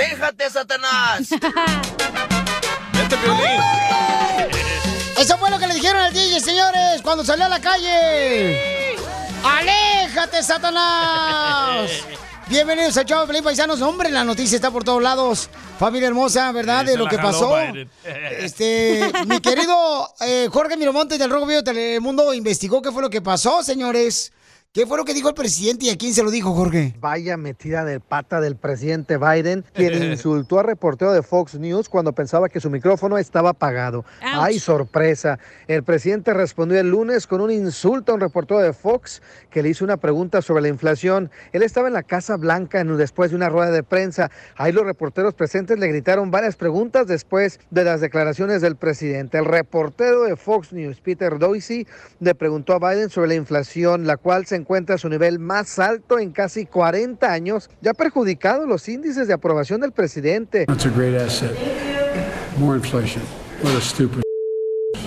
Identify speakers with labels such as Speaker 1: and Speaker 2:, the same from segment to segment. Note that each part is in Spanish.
Speaker 1: ¡Aléjate, Satanás! ¡Vete,
Speaker 2: Eso fue lo que le dijeron al DJ, señores, cuando salió a la calle. ¡Aléjate, Satanás! Bienvenidos a Chavo Pelín Paisanos. Hombre, la noticia está por todos lados. Familia hermosa, ¿verdad?
Speaker 3: Sí,
Speaker 2: De
Speaker 3: se
Speaker 2: lo
Speaker 3: la
Speaker 2: que
Speaker 3: jaló
Speaker 2: pasó.
Speaker 3: Biden.
Speaker 2: Este, mi querido eh, Jorge Miramontes del Rojo Vivo de Telemundo investigó qué fue lo que pasó, señores. ¿Qué fue lo que dijo el presidente y a quién se lo dijo, Jorge?
Speaker 4: Vaya metida de pata del presidente Biden, quien insultó al reportero de Fox News cuando pensaba que su micrófono estaba apagado. ¡Ay, sorpresa! El presidente respondió el lunes con un insulto a un reportero de Fox que le hizo una pregunta sobre la inflación. Él estaba en la Casa Blanca en- después de una rueda de prensa. Ahí los reporteros presentes le gritaron varias preguntas después de las declaraciones del presidente. El reportero de Fox News, Peter Doisey, le preguntó a Biden sobre la inflación, la cual se encuentra a su nivel más alto en casi 40 años, ya ha perjudicado los índices de aprobación del presidente.
Speaker 5: That's a great asset. More inflation. What a stupid.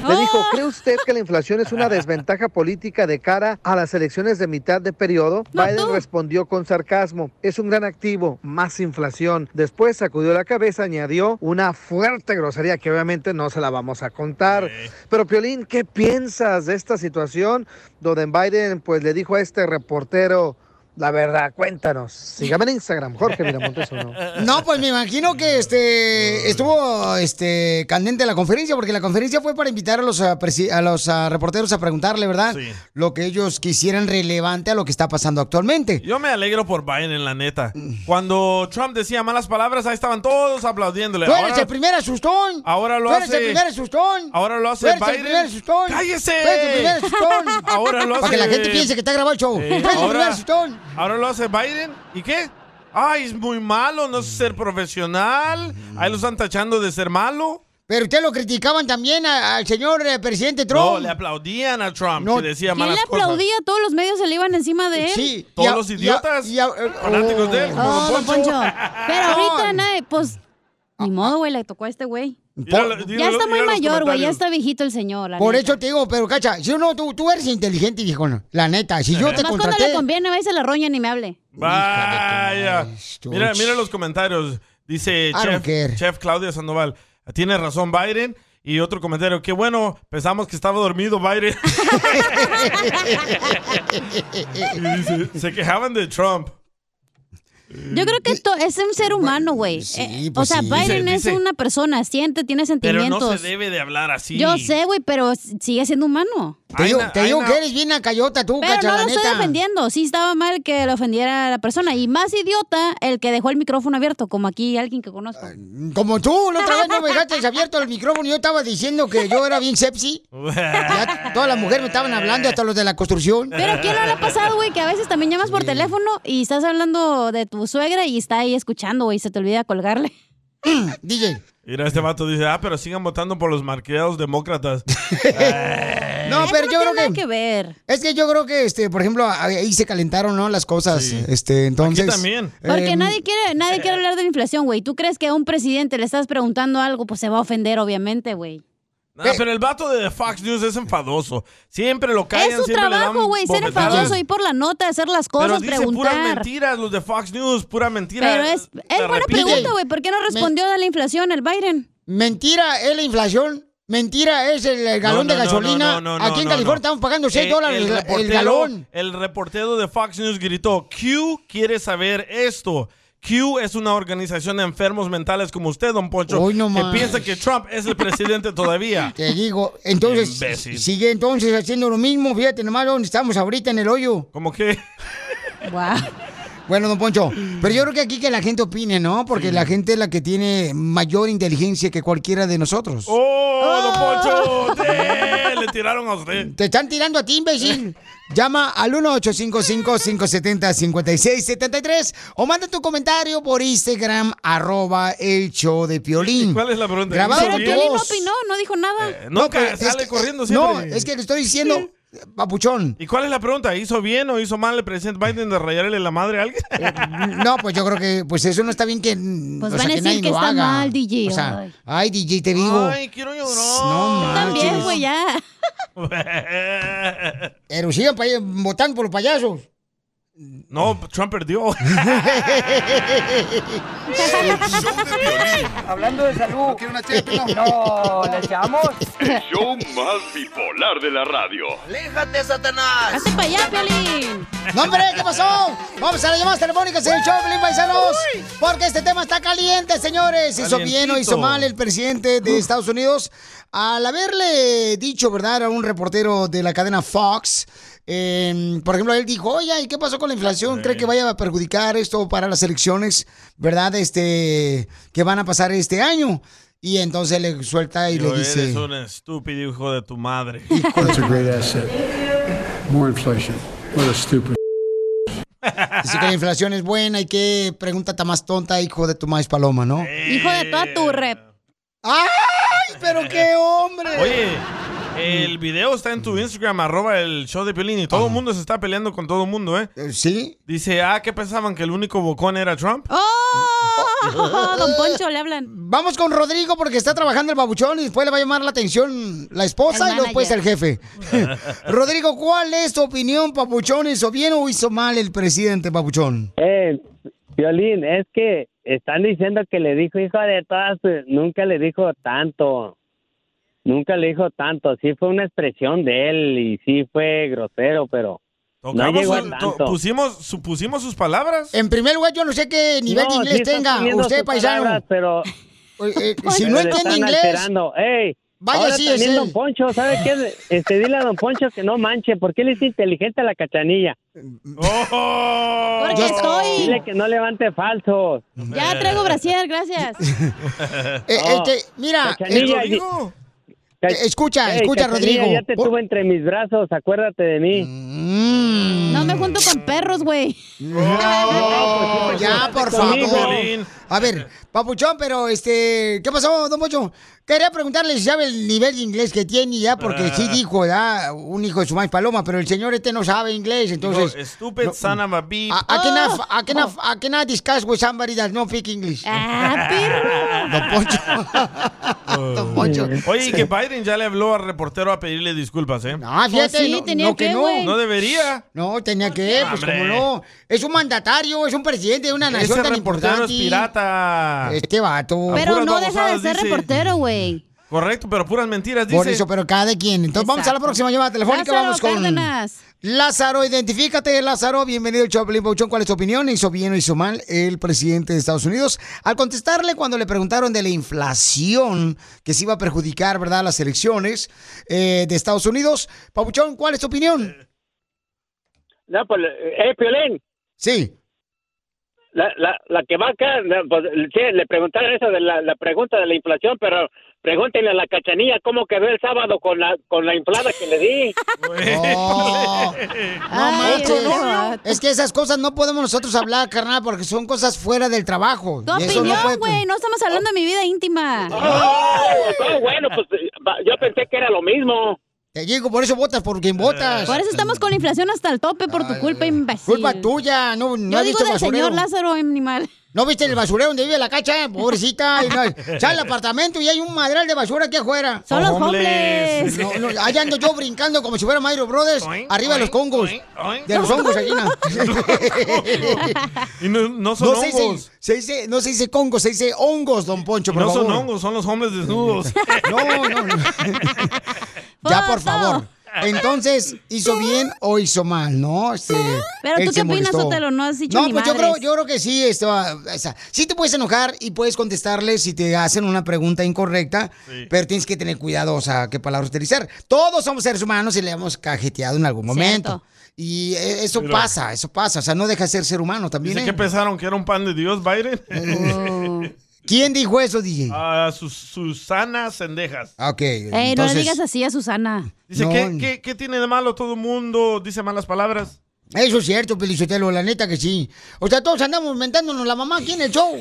Speaker 4: Le dijo, ¿cree usted que la inflación es una desventaja política de cara a las elecciones de mitad de periodo? Biden respondió con sarcasmo, es un gran activo, más inflación. Después sacudió la cabeza, añadió una fuerte grosería que obviamente no se la vamos a contar. Pero Piolín, ¿qué piensas de esta situación donde Biden pues le dijo a este reportero, la verdad, cuéntanos. Sígame en Instagram, Jorge Miramontes o no.
Speaker 2: No, pues me imagino que este estuvo este candente la conferencia, porque la conferencia fue para invitar a los, ah, presi- a los ah, reporteros a preguntarle, ¿verdad? Lo que ellos quisieran relevante a lo que está pasando actualmente.
Speaker 6: Yo me alegro por Biden, en la neta. Cuando Trump decía malas palabras, ahí estaban todos aplaudiéndole.
Speaker 2: Tú eres
Speaker 6: Ahora-
Speaker 2: el primer asustón.
Speaker 6: ahora lo
Speaker 2: Tú eres el
Speaker 6: hace-
Speaker 2: primer asustón.
Speaker 6: ahora lo hace
Speaker 2: Tú eres el
Speaker 6: Biden.
Speaker 2: primer asustón.
Speaker 6: ¡Cállese!
Speaker 2: Tú eres el primer asustón.
Speaker 6: Ahora lo hace-
Speaker 2: Para que la gente piense que está grabado el show. Tú
Speaker 6: Eh,
Speaker 2: eres el primer
Speaker 6: ahora,
Speaker 2: asustón.
Speaker 6: ahora lo hace Biden. ¿Y qué? Ay, es muy malo, no es ser profesional. Ahí lo están tachando de ser malo.
Speaker 2: Pero usted lo criticaban también a- al señor eh, presidente Trump.
Speaker 6: No, le aplaudían a Trump
Speaker 2: No.
Speaker 6: si decía
Speaker 7: Y él
Speaker 6: malas
Speaker 7: le
Speaker 6: cosas.
Speaker 7: aplaudía, todos los medios se le iban encima de él.
Speaker 2: Sí.
Speaker 6: Todos
Speaker 2: y a-
Speaker 6: los
Speaker 2: y a-
Speaker 6: idiotas,
Speaker 2: y a- eh,
Speaker 6: fanáticos de él,
Speaker 2: oh.
Speaker 6: como
Speaker 7: Oh,
Speaker 6: Don
Speaker 7: don
Speaker 6: Poncho.
Speaker 7: Poncho. Pero ahorita, nadie, pues,
Speaker 2: Ah,
Speaker 7: ni modo, güey, le tocó a este güey.
Speaker 6: Míralo,
Speaker 7: Ya
Speaker 6: míralo,
Speaker 7: está muy
Speaker 6: míralo los
Speaker 7: mayor, güey, ya
Speaker 6: comentarios.
Speaker 7: está viejito el señor. la
Speaker 2: Por
Speaker 7: neta.
Speaker 2: eso te digo, pero cacha, si no, tú, tú eres inteligente, viejón. La neta, si yo te
Speaker 7: Más cuando le
Speaker 2: contraté.
Speaker 7: conviene, va y se la roña ni me hable.
Speaker 6: Vaya. Mira, mira los comentarios. Dice
Speaker 7: don't
Speaker 6: Chef,
Speaker 7: care.
Speaker 6: Chef Claudia Sandoval. Tiene razón Biden. Y otro comentario. Qué bueno, pensamos que estaba dormido Biden. Y dice, se quejaban de Trump.
Speaker 7: Yo creo que esto es un ser humano, güey. Eh, o
Speaker 6: pues
Speaker 7: sea,
Speaker 6: sí.
Speaker 7: Biden
Speaker 6: Dice-
Speaker 7: es
Speaker 6: dice-
Speaker 7: una persona, siente, tiene
Speaker 6: Pero
Speaker 7: sentimientos.
Speaker 6: no se debe de hablar así.
Speaker 7: Yo sé, güey, pero s- sigue siendo humano.
Speaker 2: Te digo,
Speaker 6: Aina-
Speaker 2: te digo
Speaker 6: Aina-
Speaker 2: que eres bien acayota tú,
Speaker 7: Pero
Speaker 2: cacha,
Speaker 7: no
Speaker 2: la
Speaker 7: lo
Speaker 2: neta.
Speaker 7: estoy defendiendo. Sí estaba mal que le ofendiera a la persona. Y más idiota el que dejó el micrófono abierto, como aquí alguien que conozco.
Speaker 2: Como tú, la otra vez no me dejaste abierto el micrófono y yo estaba diciendo que yo era bien sepsi. Ya todas las mujeres me estaban hablando, hasta los de la construcción.
Speaker 7: Pero ¿qué no le ha pasado, güey? Que a veces también llamas por teléfono y estás hablando de tu suegra y está ahí escuchando, güey, y se te olvida colgarle.
Speaker 2: DJ.
Speaker 6: Mira, este vato dice, ah, pero sigan votando por los marqueados demócratas.
Speaker 2: No, pero yo creo que.
Speaker 7: que ver.
Speaker 2: Es que yo creo que, este, por ejemplo, ahí se calentaron, ¿no? Las cosas. Este, entonces.
Speaker 6: también.
Speaker 7: Porque
Speaker 2: eh,
Speaker 7: nadie quiere, nadie quiere hablar de la inflación, güey. ¿Tú crees que a un presidente le estás preguntando algo? Pues se va a ofender, obviamente, güey.
Speaker 6: Nah, pero el vato de Fox News es enfadoso. Siempre lo callan,
Speaker 7: Es su
Speaker 6: siempre le dan
Speaker 7: trabajo, güey, ser
Speaker 6: bofetadas.
Speaker 7: enfadoso, ir por la nota, hacer las
Speaker 6: Pero
Speaker 7: cosas,
Speaker 6: dice puras
Speaker 7: preguntar.
Speaker 6: mentiras los de Fox News, pura mentira.
Speaker 7: Pero es, es
Speaker 6: La
Speaker 7: buena
Speaker 6: repiten.
Speaker 7: pregunta, güey. ¿Por qué no respondió a la inflación el Biden?
Speaker 2: Mentira es la inflación. Mentira es el, el galón
Speaker 6: No, no,
Speaker 2: de
Speaker 6: no,
Speaker 2: gasolina.
Speaker 6: no, no, no,
Speaker 2: Aquí en
Speaker 6: no,
Speaker 2: California
Speaker 6: no.
Speaker 2: estamos pagando 6
Speaker 6: Eh,
Speaker 2: dólares el, el
Speaker 6: reportero-
Speaker 2: galón.
Speaker 6: El reportero de Fox News gritó, Q quiere saber esto. Q es una organización de enfermos mentales como usted, don Poncho,
Speaker 2: Hoy no
Speaker 6: que
Speaker 2: más.
Speaker 6: piensa que Trump es el presidente todavía.
Speaker 2: Te digo, entonces
Speaker 6: Imbécil.
Speaker 2: sigue entonces haciendo lo mismo, fíjate nomás donde estamos ahorita en el hoyo.
Speaker 6: ¿Cómo que?
Speaker 2: Bueno, don Poncho, pero yo creo que aquí que la gente opine, ¿no? Porque la gente es la que tiene mayor inteligencia que cualquiera de nosotros.
Speaker 6: ¡Oh, don Poncho! ¡Eh! Le tiraron a usted.
Speaker 2: Te están tirando a ti, imbécil. Llama al 1-855-570-5673 o manda tu comentario por Instagram, arroba el show de Piolín.
Speaker 6: ¿Cuál es la pregunta?
Speaker 2: Grabado
Speaker 7: Pero
Speaker 2: con tu
Speaker 7: Piolín no
Speaker 2: voz.
Speaker 7: opinó, no dijo nada.
Speaker 6: Eh, No, nunca
Speaker 2: pero es
Speaker 6: sale
Speaker 2: que-
Speaker 6: corriendo
Speaker 2: No,
Speaker 6: siempre.
Speaker 2: es que le estoy diciendo, papuchón.
Speaker 6: ¿Y cuál es la pregunta? ¿Hizo bien o hizo mal el presidente Biden de rayarle la madre a alguien?
Speaker 2: No, pues yo creo que pues eso no está bien que.
Speaker 7: Pues van
Speaker 2: o sea,
Speaker 7: a
Speaker 2: que
Speaker 7: decir
Speaker 2: nadie
Speaker 7: que
Speaker 2: lo
Speaker 7: está
Speaker 2: haga.
Speaker 7: mal, DJ,
Speaker 2: O sea,
Speaker 7: ay.
Speaker 2: ay, DJ, te digo.
Speaker 6: Ay, quiero llorar.
Speaker 2: No
Speaker 7: También,
Speaker 2: manches.
Speaker 7: güey, ya.
Speaker 2: Pero sigan pa- votando por los payasos.
Speaker 6: No, Trump perdió.
Speaker 8: Hablando de salud. No, ¿le echamos?
Speaker 9: El show más bipolar de la radio.
Speaker 10: ¡Aléjate, Satanás!
Speaker 7: ¡Hazte para allá, Piolín!
Speaker 2: ¡No, hombre! ¿Qué pasó? Vamos a las llamadas telefónicas en el show, Pelín Paisanos. Porque este tema está caliente, señores. Hizo bien o hizo mal el presidente de Estados Unidos al haberle dicho, ¿verdad?, a un reportero de la cadena Fox. eh, por ejemplo, él dijo, oye, ¿y qué pasó con la inflación? ¿Cree que vaya a perjudicar esto para las elecciones, verdad, este, que van a pasar este año? Y entonces le suelta y
Speaker 6: Yo,
Speaker 2: le dice...
Speaker 6: Eres un estúpido hijo de tu madre.
Speaker 11: That's a great asset. More inflation. What a stupid.
Speaker 2: Dice que la inflación es buena y qué pregunta tan más tonta, hijo de tu maíz paloma, ¿no?
Speaker 7: Hijo de toda tu rep.
Speaker 2: ¡Ay, pero qué hombre!
Speaker 6: Oye, el video está en tu Instagram, arroba el show de Piolín, y todo el mundo se está peleando con todo el mundo, ¿eh?
Speaker 2: Sí.
Speaker 6: Dice, ah, ¿qué pensaban? ¿Que el único bocón era Trump?
Speaker 7: ¡Oh! Don Poncho, le hablan.
Speaker 2: Vamos con Rodrigo porque está trabajando el babuchón y después le va a llamar la atención la esposa
Speaker 7: El
Speaker 2: y después el
Speaker 7: manager.
Speaker 2: jefe. Rodrigo, ¿cuál es tu opinión, papuchón? ¿Hizo bien o hizo mal el presidente, papuchón?
Speaker 12: Eh, Violín, es que están diciendo que le dijo hijo de todas, sus- nunca le dijo tanto, nunca le dijo tanto, sí fue una expresión de él y sí fue grosero, pero no
Speaker 6: Tocamos
Speaker 12: llegó a
Speaker 6: su- to- pues,
Speaker 12: tanto.
Speaker 6: pusimos, supusimos sus palabras.
Speaker 2: En primer lugar, yo no sé qué
Speaker 12: No,
Speaker 2: nivel de
Speaker 12: sí
Speaker 2: inglés
Speaker 12: están
Speaker 2: tenga
Speaker 12: poniendo
Speaker 2: usted,
Speaker 12: sus
Speaker 2: paisano.
Speaker 12: palabras, Pues pero
Speaker 2: Eh, eh, si
Speaker 12: pero
Speaker 2: no
Speaker 12: le
Speaker 2: entiende
Speaker 12: están
Speaker 2: inglés,
Speaker 12: alterando. Ey,
Speaker 2: vaya
Speaker 12: ahora
Speaker 2: sí es
Speaker 12: también
Speaker 2: él.
Speaker 12: Don Poncho, ¿sabe qué? Este, dile a Don Poncho que no manche, porque él es inteligente a la cachanilla.
Speaker 6: ¡Oh!
Speaker 7: Porque
Speaker 12: Dile
Speaker 7: estoy.
Speaker 12: que no levante falsos.
Speaker 7: Ya traigo brasier, gracias.
Speaker 2: eh,
Speaker 12: No.
Speaker 2: este, mira,
Speaker 12: Cachanilla,
Speaker 2: eh,
Speaker 6: Rodrigo.
Speaker 12: Ca-
Speaker 2: escucha,
Speaker 12: Ey,
Speaker 2: escucha,
Speaker 12: Cachanilla,
Speaker 2: Rodrigo.
Speaker 12: Ya te tuve entre mis brazos, acuérdate de mí.
Speaker 2: Mm.
Speaker 7: No me junto con perros, güey.
Speaker 12: pues
Speaker 2: Oh, ya, por
Speaker 12: conmigo.
Speaker 2: favor.
Speaker 6: Piolín.
Speaker 2: A ver, papuchón, pero este, ¿qué pasó, don Pocho? Quería preguntarle si sabe el nivel de inglés que tiene ya, porque sí
Speaker 12: Ah.
Speaker 2: dijo, ya, un hijo de su maíz paloma, pero el señor este no sabe inglés, entonces. ah,
Speaker 6: Digo, stupid son of a bitch.
Speaker 2: I, I
Speaker 12: Ah.
Speaker 2: cannot, I cannot- I cannot discuss with somebody that no speak English.
Speaker 7: ¡Ah, perro!
Speaker 2: Don Poncho. don Poncho.
Speaker 6: Oye, y que Biden ya le habló al reportero a pedirle disculpas, ¿eh?
Speaker 2: No, Ah, fíjate,
Speaker 7: Pues sí,
Speaker 2: no,
Speaker 7: tenía
Speaker 2: no que
Speaker 7: que,
Speaker 2: no.
Speaker 7: güey.
Speaker 6: No debería.
Speaker 2: No, tenía que, pues
Speaker 6: Hombre.
Speaker 2: como no. Es un mandatario, es un presidente de una nación
Speaker 6: Ese
Speaker 2: tan
Speaker 6: reportero
Speaker 2: importante.
Speaker 6: es pirata.
Speaker 2: Este vato.
Speaker 7: Pero
Speaker 6: puras
Speaker 7: no deja de
Speaker 6: babosadas,
Speaker 7: ser
Speaker 6: dice.
Speaker 7: reportero, güey.
Speaker 6: Correcto, pero puras mentiras, dice.
Speaker 2: Por eso, pero cada quien. Entonces vamos a la
Speaker 7: Exacto.
Speaker 2: próxima llamada telefónica.
Speaker 7: Lázaro
Speaker 2: vamos con
Speaker 7: Cárdenas.
Speaker 2: Lázaro, identifícate, Lázaro. Bienvenido al Choplin Bouchón. ¿Cuál es tu opinión? ¿Hizo bien o hizo mal el presidente de Estados Unidos? Al contestarle cuando le preguntaron de la inflación que se iba a perjudicar, ¿verdad?, las elecciones eh, de Estados Unidos. Pabuchón, ¿cuál es tu opinión?
Speaker 12: No, pues, eh, Piolín,
Speaker 2: Sí.
Speaker 12: la, la, la que marca, la- pues, sí, le preguntaron eso de la, la pregunta de la inflación, pero pregúntenle a la cachanilla cómo quedó el sábado con la, con la inflada que le di.
Speaker 2: Oh, no
Speaker 7: Ay,
Speaker 2: manches.
Speaker 7: no.
Speaker 2: Es que esas cosas no podemos nosotros hablar, carnal, porque son cosas fuera del trabajo.
Speaker 7: Tu
Speaker 2: Y eso no puede-
Speaker 7: opinión, güey. No estamos hablando de mi vida íntima.
Speaker 12: Oh, bueno, pues va- yo pensé que era lo mismo.
Speaker 2: Te digo, por eso votas por quien votas.
Speaker 7: Por eso estamos con la inflación hasta el tope por tu culpa, imbécil.
Speaker 2: Culpa tuya, no, no
Speaker 7: Yo digo
Speaker 2: has visto
Speaker 7: del
Speaker 2: basurero.
Speaker 7: señor Lázaro, em, animal.
Speaker 2: ¿No viste el basurero donde vive la cacha? Pobrecita. Y no- sale al apartamento y hay un madral de basura aquí afuera.
Speaker 7: Son los
Speaker 6: Homeless.
Speaker 7: hombres.
Speaker 2: No, no, allá ando yo brincando como si fuera Mario Brothers.
Speaker 6: Oink,
Speaker 2: arriba de los
Speaker 6: oink,
Speaker 2: congos.
Speaker 6: oink, oink.
Speaker 2: De los hongos, gallina.
Speaker 6: Y no, no son
Speaker 2: No se,
Speaker 6: hongos.
Speaker 2: dice, se dice- no se dice congos, se dice hongos, don Poncho, por
Speaker 6: No son
Speaker 2: favor.
Speaker 6: hongos, son los hombres desnudos.
Speaker 2: No, no, no. ya, por
Speaker 7: Foto.
Speaker 2: favor. Entonces, ¿hizo bien o hizo mal, no? Este,
Speaker 7: Pero
Speaker 2: él
Speaker 7: tú qué
Speaker 2: se
Speaker 7: opinas,
Speaker 2: molestó.
Speaker 7: Sotelo, no has dicho
Speaker 2: No,
Speaker 7: ni
Speaker 2: pues yo
Speaker 7: madres.
Speaker 2: creo, yo creo que sí, esto, ah, o sea, sí te puedes enojar y puedes contestarle si te hacen una pregunta incorrecta, pero tienes que tener cuidado, o sea, qué palabras utilizar. Todos somos seres humanos y le hemos cajeteado en algún momento.
Speaker 7: Cierto.
Speaker 2: Y eh, eso
Speaker 6: Pero-
Speaker 2: pasa, eso pasa, o sea, no deja de ser ser humano también.
Speaker 6: Dice
Speaker 2: ¿eh?
Speaker 6: que pensaron que era un pan de Dios, Biden.
Speaker 7: Oh.
Speaker 2: ¿Quién dijo eso, DJ?
Speaker 6: A sus Susana Cendejas.
Speaker 2: Ah, Ok,
Speaker 7: Ey, Eh, no le
Speaker 2: entonces-
Speaker 7: digas así a Susana.
Speaker 6: Dice,
Speaker 2: No.
Speaker 6: ¿qué, qué, qué tiene de malo todo el mundo? Dice malas palabras.
Speaker 2: Eso es cierto, Pelicotelo, la neta que sí. O sea, todos andamos mentándonos la mamá aquí en el show.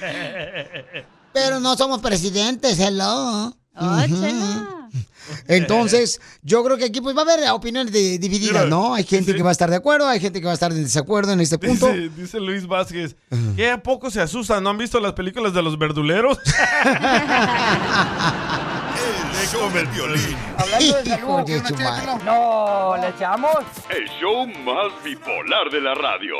Speaker 2: Pero no somos presidentes, hello.
Speaker 7: Oh,
Speaker 2: Ujú.
Speaker 7: chela.
Speaker 2: Entonces, yo creo que aquí pues va a haber opiniones de- divididas, ¿no? Hay gente que va a estar de acuerdo, hay gente que va a estar en desacuerdo en este punto.
Speaker 6: Dice, dice Luis Vázquez. ¿Qué a poco se asustan? ¿No han visto las películas de los verduleros?
Speaker 9: El show del violín.
Speaker 8: Hablando de salud,
Speaker 2: Hijo de
Speaker 8: ¿quiere una
Speaker 2: su
Speaker 8: chela,
Speaker 2: madre.
Speaker 8: pelón? No, ¿le echamos?
Speaker 9: El show más bipolar de la radio.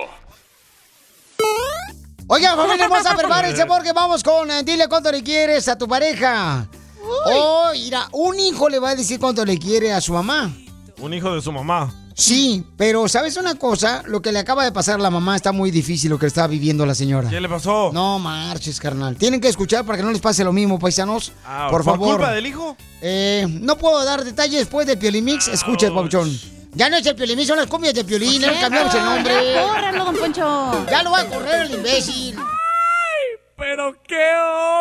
Speaker 2: Oiga, familia hermosa, prepárense porque vamos con eh, dile cuánto le quieres a tu pareja. Oh, mira, un hijo le va a decir cuánto le quiere a su mamá.
Speaker 6: Un hijo de su mamá.
Speaker 2: Sí, pero ¿sabes una cosa? Lo que le acaba de pasar a la mamá está muy difícil lo que está viviendo la señora.
Speaker 6: ¿Qué le pasó?
Speaker 2: No marches, carnal. Tienen que escuchar para que no les pase lo mismo, paisanos.
Speaker 6: Ah,
Speaker 2: por, favor.
Speaker 6: culpa del hijo?
Speaker 2: Eh, no puedo dar detalles después de Piolimix. Escucha, Pauchón. Ya no es el Piolimix, son las cumbias de Piolín.
Speaker 7: Pues,
Speaker 2: Ya le cambiamos el nombre.
Speaker 7: Córralo, don Poncho.
Speaker 2: Ya lo va a correr el imbécil.
Speaker 3: Pero qué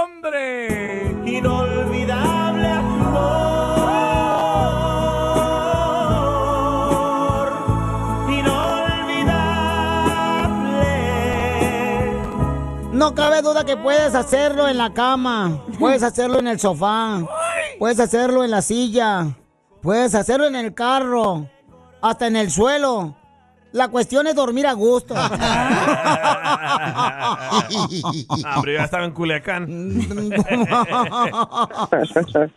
Speaker 3: hombre, inolvidable amor, inolvidable.
Speaker 2: No cabe duda que puedes hacerlo en la cama, puedes hacerlo en el sofá, puedes hacerlo en la silla, puedes hacerlo en el carro, hasta en el suelo. La cuestión es dormir a gusto.
Speaker 6: Ah, pero ya estaba en Culiacán.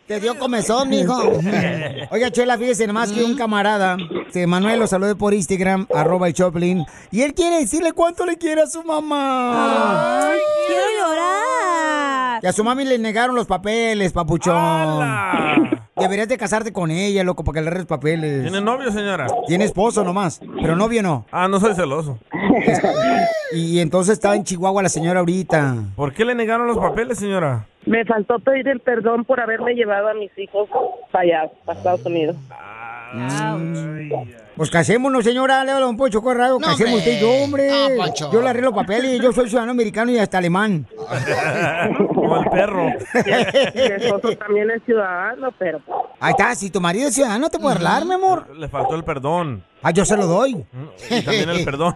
Speaker 2: Te dio comezón, mijo. Oiga, Chela, fíjese nomás que
Speaker 6: Mm.
Speaker 2: un camarada, que Manuel lo saludé por Instagram, arroba el Choplin, y él quiere decirle cuánto le quiere a su mamá.
Speaker 7: Ay, quiero llorar.
Speaker 2: Que a su mami le negaron los papeles, papuchón.
Speaker 6: ¡Hala!
Speaker 2: Deberías de casarte con ella, loco, para que le agarres papeles.
Speaker 6: ¿Tiene novio, señora?
Speaker 2: Tiene esposo nomás, pero novio no.
Speaker 6: Ah, no soy celoso.
Speaker 2: Y entonces está en Chihuahua la señora ahorita.
Speaker 6: ¿Por qué le negaron los papeles, señora?
Speaker 13: Me faltó pedir el perdón por haberme llevado a mis hijos para allá, para Estados Unidos.
Speaker 2: Pues casémonos, señora, le habla un pocho corrado,
Speaker 13: No,
Speaker 2: casemos
Speaker 13: hombre.
Speaker 2: usted y yo, hombre.
Speaker 13: No, Poncho.
Speaker 2: yo le arreglo papeles, yo soy ciudadano americano y hasta alemán.
Speaker 6: Como el perro.
Speaker 13: Mi esposo también es ciudadano, pero
Speaker 2: Ahí está, si tu marido es ciudadano, te puede arreglar, mi amor.
Speaker 6: Le faltó el perdón.
Speaker 2: Ah, yo se lo doy.
Speaker 6: Y también el perdón.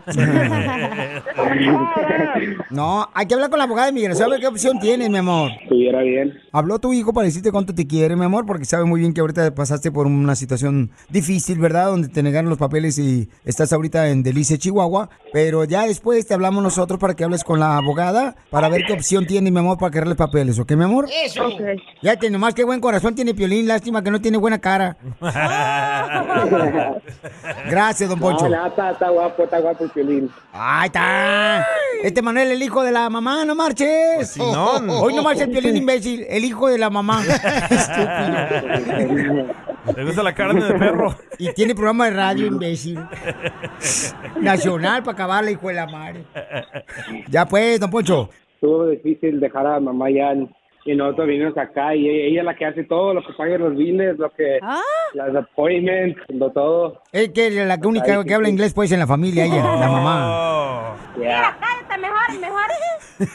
Speaker 2: No, hay que hablar con la abogada de migración a ver qué opción tiene, mi amor.
Speaker 14: Estuviera bien.
Speaker 2: Habló tu hijo para decirte cuánto te quiere, mi amor, porque sabe muy bien que ahorita pasaste por una situación difícil, ¿verdad? Donde te negaron los papeles y estás ahorita en Delice, Chihuahua. Pero ya después te hablamos nosotros para que hables con la abogada para ver qué opción tiene, mi amor, para que arregle papeles, ¿ok, mi amor?
Speaker 13: Eso. Ok.
Speaker 2: Ya te nomás qué buen corazón tiene Piolín, lástima que no tiene buena cara. Gracias, don Poncho.
Speaker 14: No, nada, está, está guapo, está guapo el violín.
Speaker 2: ¡Ahí está! Este Manuel, el hijo de la mamá, no marches.
Speaker 14: no.
Speaker 2: Hoy Pues no marches, Piolín, imbécil. El hijo de la mamá.
Speaker 6: ¿Le gusta la carne de perro?
Speaker 2: y tiene programa de radio, imbécil. Nacional, para acabar la hijo de la madre. Ya pues, don Poncho.
Speaker 14: Estuvo difícil dejar a mamá ya en- y nosotros vinimos acá y ella, ella es la que hace todo, lo que paga los biles, lo que...
Speaker 2: Ah.
Speaker 14: Las appointments, lo todo.
Speaker 2: Es que la que única que habla inglés, pues, en la familia, ella, la mamá.
Speaker 14: Ya,
Speaker 7: Cállate, mejor, mejor.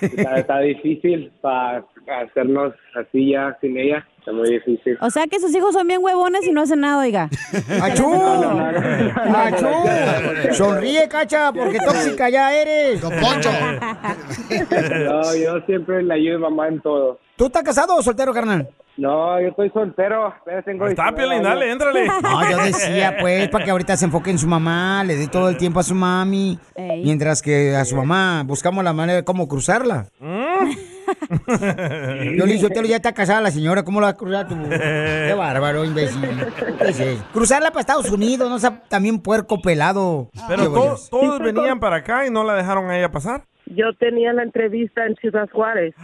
Speaker 14: está, está difícil para hacernos así ya sin ella. Está muy difícil.
Speaker 7: O sea que sus hijos son bien huevones y no hacen nada, oiga.
Speaker 2: ¡Achú! ¡Achú! Sonríe, cacha, porque tóxica ya eres. Don Poncho.
Speaker 14: No, yo siempre le ayudo a mamá en todo.
Speaker 2: ¿Tú estás casado o soltero, carnal?
Speaker 14: No, yo estoy soltero. apenas tengo
Speaker 6: Está,
Speaker 14: 19
Speaker 6: Piolín,
Speaker 14: años.
Speaker 6: dale, éntrale.
Speaker 2: No, yo decía, pues, para que ahorita se enfoque en su mamá, le dé todo el tiempo a su mami,
Speaker 7: Ey.
Speaker 2: mientras que a su mamá buscamos la manera de cómo cruzarla.
Speaker 3: ¿Mm?
Speaker 2: Yo le dije, "Otelo, ya está casada la señora, ¿cómo la va a cruzar tú? Qué bárbaro, imbécil. ¿Qué es eso? Cruzarla para Estados Unidos, no sea también puerco pelado.
Speaker 6: Ah. Pero
Speaker 2: Qué
Speaker 6: to-
Speaker 2: vayas.
Speaker 6: todos venían para acá y no la dejaron a ella pasar.
Speaker 13: yo tenía la entrevista en Ciudad Juárez.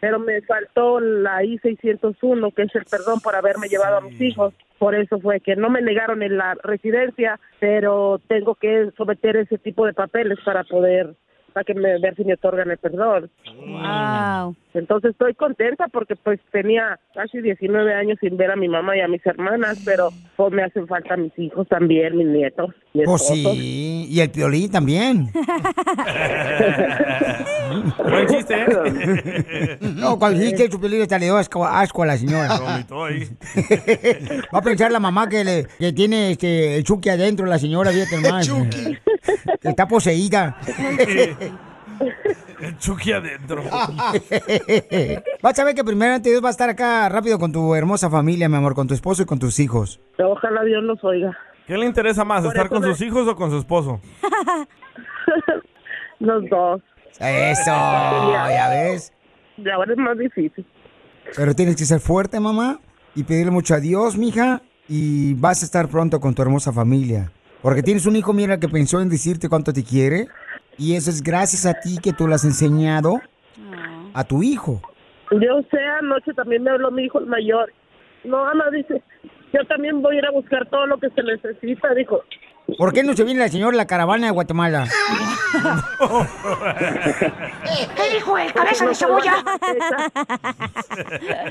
Speaker 13: Pero me faltó la I-601, que es el perdón por haberme llevado a mis hijos. Por eso fue que no me negaron en la residencia, pero tengo que someter ese tipo de papeles para poder, para que me, ver si me otorgan el perdón.
Speaker 6: Ah.
Speaker 7: Wow.
Speaker 13: Entonces estoy contenta porque pues tenía casi 19 años sin ver a mi mamá y a mis hermanas, pero pues me hacen falta mis hijos también, mis nietos, mi
Speaker 2: Pues
Speaker 13: esposo.
Speaker 2: sí, y el piolín también.
Speaker 6: Buen
Speaker 3: Pues
Speaker 6: chiste, ¿eh?
Speaker 2: No, cuando dijiste su piolín hasta le dio asco, asco a la señora.
Speaker 6: Vomitó ahí.
Speaker 2: Va a pensar la mamá que, le, que tiene este, el chuki adentro, la señora, fíjate más. Que está poseída.
Speaker 6: El Chucky adentro.
Speaker 2: Vas a ver que primero ante Dios va a estar acá rápido con tu hermosa familia, mi amor, con tu esposo y con tus hijos.
Speaker 13: Ojalá Dios los oiga.
Speaker 6: ¿Qué le interesa más,
Speaker 13: Por
Speaker 6: estar
Speaker 13: eso
Speaker 6: con
Speaker 13: me-
Speaker 6: sus hijos o con su esposo?
Speaker 13: Los dos.
Speaker 2: Eso, ya ves.
Speaker 13: Y ahora es más difícil.
Speaker 2: Pero tienes que ser fuerte, mamá, y pedirle mucho a Dios, mija, y vas a estar pronto con tu hermosa familia. Porque tienes un hijo, mira, que pensó en decirte cuánto te quiere, y eso es gracias a ti que tú le has enseñado a tu hijo.
Speaker 13: Yo sé, anoche también me habló mi hijo el mayor. No, Ana dice, yo también voy a ir a buscar todo lo que se necesita, dijo.
Speaker 2: ¿Por qué no se viene la señora de la caravana de Guatemala?
Speaker 3: ¿Qué dijo el cabeza de cebolla?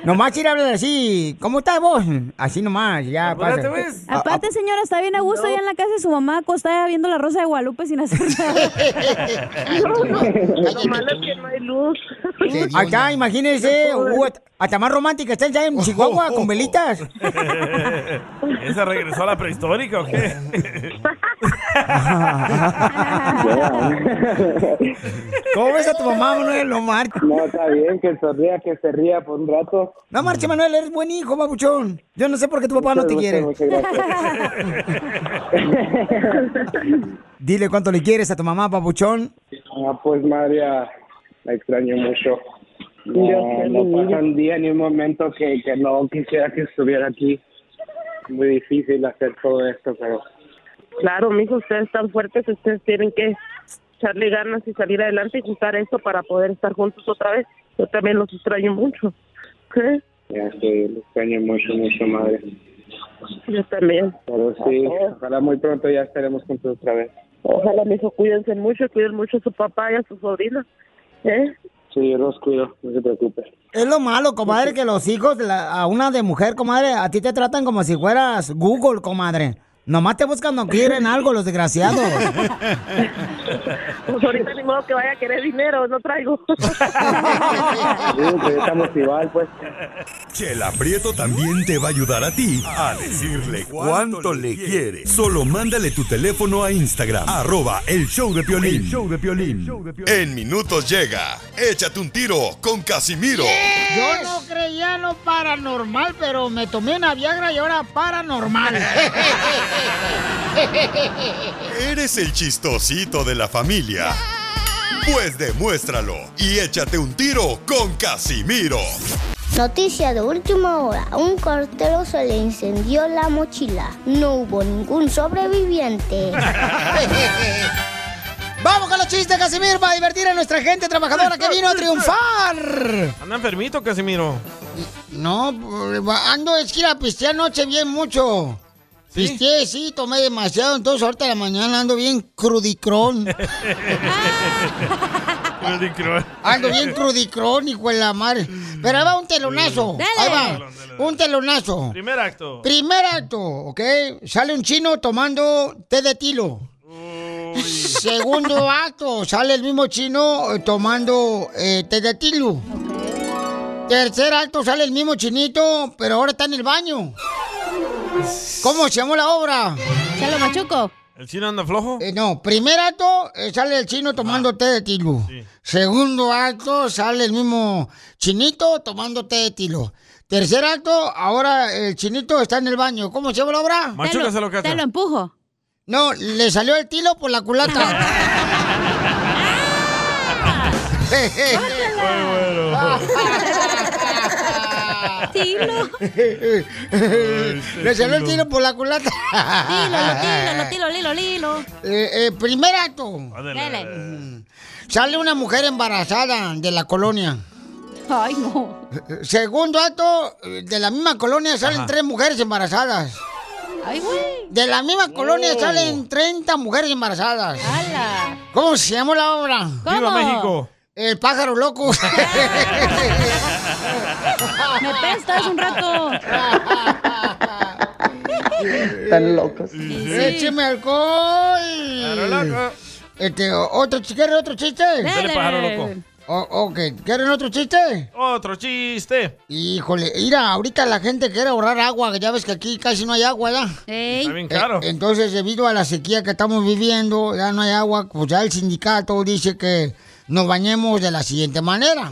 Speaker 2: Nomás ir a hablar así. ¿Cómo estás vos? Así nomás, ya pasa.
Speaker 7: pues.
Speaker 2: A- a-
Speaker 7: Aparte, señora, está bien a gusto allá en la casa de su mamá acostada viendo la Rosa de Guadalupe sin hacer nada.
Speaker 13: No, no, lo malo es que no hay luz.
Speaker 2: Ahí está, imagínense, uh, hasta más romántica está allá en Chihuahua con velitas.
Speaker 6: ¿Esa regresó a la prehistórica o qué?
Speaker 2: ¿Cómo ves a tu mamá, Manuel? No
Speaker 14: No, está bien, que sonría, que se ría por un rato.
Speaker 2: No marche, Manuel, eres buen hijo, babuchón. Yo no sé por qué tu papá no te quiere.
Speaker 14: Muchas, muchas
Speaker 2: Dile cuánto le quieres a tu mamá, babuchón.
Speaker 14: Ah, pues María, la extraño mucho.
Speaker 13: Yo
Speaker 14: No,
Speaker 13: sé,
Speaker 14: no
Speaker 13: mi
Speaker 14: pasa un día ni un momento que, que no quisiera que estuviera aquí. Muy difícil hacer todo esto, pero
Speaker 13: Claro, mijo, ustedes están fuertes, ustedes tienen que echarle ganas y salir adelante y juntar esto para poder estar juntos otra vez. Yo también los extraño mucho. ¿Qué?
Speaker 14: ya sí, la extraño mucho, mucho, madre.
Speaker 13: Yo también.
Speaker 14: Pero sí, ojalá muy pronto ya estaremos juntos otra vez.
Speaker 13: Ojalá, mijo, cuídense mucho, cuiden mucho a su papá y a su sobrina. ¿Eh?
Speaker 14: Sí, yo los cuido, no se preocupe.
Speaker 2: Es lo malo, comadre, que los hijos de la- a una de mujer, comadre, a ti te tratan como si fueras Google, comadre. Nomás te buscan cuando quieren algo, los desgraciados.
Speaker 13: Pues ahorita ni modo que vaya a querer dinero, no traigo.
Speaker 14: estamos igual, pues.
Speaker 15: Chela Prieto también te va a ayudar a ti a decirle cuánto le quiere. Solo mándale tu teléfono a Instagram, arroba el show de Piolín.
Speaker 16: El
Speaker 15: En minutos llega, échate un tiro con Casimiro.
Speaker 17: Yo no creía en lo paranormal, pero me tomé una Viagra y ahora paranormal.
Speaker 15: Eres el chistosito de la familia. Pues demuéstralo y échate un tiro con Casimiro.
Speaker 18: Noticia de última hora. Un cartero se le incendió la mochila. No hubo ningún sobreviviente.
Speaker 2: Vamos con los chistes, Casimir, para divertir a nuestra gente trabajadora que vino a triunfar.
Speaker 6: Anda enfermito, Casimiro.
Speaker 2: No, pues, ando es que la pisteé anoche bien mucho. Pisteé, sí, tomé demasiado, entonces ahorita de la mañana ando bien crudicrón.
Speaker 6: Ah.
Speaker 2: Ando bien crudicrón, hijo de la madre. Pero ahí va un telonazo.
Speaker 6: Dale.
Speaker 2: Ahí va. Un telonazo.
Speaker 6: Primer acto.
Speaker 2: Primer acto, ¿ok? Sale un chino tomando té de tilo. Segundo acto, sale el mismo chino eh, tomando eh, té de tilo. Tercer acto, sale el mismo chinito, pero ahora está en el baño. ¿Cómo se llamó la obra?
Speaker 7: ¿Se lo machuco?
Speaker 6: ¿El chino anda flojo? Ah.
Speaker 2: Eh, no, primer acto eh, sale el chino tomando té de tilo. Segundo acto sale el mismo chinito tomando té de tilo. Tercer acto, ahora el chinito está en el baño. ¿Cómo se llama la obra?
Speaker 6: Machúcaselo, Cacha. Te lo
Speaker 2: empujo. No, le salió el tilo por la culata. Ah.
Speaker 3: Tilo.
Speaker 2: le salió el tilo por la culata.
Speaker 7: Lilo, lilo, lilo.
Speaker 2: Eh, eh, primer acto.
Speaker 7: Dale.
Speaker 2: Sale una mujer embarazada de la colonia.
Speaker 7: Ay, no.
Speaker 2: Segundo acto, eh, de la misma colonia salen
Speaker 7: Ajá.
Speaker 2: tres mujeres embarazadas.
Speaker 7: Ay, güey.
Speaker 2: De la misma colonia
Speaker 7: Oh.
Speaker 2: salen 30 mujeres embarazadas.
Speaker 7: ¡Hala!
Speaker 2: ¿Cómo se llamó la obra?
Speaker 7: ¿Cómo? ¡Viva México!
Speaker 2: El pájaro loco.
Speaker 7: Ah. Me pestas un rato.
Speaker 19: Están locos.
Speaker 2: ¡Écheme alcohol!
Speaker 19: Claro,
Speaker 2: Este, o- otro, chi- ¿Quieren otro chiste?
Speaker 6: Dale, pájaro loco.
Speaker 2: O- ok, ¿quieren otro chiste?
Speaker 6: Otro chiste.
Speaker 2: Híjole, mira, ahorita la gente quiere ahorrar agua, que ya ves que aquí casi no hay agua, ¿verdad?
Speaker 6: Está bien caro.
Speaker 2: Eh, entonces, debido a la sequía que estamos viviendo, ya no hay agua, pues ya el sindicato dice que nos bañemos de la siguiente manera.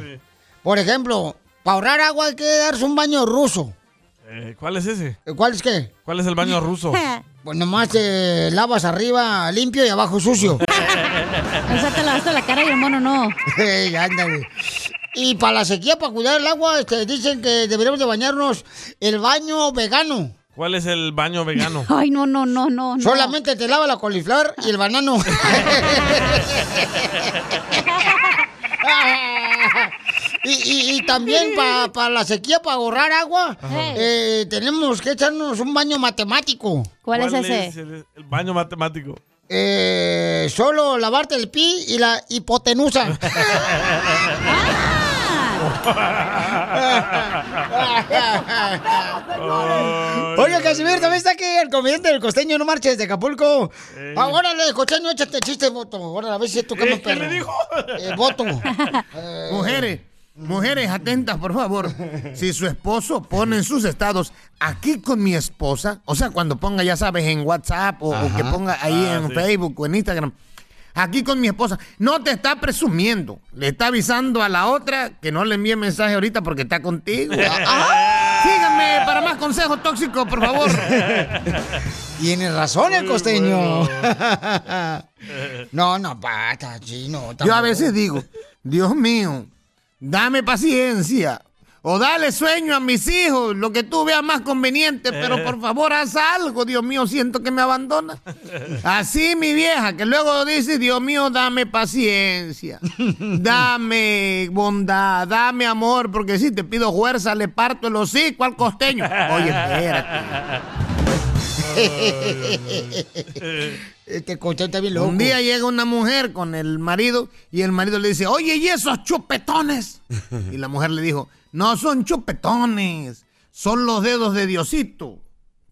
Speaker 2: Por ejemplo, para ahorrar agua hay que darse un baño ruso.
Speaker 6: Eh, ¿Cuál es ese?
Speaker 2: Eh, ¿Cuál es qué?
Speaker 6: ¿Cuál es el baño ruso?
Speaker 2: Pues nomás te lavas arriba limpio y abajo sucio.
Speaker 7: O sea, te lavaste la cara y el mono no.
Speaker 2: Ey, ándale. Y para la sequía, para cuidar el agua, este, dicen que deberíamos de bañarnos el baño vegano.
Speaker 6: ¿Cuál es el baño vegano?
Speaker 7: Ay, no, no, no, no. no.
Speaker 2: Solamente te lava la coliflor y el banano. Y, y- y también para la sequía, para ahorrar agua,
Speaker 6: Ajá.
Speaker 2: eh, tenemos que echarnos un baño matemático.
Speaker 6: el, el baño matemático?
Speaker 2: Eh, solo lavarte el pi y la hipotenusa. eh. Oye, Casimiro, también está aquí el comediante del costeño, no marches de Acapulco.
Speaker 3: Eh.
Speaker 2: Ah, órale, costeño, échate chiste, voto. Órale, a ver si es tu cama,
Speaker 3: ¿Eh? ¿Qué le dijo?
Speaker 2: Eh, voto.
Speaker 20: Mujeres, mujeres atentas, por favor. Si su esposo pone en sus estados, aquí con mi esposa, o sea, cuando ponga, ya sabes, en WhatsApp o, o que ponga ahí
Speaker 21: Ah,
Speaker 20: en
Speaker 21: sí.
Speaker 20: Facebook o en Instagram, aquí con mi esposa, no te está presumiendo, le está avisando a la otra que no le envíe mensaje ahorita porque está contigo. Ah, Síganme para más consejos tóxicos, por favor.
Speaker 2: Tiene razón el costeño. no, no, basta, sí, no.
Speaker 20: Yo a
Speaker 2: tampoco.
Speaker 20: veces digo, Dios mío, dame paciencia. O dale sueño a mis hijos, lo que tú veas más conveniente, pero por favor haz algo, Dios mío, siento que me abandona. Así mi vieja, que luego dice, Dios mío, dame paciencia, dame bondad, dame amor, porque si te pido fuerza, le parto el hocico al costeño. Oye, espérate.
Speaker 2: Este costeño está bien loco.
Speaker 20: Un día llega una mujer con el marido y el marido le dice, oye, ¿y esos chupetones? Y la mujer le dijo, no son chupetones, son los dedos de Diosito.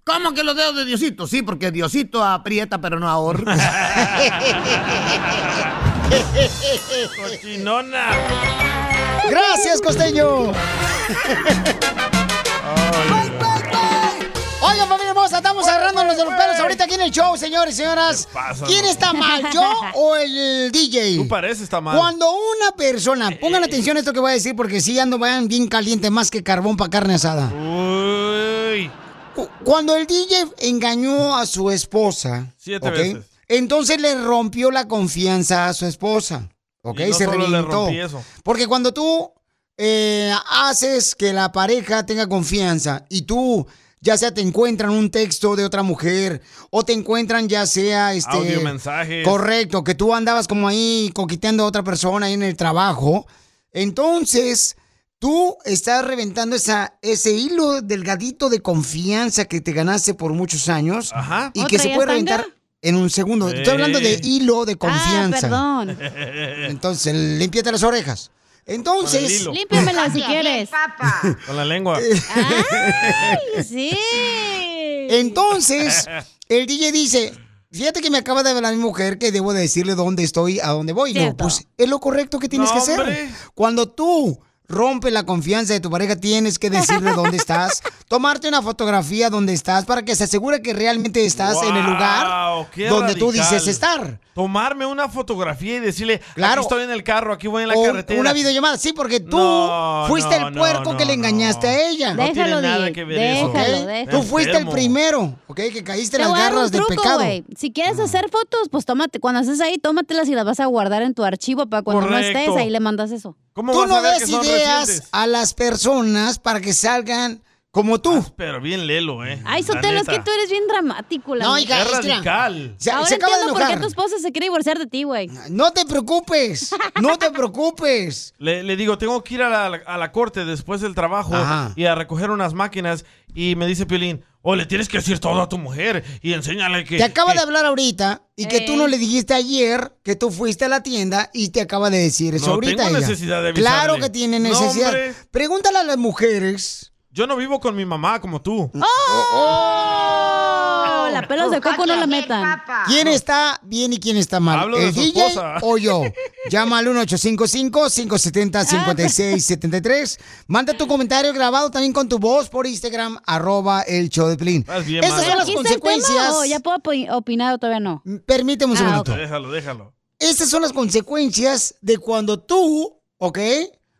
Speaker 20: ¿Cómo que los dedos de Diosito? Sí, porque Diosito aprieta pero no ahorra.
Speaker 6: Cochinona.
Speaker 2: Gracias, costeño. Oigan, familia hermosa, estamos agarrando los de los pelos ahorita aquí en el show, señores y señoras.
Speaker 6: pasa,
Speaker 2: ¿Quién
Speaker 6: no?
Speaker 2: está mal, yo o el DJ?
Speaker 6: Tú pareces está mal. Eh.
Speaker 2: Cuando una persona, pongan atención a esto que voy a decir porque si ando vayan bien caliente más que carbón para carne asada. Cu- Cuando el DJ engañó a su esposa,
Speaker 6: Siete
Speaker 2: ¿ok?
Speaker 6: veces.
Speaker 2: entonces le rompió la confianza a su esposa. ¿Ok?
Speaker 6: Y no
Speaker 2: Se
Speaker 6: solo le
Speaker 2: reventó.
Speaker 6: rompí eso.
Speaker 2: Porque cuando tú eh, haces que la pareja tenga confianza y tú ya sea te encuentran un texto de otra mujer o te encuentran ya sea este
Speaker 6: Audio, mensajes.
Speaker 2: correcto que tú andabas como ahí coqueteando a otra persona ahí en el trabajo entonces tú estás reventando esa ese hilo delgadito de confianza que te ganaste por muchos años y
Speaker 7: ¿Oh,
Speaker 2: que se
Speaker 7: traías
Speaker 2: puede
Speaker 7: tanga?
Speaker 2: reventar en un segundo estoy hablando de
Speaker 7: Eh.
Speaker 2: hilo de confianza
Speaker 7: Ah, perdón.
Speaker 2: entonces límpiate las orejas entonces
Speaker 7: Límpiamela si quieres.
Speaker 6: Con la lengua.
Speaker 2: sí. Entonces, el DJ dice, fíjate que me acaba de hablar mi mujer que debo de decirle dónde estoy, a dónde voy. Le digo,
Speaker 7: Cierto.
Speaker 2: pues es lo correcto que tienes
Speaker 7: No,
Speaker 2: que hacer.
Speaker 7: hombre.
Speaker 2: Cuando tú rompes la confianza de tu pareja, tienes que decirle dónde estás, tomarte una fotografía donde estás para que se asegure que realmente estás en el lugar
Speaker 6: Wow, qué
Speaker 2: donde tú
Speaker 6: radical.
Speaker 2: dices estar.
Speaker 6: Tomarme una fotografía y decirle,
Speaker 2: Claro.
Speaker 6: aquí estoy en el carro, aquí voy en la
Speaker 2: O
Speaker 6: carretera.
Speaker 2: una videollamada, sí, porque tú
Speaker 6: No,
Speaker 2: fuiste
Speaker 6: no,
Speaker 2: el
Speaker 6: no,
Speaker 2: puerco
Speaker 6: no,
Speaker 2: que le engañaste a ella.
Speaker 6: No tiene Déjalo, nada Diego, que ver eso. déjalo,
Speaker 2: ¿ok?
Speaker 7: déjalo.
Speaker 2: Tú fuiste el
Speaker 7: Enfermo.
Speaker 2: primero, ¿ok? Que caíste en las
Speaker 7: voy a dar un
Speaker 2: garras del
Speaker 7: truco,
Speaker 2: pecado.
Speaker 7: güey. Si quieres hacer fotos, pues tómate, cuando haces ahí, tómatelas y las vas a guardar en tu archivo para cuando
Speaker 2: Correcto.
Speaker 7: no estés, ahí le mandas eso.
Speaker 2: Tú no das ideas a las personas para que salgan como tú.
Speaker 6: Pero bien lelo, ¿eh?
Speaker 7: Ay,
Speaker 6: La
Speaker 7: Sotelo, es
Speaker 6: neta.
Speaker 7: que tú eres bien dramático, la
Speaker 2: No,
Speaker 7: neta.
Speaker 2: hija,
Speaker 6: Es es que- radical.
Speaker 2: se-
Speaker 7: Ahora
Speaker 2: se acaba de
Speaker 7: entiendo por qué
Speaker 2: enojar.
Speaker 7: tu esposa se quiere divorciar de ti, güey.
Speaker 2: No te preocupes, no te preocupes.
Speaker 6: Le, le digo, tengo que ir a la, a la corte después del trabajo
Speaker 2: Ajá.
Speaker 6: y a recoger unas máquinas. Y me dice Piolín, o le tienes que decir todo a tu mujer y enséñale que...
Speaker 2: Te acaba
Speaker 6: que-
Speaker 2: de hablar ahorita y que
Speaker 7: Eh.
Speaker 2: tú no le dijiste ayer que tú fuiste a la tienda y te acaba de decir eso
Speaker 6: No
Speaker 2: ahorita.
Speaker 6: tengo
Speaker 2: ella.
Speaker 6: necesidad de avisarle.
Speaker 2: Claro que tiene
Speaker 6: No,
Speaker 2: necesidad.
Speaker 6: hombre.
Speaker 2: Pregúntale a las mujeres. ¡Oh!
Speaker 6: Yo no vivo con mi mamá como tú.
Speaker 7: No, Oh, la pelos de coco no la metan.
Speaker 2: ¿Quién está bien y quién está mal?
Speaker 7: Hablo de
Speaker 2: ¿El
Speaker 7: su
Speaker 2: DJ
Speaker 7: esposa.
Speaker 2: o yo? Llama al 1-855-570-5673. Manda tu comentario grabado también con tu voz por Instagram, arroba el show de Plin. Estas
Speaker 7: ¿Pero
Speaker 2: son las
Speaker 7: aquí está el tema
Speaker 2: consecuencias.
Speaker 7: o ya puedo opi- opinar o todavía no. Ah,
Speaker 20: Ah,
Speaker 2: Permíteme un segundito.
Speaker 6: Déjalo, déjalo.
Speaker 2: Estas son las consecuencias de cuando tú, ¿ok?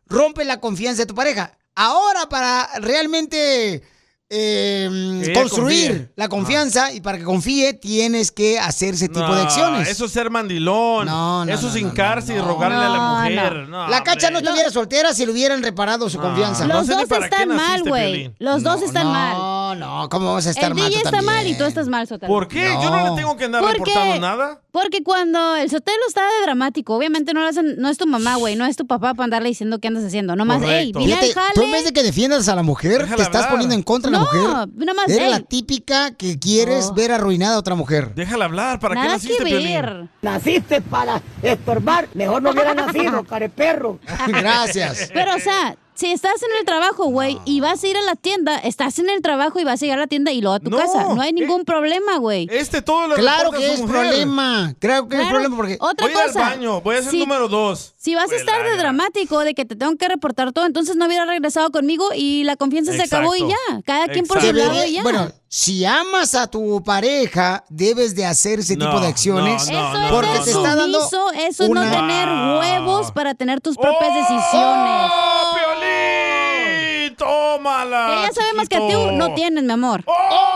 Speaker 2: Rompes la confianza de tu pareja. Ahora, para realmente eh,
Speaker 6: Que ella
Speaker 2: construir
Speaker 6: confíe. Ah.
Speaker 2: la confianza y para que confíe tienes que hacer ese tipo de acciones.
Speaker 6: Eso es ser mandilón. eso es hincarse y rogarle a la
Speaker 2: No,
Speaker 6: mujer.
Speaker 2: no.
Speaker 6: No,
Speaker 2: la cacha no
Speaker 6: hombre.
Speaker 2: estuviera soltera si le hubieran reparado su confianza.
Speaker 7: Los dos están mal, güey. Los dos están mal.
Speaker 2: No, no, ¿cómo vas a estar
Speaker 7: el
Speaker 2: mal?
Speaker 7: DJ
Speaker 2: tú
Speaker 7: está
Speaker 2: también?
Speaker 7: mal y tú estás mal, Sotelo.
Speaker 6: ¿Por qué? Yo no le tengo que andar reportando nada.
Speaker 7: Porque cuando el Sotelo está de dramático, obviamente no, lo hacen, no es tu mamá, güey, no es tu papá para andarle diciendo qué andas haciendo. Nomás, hey,
Speaker 2: Correcto.
Speaker 7: mira el
Speaker 2: Fíjate, tú en
Speaker 7: jale.
Speaker 2: vez de que defiendas a la mujer, te estás
Speaker 6: hablar.
Speaker 2: poniendo en contra de la
Speaker 7: No,
Speaker 2: mujer.
Speaker 7: nomás,
Speaker 2: Eres
Speaker 7: ey.
Speaker 2: la típica que quieres
Speaker 7: Oh.
Speaker 2: ver arruinada a otra mujer.
Speaker 6: Déjala hablar, ¿para qué naciste, Piolín?
Speaker 20: Naciste para estorbar, mejor no hubiera nacido, careperro.
Speaker 2: Gracias.
Speaker 7: Pero, o sea, si estás en el trabajo, güey, y vas a ir a la tienda, estás en el trabajo y vas a llegar a la tienda y luego a tu
Speaker 2: No,
Speaker 7: casa. No hay ningún problema, güey.
Speaker 6: Eh, Este todo lo
Speaker 2: Claro
Speaker 6: reporta a
Speaker 2: que
Speaker 6: su
Speaker 2: es
Speaker 6: mujer.
Speaker 2: problema. Creo que es
Speaker 7: Claro.
Speaker 2: problema porque.
Speaker 7: Otra
Speaker 6: Voy a ir
Speaker 7: cosa.
Speaker 6: al baño, voy a ser
Speaker 7: Si-
Speaker 6: número dos.
Speaker 7: Si vas a estar de dramático, de que te tengo que reportar todo, entonces no hubiera regresado conmigo y la confianza se acabó y
Speaker 2: Exacto.
Speaker 7: ya. Cada quien por su
Speaker 2: Debería-
Speaker 7: lado y ya.
Speaker 2: Bueno, si amas a tu pareja, debes de hacer ese
Speaker 6: No,
Speaker 2: tipo de acciones.
Speaker 6: no, no, Eso no,
Speaker 2: porque
Speaker 6: no, Ah.
Speaker 2: te
Speaker 6: no.
Speaker 2: está dando.
Speaker 7: Eso, eso es no
Speaker 2: una-
Speaker 7: tener huevos para tener tus propias decisiones.
Speaker 6: ¡Oh, Piolín! ¡Tómala!
Speaker 7: Ella sabe más que
Speaker 6: chiquito.
Speaker 7: tú, no tienes, mi amor.
Speaker 6: ¡Oh,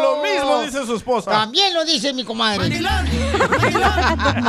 Speaker 6: Lo mismo dice su esposa.
Speaker 2: También lo dice mi comadre.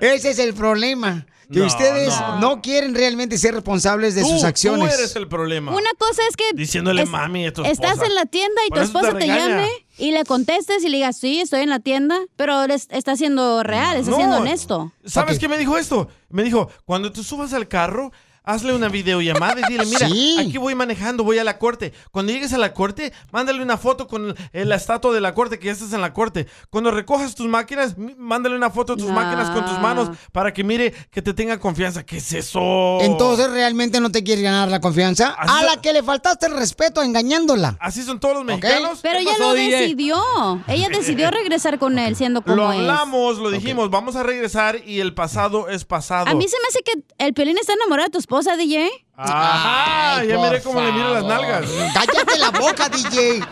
Speaker 2: Ese es el problema. Que
Speaker 6: No,
Speaker 2: ustedes
Speaker 6: no.
Speaker 2: no. quieren realmente ser responsables de
Speaker 6: Tú-
Speaker 2: sus acciones.
Speaker 6: Tú eres el problema.
Speaker 7: Una cosa es que
Speaker 6: Diciéndole
Speaker 7: es-
Speaker 6: mami a tu
Speaker 7: estás
Speaker 6: esposa.
Speaker 7: en la tienda y
Speaker 6: Por
Speaker 7: tu
Speaker 6: eso te
Speaker 7: esposa te,
Speaker 6: regaña.
Speaker 7: llame y le contestes y le digas, sí, estoy en la tienda, pero eres- está siendo real, está
Speaker 6: No.
Speaker 7: siendo honesto.
Speaker 6: ¿Sabes qué me dijo esto? Me dijo, cuando tú subas al carro, hazle una videollamada y dile, mira,
Speaker 7: Sí.
Speaker 6: aquí voy manejando, voy a la corte. Cuando llegues a la corte, mándale una foto con el- la estatua de la corte, que ya estás en la corte. Cuando recojas tus máquinas, m- mándale una foto de tus
Speaker 2: No.
Speaker 6: máquinas con tus manos para que mire que te tenga confianza. ¿Qué es eso? Ah,
Speaker 2: Entonces realmente no te quieres ganar la confianza.
Speaker 6: Así
Speaker 2: a
Speaker 6: son-
Speaker 2: la que le faltaste el respeto engañándola.
Speaker 6: Así son todos los mexicanos.
Speaker 7: Pero
Speaker 6: ¿Qué
Speaker 7: ella
Speaker 6: pasó,
Speaker 7: lo
Speaker 6: DJ?
Speaker 7: decidió. Ella decidió regresar con él siendo como
Speaker 6: Lo
Speaker 7: es.
Speaker 6: hablamos, lo dijimos, vamos a regresar y el pasado es pasado.
Speaker 7: A mí se me hace que el Pelín está enamorado de tu esposa, DJ.
Speaker 6: Ajá,
Speaker 7: Ay,
Speaker 6: ya
Speaker 7: por
Speaker 6: miré cómo le miro las nalgas.
Speaker 2: Cállate la boca, DJ.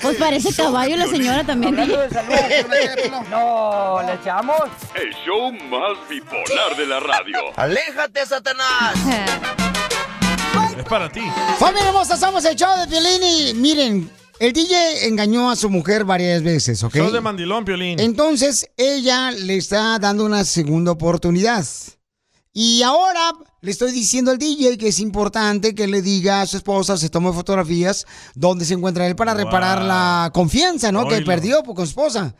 Speaker 7: Pues parece caballo la señora también.
Speaker 17: No, ¿le echamos?
Speaker 9: El show más bipolar de la radio.
Speaker 10: ¡Aléjate, Satanás!
Speaker 6: Es para ti.
Speaker 2: Familia hermosa, somos el show de Piolín y miren, el DJ engañó a su mujer varias veces, ¿ok?
Speaker 6: Show de mandilón, Piolín.
Speaker 2: Entonces ella le está dando una segunda oportunidad. Y ahora le estoy diciendo al DJ que es importante que le diga a su esposa, se tome fotografías donde se encuentra él para reparar la confianza, ¿no? Que
Speaker 6: Oilo.
Speaker 2: perdió pues, con su esposa.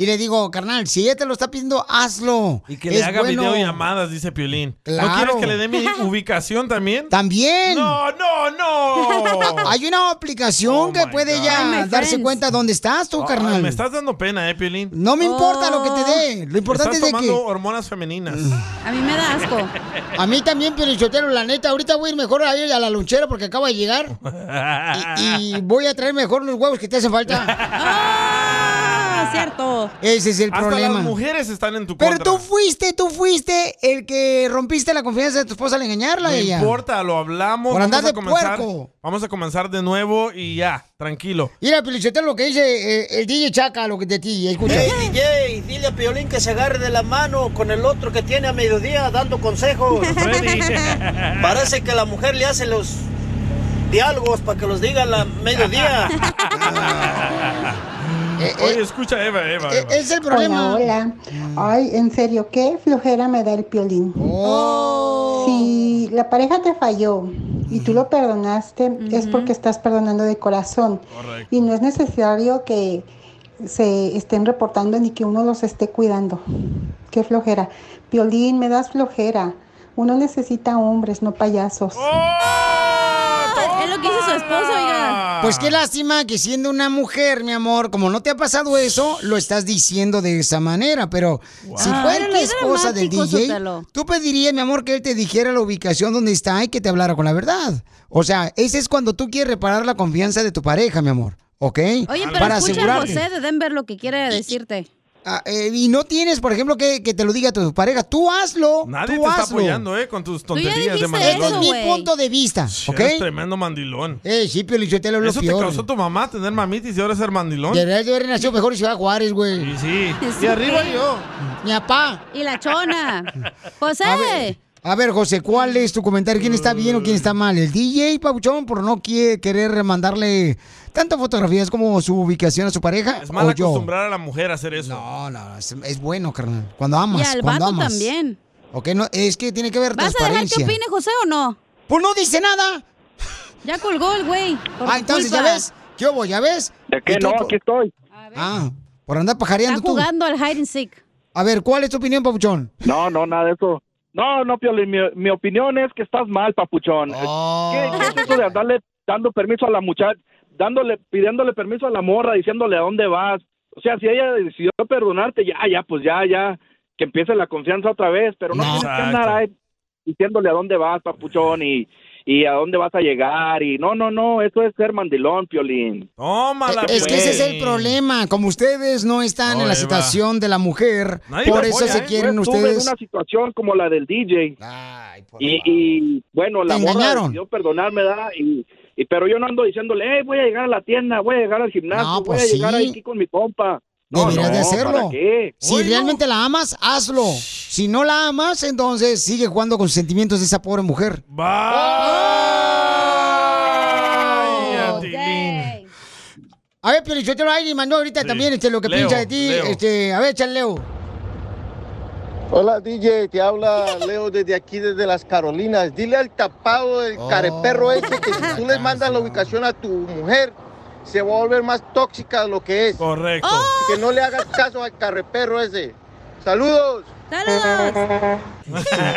Speaker 2: Y le digo, carnal, si ella te lo está pidiendo, hazlo.
Speaker 6: Y que le haga videollamadas, dice Piolín. ¿No
Speaker 2: Claro.
Speaker 6: quieres que le dé mi ubicación también?
Speaker 2: También.
Speaker 6: No, no, no. Oh
Speaker 2: Hay una aplicación que puede ya darse cuenta dónde estás tú,
Speaker 6: Ay,
Speaker 2: carnal.
Speaker 6: Ah, me estás dando pena, eh, Piolín.
Speaker 2: No me importa lo que te dé. Lo importante
Speaker 6: estás
Speaker 2: es de que-
Speaker 6: tomando hormonas femeninas.
Speaker 7: Oh. A mí me da asco.
Speaker 2: A mí también, pero Chotero, la neta, ahorita voy a ir mejor a ir a la lonchera porque acaba de llegar y voy a traer mejor los huevos que te hacen falta.
Speaker 7: Ah, cierto.
Speaker 2: Ese es el
Speaker 6: Hasta
Speaker 2: problema.
Speaker 6: las mujeres están en tu
Speaker 2: Pero
Speaker 6: contra.
Speaker 2: tú fuiste, tú fuiste el que rompiste la confianza de tu esposa al engañarla
Speaker 6: No
Speaker 2: a ella.
Speaker 6: importa, lo hablamos.
Speaker 2: Por andar
Speaker 6: vamos a
Speaker 2: de
Speaker 6: comenzar.
Speaker 2: puerco.
Speaker 6: Vamos a comenzar de nuevo y ya, tranquilo.
Speaker 2: Mira, Pelichotero, lo que dice eh, el DJ Chaca, lo que de ti, escucha.
Speaker 20: Hey, DJ, dile a Piolín que se agarre de la mano con el otro que tiene a mediodía dando consejos.
Speaker 7: Pues
Speaker 20: Parece que la mujer le hace los diálogos para que los diga a la mediodía.
Speaker 2: Eh,
Speaker 6: Oye, escucha a Eva, Eva. Eva.
Speaker 21: Hola, hola. Ay, en serio, qué flojera me da el piolín. Si la pareja te falló y tú lo perdonaste, es porque estás perdonando de corazón.
Speaker 22: Correcto.
Speaker 21: Y no es necesario que se estén reportando ni que uno los esté cuidando. Qué flojera. Piolín, me das flojera. Uno necesita hombres, no payasos.
Speaker 6: ¡Oh!
Speaker 7: Es lo que dice su esposo, oiga.
Speaker 2: Pues qué lástima que siendo una mujer, mi amor, como no te ha pasado eso, lo estás diciendo de esa manera. Pero si
Speaker 7: Wow.
Speaker 2: fuera
Speaker 7: Pero
Speaker 2: la
Speaker 7: qué
Speaker 2: esposa del
Speaker 7: dramático,
Speaker 2: DJ,
Speaker 7: Sotelo.
Speaker 2: tú pedirías, mi amor, que él te dijera la ubicación donde está y que te hablara con la verdad. O sea, ese es cuando tú quieres reparar la confianza de tu pareja, mi amor. ¿Ok?
Speaker 7: Oye, pero escucha a José de Denver lo que quiere decirte.
Speaker 2: Ah, eh, y no tienes, por ejemplo, que, que te lo diga tu pareja. Tú hazlo.
Speaker 6: Nadie
Speaker 2: tú
Speaker 6: te está
Speaker 2: hazlo.
Speaker 6: apoyando, eh, con tus tonterías de
Speaker 2: Este es
Speaker 6: mandilón.
Speaker 2: mi punto de vista. ¿Ok?
Speaker 6: Eres tremendo mandilón.
Speaker 2: Eh, sí, Pio Lichotelo, lo
Speaker 6: Eso
Speaker 2: peor.
Speaker 6: te causó tu mamá tener mamitis y ahora ser mandilón.
Speaker 2: Deberías de haber nacido mejor en Ciudad Juárez, güey.
Speaker 6: Sí, sí. Y arriba yo.
Speaker 2: Este, eh, Mi papá.
Speaker 7: Y la chona. José,
Speaker 2: A ver, A ver, José, ¿cuál es tu comentario? ¿Quién está bien o quién está mal? ¿El DJ, Pabuchón, por no quie- querer mandarle tantas fotografías como su ubicación a su pareja?
Speaker 6: Es mal
Speaker 2: ¿O yo?
Speaker 6: acostumbrar a la mujer a hacer eso. No,
Speaker 2: no, es, bueno, carnal. Cuando amas,
Speaker 7: y al
Speaker 2: cuando
Speaker 7: vato
Speaker 2: amas.
Speaker 7: también.
Speaker 2: Ok, no, es que tiene que ver
Speaker 7: ¿Vas a dejar que
Speaker 2: transparencia.
Speaker 7: opine José o no?
Speaker 2: Pues no dice nada.
Speaker 7: Ya colgó el güey. por
Speaker 2: ah,
Speaker 7: tu
Speaker 2: entonces
Speaker 7: culpa.
Speaker 2: ya ves. ¿Qué hubo? ¿Ya ves?
Speaker 7: ¿De qué
Speaker 2: Y
Speaker 7: no?
Speaker 2: por-
Speaker 7: Aquí
Speaker 12: estoy.
Speaker 2: Ah, por andar pajareando
Speaker 7: Está
Speaker 2: tú.
Speaker 7: jugando al hide and seek.
Speaker 2: A ver, ¿cuál es tu opinión, Pabuchón?
Speaker 22: No, no, nada de eso. No, no, Piolín, mi, mi opinión es que estás mal, papuchón.
Speaker 2: Oh.
Speaker 22: ¿Qué, qué es eso de andarle dando permiso a la muchacha, dándole, pidiéndole permiso a la morra, diciéndole a dónde vas? O sea, si ella decidió perdonarte, ya, ya, pues ya, ya, que empiece la confianza otra vez, pero no, tienes que andar ahí diciéndole a dónde vas, papuchón, y, y a dónde vas a llegar, y no, no, no, eso es ser mandilón, Piolín.
Speaker 6: Tómala,
Speaker 2: Es que ese es el problema. Como ustedes no están en la
Speaker 22: Ahí pues. va.
Speaker 2: situación de la mujer,
Speaker 22: Nadie
Speaker 2: por
Speaker 22: lo
Speaker 2: eso
Speaker 22: apoya,
Speaker 2: se
Speaker 22: ¿eh?
Speaker 2: quieren
Speaker 22: Yo estuve
Speaker 2: ustedes.
Speaker 22: en una situación como la del DJ. y, y, bueno, la
Speaker 2: Te
Speaker 22: morra
Speaker 2: engañaron.
Speaker 22: decidió perdonarme, ¿verdad? Y, y- pero yo no ando diciéndole, hey, voy a llegar a la tienda, voy a llegar al gimnasio,
Speaker 2: No,
Speaker 22: voy
Speaker 2: pues
Speaker 22: a llegar
Speaker 2: sí.
Speaker 22: aquí con mi compa. No,
Speaker 2: Deberías
Speaker 22: no,
Speaker 2: de
Speaker 22: ¿para
Speaker 2: hacerlo.
Speaker 22: qué?
Speaker 2: Si realmente la amas, hazlo. Si no la amas, entonces sigue jugando con sus sentimientos de esa pobre mujer. Oh. A ver, pero yo te lo y mandó ahorita también este, lo que
Speaker 23: Leo,
Speaker 2: piensa de ti.
Speaker 23: Leo.
Speaker 2: Este, a ver, échale, Leo.
Speaker 23: Hola DJ, te habla Leo desde aquí, desde las Carolinas. Dile al tapado del careperro ese que si tú le mandas la ubicación a tu mujer, se va a volver más tóxica de lo que es.
Speaker 6: Correcto.
Speaker 23: Así que no le hagas caso al careperro ese. Saludos.
Speaker 7: Saludos.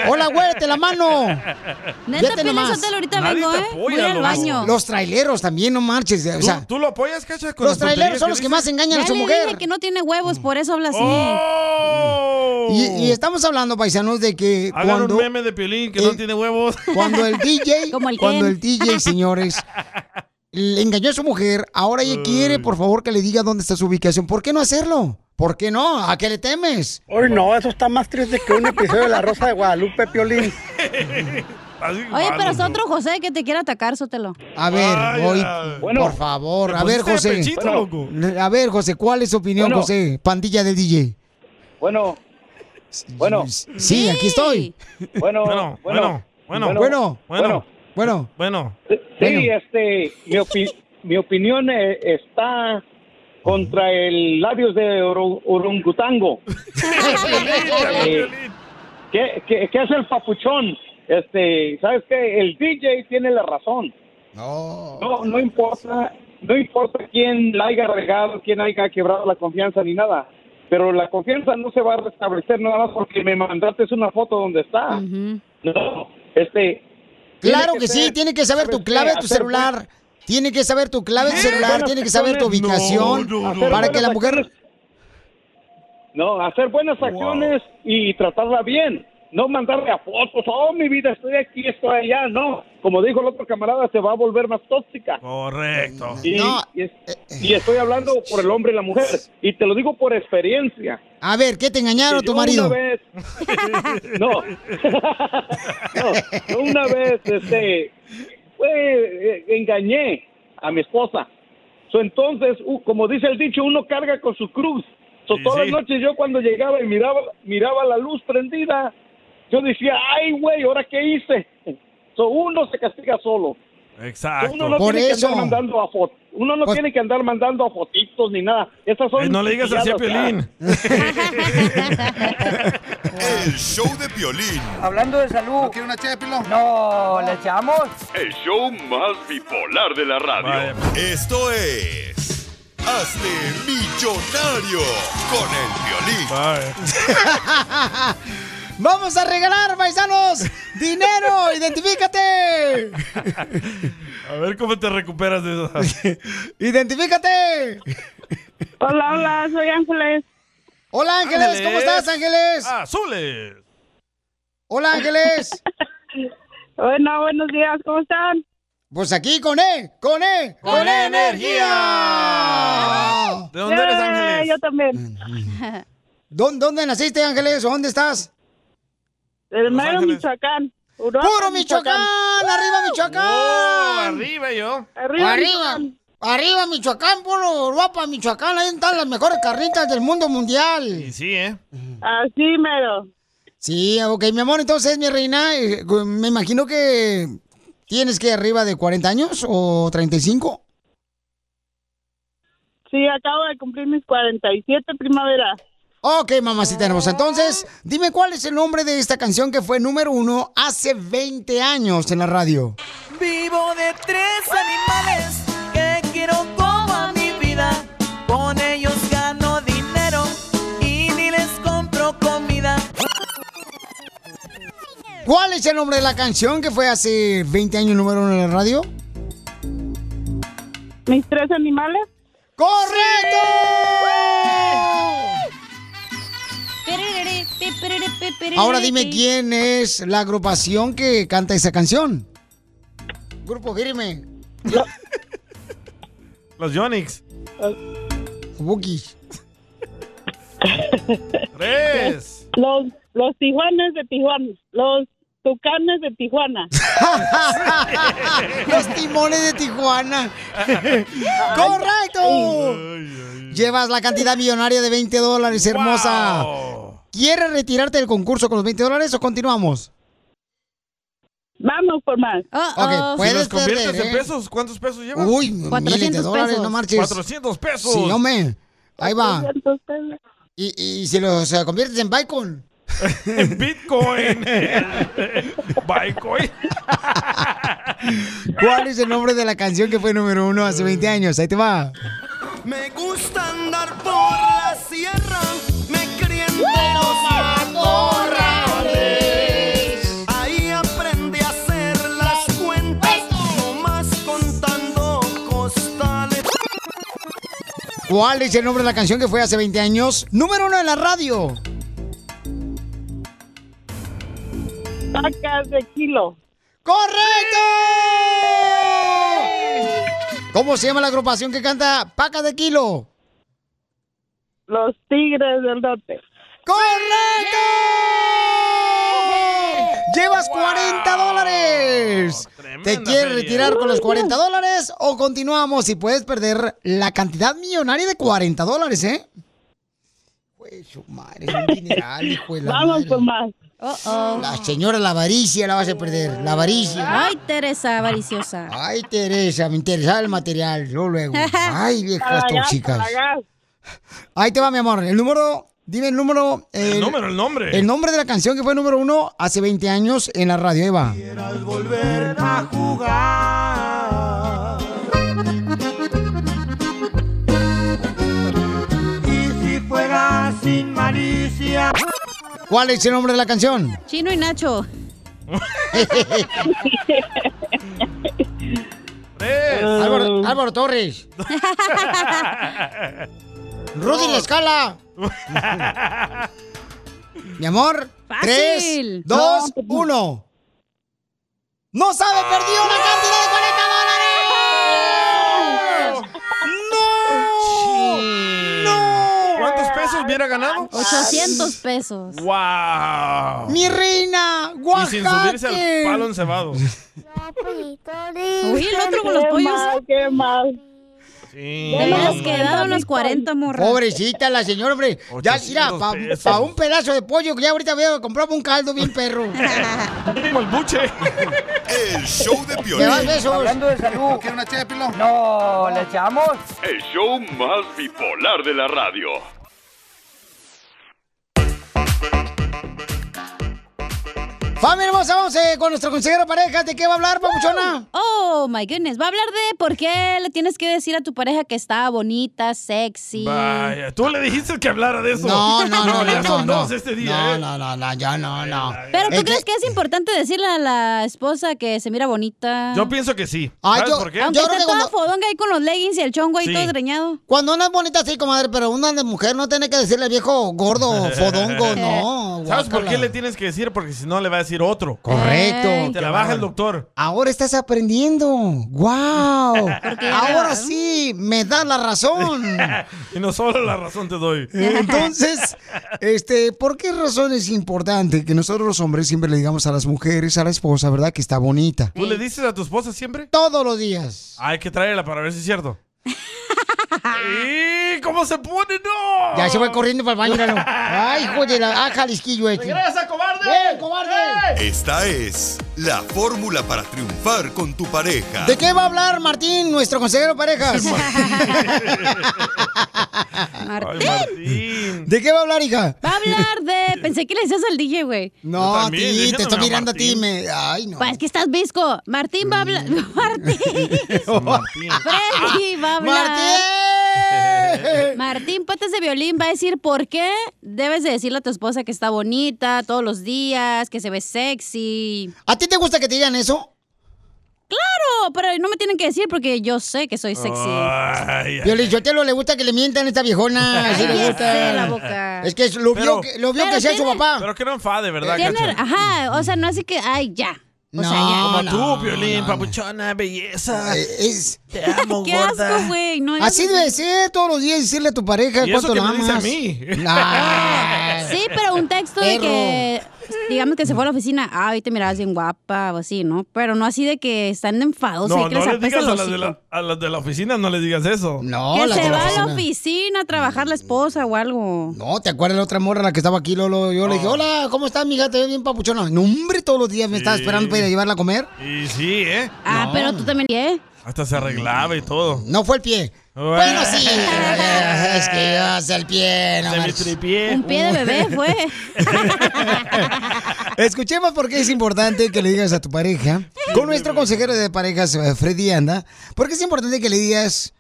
Speaker 2: Hola, güérate la mano.
Speaker 7: Neta,
Speaker 2: Fíjate
Speaker 7: Piolín
Speaker 2: nomás.
Speaker 7: Sotelo, ahorita Nadie vengo, te ¿eh? apoya, Voy al loco. baño.
Speaker 2: Los traileros también, no marches. O sea,
Speaker 6: ¿Tú lo apoyas, Cacha?
Speaker 2: Los traileros son los que más engañan
Speaker 7: ya
Speaker 2: a su
Speaker 7: le
Speaker 2: mujer.
Speaker 7: dije que no tiene huevos, por eso habla así.
Speaker 2: Y, y estamos hablando, paisanos, de que
Speaker 6: Hagan
Speaker 2: cuando,
Speaker 6: un meme de Piolín que no tiene huevos.
Speaker 2: cuando el DJ,
Speaker 6: Como el
Speaker 2: cuando
Speaker 6: Ken.
Speaker 2: el DJ, señores, le engañó a su mujer, ahora ella quiere, por favor, que le diga dónde está su ubicación. ¿Por qué no hacerlo? ¿Por qué no? ¿A qué le temes?
Speaker 24: Hoy no, eso está más triste que un episodio de La Rosa de Guadalupe, Piolín.
Speaker 7: Oye, pero es otro José que te quiere atacar, Sotelo.
Speaker 2: A ver,
Speaker 7: Vaya.
Speaker 2: hoy,
Speaker 7: Bueno,
Speaker 2: por favor,
Speaker 7: te
Speaker 2: a ver,
Speaker 7: pusiste de
Speaker 2: José.
Speaker 7: pechito,
Speaker 2: Bueno, A ver, José, ¿cuál es su opinión,
Speaker 23: Bueno.
Speaker 2: José? Pandilla del DJ.
Speaker 23: Bueno, bueno.
Speaker 2: Sí, aquí estoy.
Speaker 23: Bueno,
Speaker 2: Bueno,
Speaker 23: bueno,
Speaker 2: bueno, bueno,
Speaker 23: bueno.
Speaker 2: Bueno,
Speaker 6: Bueno.
Speaker 23: Sí, este, mi, opi- mi opinión eh, está contra el labios de oru- orungutango. Eh, ¿qué, qué, qué es el papuchón? Este, ¿sabes qué? El DJ tiene la razón. No, no importa, no importa quién la haya regado, quién haya quebrado la confianza ni nada. Pero la confianza no se va a restablecer nada más porque me mandaste una foto donde está. No, este.
Speaker 2: Claro
Speaker 23: tiene
Speaker 2: que sí,
Speaker 23: ser-
Speaker 2: tiene que saber tu
Speaker 23: ¿sabes qué?
Speaker 2: clave de tu
Speaker 23: Hacer
Speaker 2: celular. Tiene que saber tu clave de tu celular,
Speaker 23: Buenas
Speaker 2: tiene que saber tu
Speaker 23: acciones.
Speaker 2: ubicación
Speaker 23: No, no, no.
Speaker 2: para que la
Speaker 23: Hacer buenas
Speaker 2: mujer...
Speaker 23: No, hacer buenas acciones y tratarla bien. No mandarle a fotos, oh, mi vida, estoy aquí, estoy allá. No, como dijo el otro camarada, se va a volver más tóxica.
Speaker 6: Correcto.
Speaker 23: Y, y
Speaker 2: Eh,
Speaker 23: es- y estoy hablando por el hombre y la mujer. Y te lo digo por experiencia.
Speaker 2: A ver, ¿qué te engañaron
Speaker 23: Que
Speaker 2: tu
Speaker 23: yo una
Speaker 2: marido?
Speaker 23: vez- no. no, yo una vez este, fue, eh, engañé a mi esposa. So, entonces, u- como dice el dicho, uno carga con su cruz. So,
Speaker 25: Sí,
Speaker 23: todas
Speaker 25: sí.
Speaker 23: las noches yo cuando llegaba y miraba, miraba la luz prendida, yo decía, ay, güey, ¿ahora qué hice? So, uno se castiga solo.
Speaker 6: Exacto.
Speaker 23: Uno no tiene que andar mandando a fotos. Uno
Speaker 2: Pues
Speaker 23: no tiene que andar mandando a fotitos ni nada. Esas son
Speaker 6: Eh, no le digas así a Piolín.
Speaker 15: El show de Piolín.
Speaker 17: Hablando de salud. ¿No una No, ¿le echamos?
Speaker 9: El show más bipolar de la radio.
Speaker 15: Esto es. Hazte millonario con el violín.
Speaker 2: Vamos a regalar, paisanos, dinero, identifícate.
Speaker 6: A ver cómo te recuperas de eso.
Speaker 2: Identifícate.
Speaker 26: Hola, hola, soy Ángeles.
Speaker 2: Hola Ángeles, ¿cómo estás Ángeles?
Speaker 6: Ah, Azules.
Speaker 2: Hola Ángeles.
Speaker 26: Bueno, buenos días, ¿cómo están?
Speaker 2: Pues aquí con E, con E, con,
Speaker 26: Con
Speaker 2: E
Speaker 26: energía.
Speaker 2: energía.
Speaker 26: ¿De dónde eres, Ángeles? yo también.
Speaker 2: ¿Dónde, dónde naciste Ángeles o dónde estás?
Speaker 26: Del mero Michoacán. Uruapan,
Speaker 2: ¡Puro Michoacán! ¡Arriba
Speaker 26: ¡Oh,
Speaker 2: Michoacán!
Speaker 6: ¡Oh, arriba yo.
Speaker 26: Arriba,
Speaker 2: Arriba,
Speaker 26: Michoacán.
Speaker 2: Arriba, Michoacán, puro Uruapa, Michoacán. Ahí están las mejores carritas del mundo mundial.
Speaker 6: Sí, ¿eh?
Speaker 26: Así mero.
Speaker 2: Sí, ok, mi amor, entonces, mi reina, eh, me imagino que tienes que arriba de 40 años o 35.
Speaker 26: Sí, acabo de cumplir mis 47 primavera.
Speaker 2: Ok, mamacita hermosa. Entonces, dime cuál es el nombre de esta canción que fue número uno hace 20 años en la radio.
Speaker 3: Vivo de tres animales que quiero como mi vida. Con ellos gano dinero y ni les compro comida.
Speaker 2: ¿Cuál es el nombre de la canción que fue hace 20 años número uno en la radio?
Speaker 26: ¿Mis tres animales?
Speaker 2: ¡Correcto! Ahora dime quién es la agrupación que canta esa canción. Grupo Firme.
Speaker 6: Los Yonix.
Speaker 2: Bookies.
Speaker 6: Tres.
Speaker 26: Los, los tijuanes de Tijuana. Los tucanes de Tijuana.
Speaker 2: Los timones de Tijuana. ¡Correcto! Llevas la cantidad millonaria de 20 dólares, hermosa. ¿Quieres retirarte del concurso con los 20 dólares o continuamos?
Speaker 26: Vamos por más.
Speaker 2: Ok,
Speaker 6: Ah, oh. Si
Speaker 2: puedes
Speaker 6: los conviertes
Speaker 2: perder,
Speaker 6: en
Speaker 2: ¿eh?
Speaker 6: pesos, ¿cuántos pesos llevas?
Speaker 2: Uy, miles de dólares, no marches.
Speaker 6: 400 pesos.
Speaker 2: Sí, hombre. Ahí va.
Speaker 26: 400 pesos.
Speaker 2: Y, y si los eh, conviertes en Bitcoin. en
Speaker 6: Bitcoin. Bitcoin.
Speaker 2: ¿Cuál es el nombre de la canción que fue número uno hace 20 años? Ahí te va.
Speaker 3: Me gusta andar por la sierra. Me crié en los matorrales. Ahí aprendí a hacer las cuentas. No más contando costales.
Speaker 2: ¿Cuál es el nombre de la canción que fue hace 20 años número uno en la radio?
Speaker 26: Vacas de kilo.
Speaker 2: ¡Correcto! ¿Cómo se llama la agrupación que canta Paca de Kilo?
Speaker 26: Los tigres del norte.
Speaker 2: ¡Correcto! ¡Llevas 40 dólares! ¿Te quieres retirar con los 40 dólares o continuamos y puedes perder la cantidad millonaria de 40 dólares, eh? Güey, su madre, es un dineral, hijo de la
Speaker 26: Vamos
Speaker 2: madre.
Speaker 26: por más.
Speaker 7: Oh,
Speaker 2: La señora, la avaricia la vas a perder, la avaricia.
Speaker 7: Ay, Teresa, avariciosa.
Speaker 2: Ay, Teresa, me interesaba el material, yo luego. Ay, viejas tóxicas. Ahí te va, mi amor. El número, dime el número.
Speaker 6: El número, el nombre.
Speaker 2: El nombre de la canción que fue número uno hace 20 años en la radio. Ahí va.
Speaker 3: Volver a jugar. Y si fuera sin malicia.
Speaker 2: ¿Cuál es el nombre de la canción?
Speaker 7: Chino y Nacho.
Speaker 3: Eh,
Speaker 2: Álvaro, Álvaro Torres. Rudy La Escala. Mi amor.
Speaker 3: Fácil.
Speaker 2: Tres, dos, uno. ¡No sabe! ¡Perdió la cantidad de 40 dólares!
Speaker 6: ¡No! ¿Cuántos pesos hubiera ganado?
Speaker 7: 800 pesos.
Speaker 6: ¡Wow!
Speaker 2: ¡Mi reina!
Speaker 6: Y sin subirse al palo
Speaker 2: ¡Guajate!
Speaker 6: encebado.
Speaker 7: Uy, el otro con los
Speaker 26: Qué
Speaker 7: pollos.
Speaker 26: mal, qué mal.
Speaker 6: Sí.
Speaker 7: Te hubieras quedado los 40, morra.
Speaker 2: Pobrecita la señora, hombre. Ya, mira,
Speaker 7: 800
Speaker 2: para
Speaker 7: pesos.
Speaker 2: un pedazo de pollo que ya ahorita veo, compraba un caldo bien perro.
Speaker 6: el buche.
Speaker 15: El show de
Speaker 2: Te vas
Speaker 15: Piolín.
Speaker 2: besos.
Speaker 15: Hablando
Speaker 2: de salud.
Speaker 15: ¿Quieres
Speaker 2: una de No, ¿le echamos?
Speaker 9: El show más bipolar de la radio.
Speaker 2: Familia hermosa, vamos eh, con nuestro consejero de pareja. ¿De qué va a hablar, papuchona?
Speaker 7: Oh my goodness, va a hablar de por qué le tienes que decir a tu pareja que está bonita, sexy.
Speaker 6: Vaya, tú le dijiste que hablara de eso.
Speaker 2: No, no, no,
Speaker 6: ya
Speaker 2: no,
Speaker 6: son
Speaker 2: no.
Speaker 6: dos este día,
Speaker 2: No,
Speaker 6: ¿eh?
Speaker 2: no, no, no, ya no, no.
Speaker 7: Pero tú
Speaker 20: Eh,
Speaker 6: Es
Speaker 7: crees que es importante decirle a la esposa que se mira bonita.
Speaker 6: Yo pienso que sí.
Speaker 2: Ah,
Speaker 6: ¿Sabes
Speaker 2: yo-
Speaker 6: por qué?
Speaker 7: Aunque esté toda fodonga ahí con los leggings y el chongo ahí
Speaker 6: Sí.
Speaker 7: todo dreñado.
Speaker 2: Cuando una es bonita, sí, comadre, pero una de mujer no tiene que decirle viejo gordo, fodongo, no.
Speaker 6: ¿Sabes por
Speaker 2: guácala.
Speaker 6: qué le tienes que decir? Porque si no, le va a decir otro.
Speaker 2: Correcto. Ey.
Speaker 6: Te la baja el doctor.
Speaker 2: Ahora estás aprendiendo. ¡Wow!
Speaker 6: Porque era-
Speaker 2: Ahora sí, me da la razón. Eh,
Speaker 6: y no solo la razón te doy.
Speaker 2: Entonces, este, ¿por qué razón es importante que nosotros los hombres siempre le digamos a las mujeres, a la esposa, ¿verdad? Que está bonita.
Speaker 6: ¿Tú le dices a tu esposa siempre?
Speaker 2: Todos los días.
Speaker 6: Ah, Hay que traerla para ver si es cierto. ¡Y cómo se pone! ¡No!
Speaker 2: Ya se va corriendo para el baño, míralo. Ay, hijo de la... Ah, jalisquillo este.
Speaker 6: ¡Regresa, cobarde!
Speaker 2: ¡Eh, cobarde!
Speaker 15: Esta es la fórmula para triunfar con tu pareja.
Speaker 2: ¿De qué va a hablar Martín, nuestro consejero de parejas?
Speaker 7: Martín.
Speaker 2: ¿De qué va a hablar, hija?
Speaker 7: Va a hablar de. Pensé que le decías al DJ, güey.
Speaker 2: No, a ti, te estoy mirando a ti. Me... Ay, no.
Speaker 7: Pues que estás visco. Martín va a hablar.
Speaker 6: Mm.
Speaker 7: Martín. Freddy va a hablar. Martín. Martín Patas de Violín va a decir por qué debes de decirle a tu esposa que está bonita todos los días, que se ve sexy.
Speaker 2: ¿A ti te gusta que te digan eso?
Speaker 7: Claro, pero no me tienen que decir porque yo sé que soy sexy.
Speaker 6: Ay, ay.
Speaker 2: Violín Chotelo le gusta que le mientan a esta viejona. así le gusta.
Speaker 7: Cállese la boca.
Speaker 2: Es que es- lo vio
Speaker 6: Pero-
Speaker 2: que, lo vio
Speaker 7: Pero
Speaker 2: que sea su
Speaker 7: tiene-
Speaker 2: papá.
Speaker 6: Pero que no enfade, ¿verdad,
Speaker 7: Tiene-
Speaker 6: Cacha?
Speaker 7: ajá, o sea, no así que, ay, ya. O sea, ya.
Speaker 6: Como
Speaker 2: no, Eh,
Speaker 6: tú, Piolín, papuchona, belleza. Te amo,
Speaker 7: Qué asco,
Speaker 6: gorda.
Speaker 7: güey. No digas
Speaker 2: Así debe ser todos los días decirle a tu pareja
Speaker 6: Y eso
Speaker 2: cuánto
Speaker 6: que
Speaker 2: la
Speaker 6: me dice a
Speaker 2: amas.
Speaker 6: mí.
Speaker 2: Nah.
Speaker 7: Sí, pero un texto de
Speaker 2: Perro.
Speaker 7: que, digamos que se fue a la oficina, ay, te mirabas bien guapa o así, ¿no? Pero no así de que están enfados y
Speaker 6: No,
Speaker 7: que
Speaker 6: no
Speaker 7: les
Speaker 6: le
Speaker 7: apesta
Speaker 6: digas
Speaker 7: el
Speaker 6: a las, de
Speaker 7: hocico.
Speaker 6: la, a las de la oficina, no le digas eso.
Speaker 2: No,
Speaker 7: que
Speaker 2: la
Speaker 7: se
Speaker 2: de la
Speaker 7: va a la
Speaker 2: oficina.
Speaker 7: oficina a trabajar la esposa o algo.
Speaker 2: No, Oh, ¿te acuerdas la otra morra la que estaba aquí, Lolo? Yo le
Speaker 6: Oh.
Speaker 2: dije, hola, ¿cómo estás, mija? Te veo bien papuchona. No, hombre, todos los días me estaba
Speaker 6: Sí.
Speaker 2: esperando para ir a llevarla a comer. Oh.
Speaker 6: Y sí, ¿eh?
Speaker 7: Ah, pero tú también, ¿eh?
Speaker 6: Hasta se arreglaba y todo.
Speaker 2: No fue el pie. Bueno, sí. eh, es que ibas el pie, no
Speaker 6: Se me
Speaker 2: marches.
Speaker 6: tripié.
Speaker 7: Un pie de bebé fue.
Speaker 2: Escuchemos por qué es importante que le digas a tu pareja, con nuestro consejero de parejas, eh, Freddy Anda, por qué es importante que le digas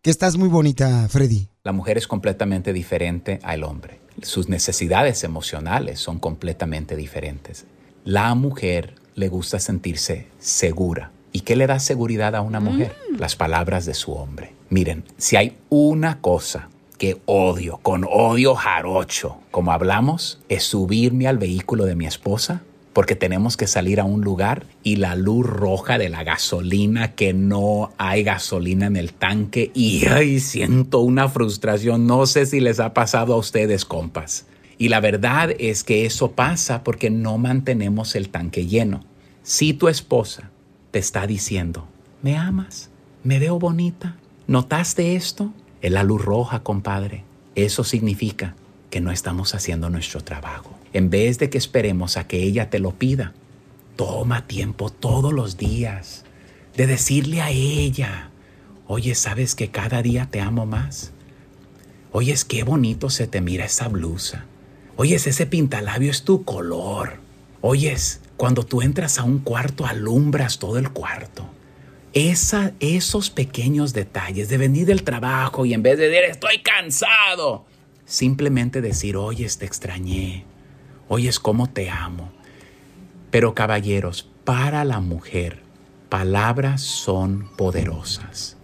Speaker 2: que estás muy bonita, Freddy.
Speaker 8: La mujer es completamente diferente al hombre. Sus necesidades emocionales son completamente diferentes. La mujer le gusta sentirse segura. ¿Y qué le da seguridad a una mujer? Las palabras de su hombre. Miren, si hay una cosa que odio, con odio jarocho, como hablamos, es subirme al vehículo de mi esposa porque tenemos que salir a un lugar y la luz roja de la gasolina, que no hay gasolina en el tanque y ay, siento una frustración, no sé si les ha pasado a ustedes, compas. Y la verdad es que eso pasa porque no mantenemos el tanque lleno. Si tu esposa te está diciendo, me amas, me veo bonita, ¿notaste esto? Es la luz roja, compadre. Eso significa que no estamos haciendo nuestro trabajo. En vez de que esperemos a que ella te lo pida, toma tiempo todos los días de decirle a ella, oye, ¿sabes que cada día te amo más? Oye, es qué bonito se te mira esa blusa. Oye, ese pintalabio es tu color. Oyes, cuando tú entras a un cuarto, alumbras todo el cuarto. Esa, esos pequeños detalles de venir del trabajo y en vez de decir estoy cansado, simplemente decir, oyes, te extrañé, oyes, cómo te amo. Pero caballeros, para la mujer, palabras son poderosas.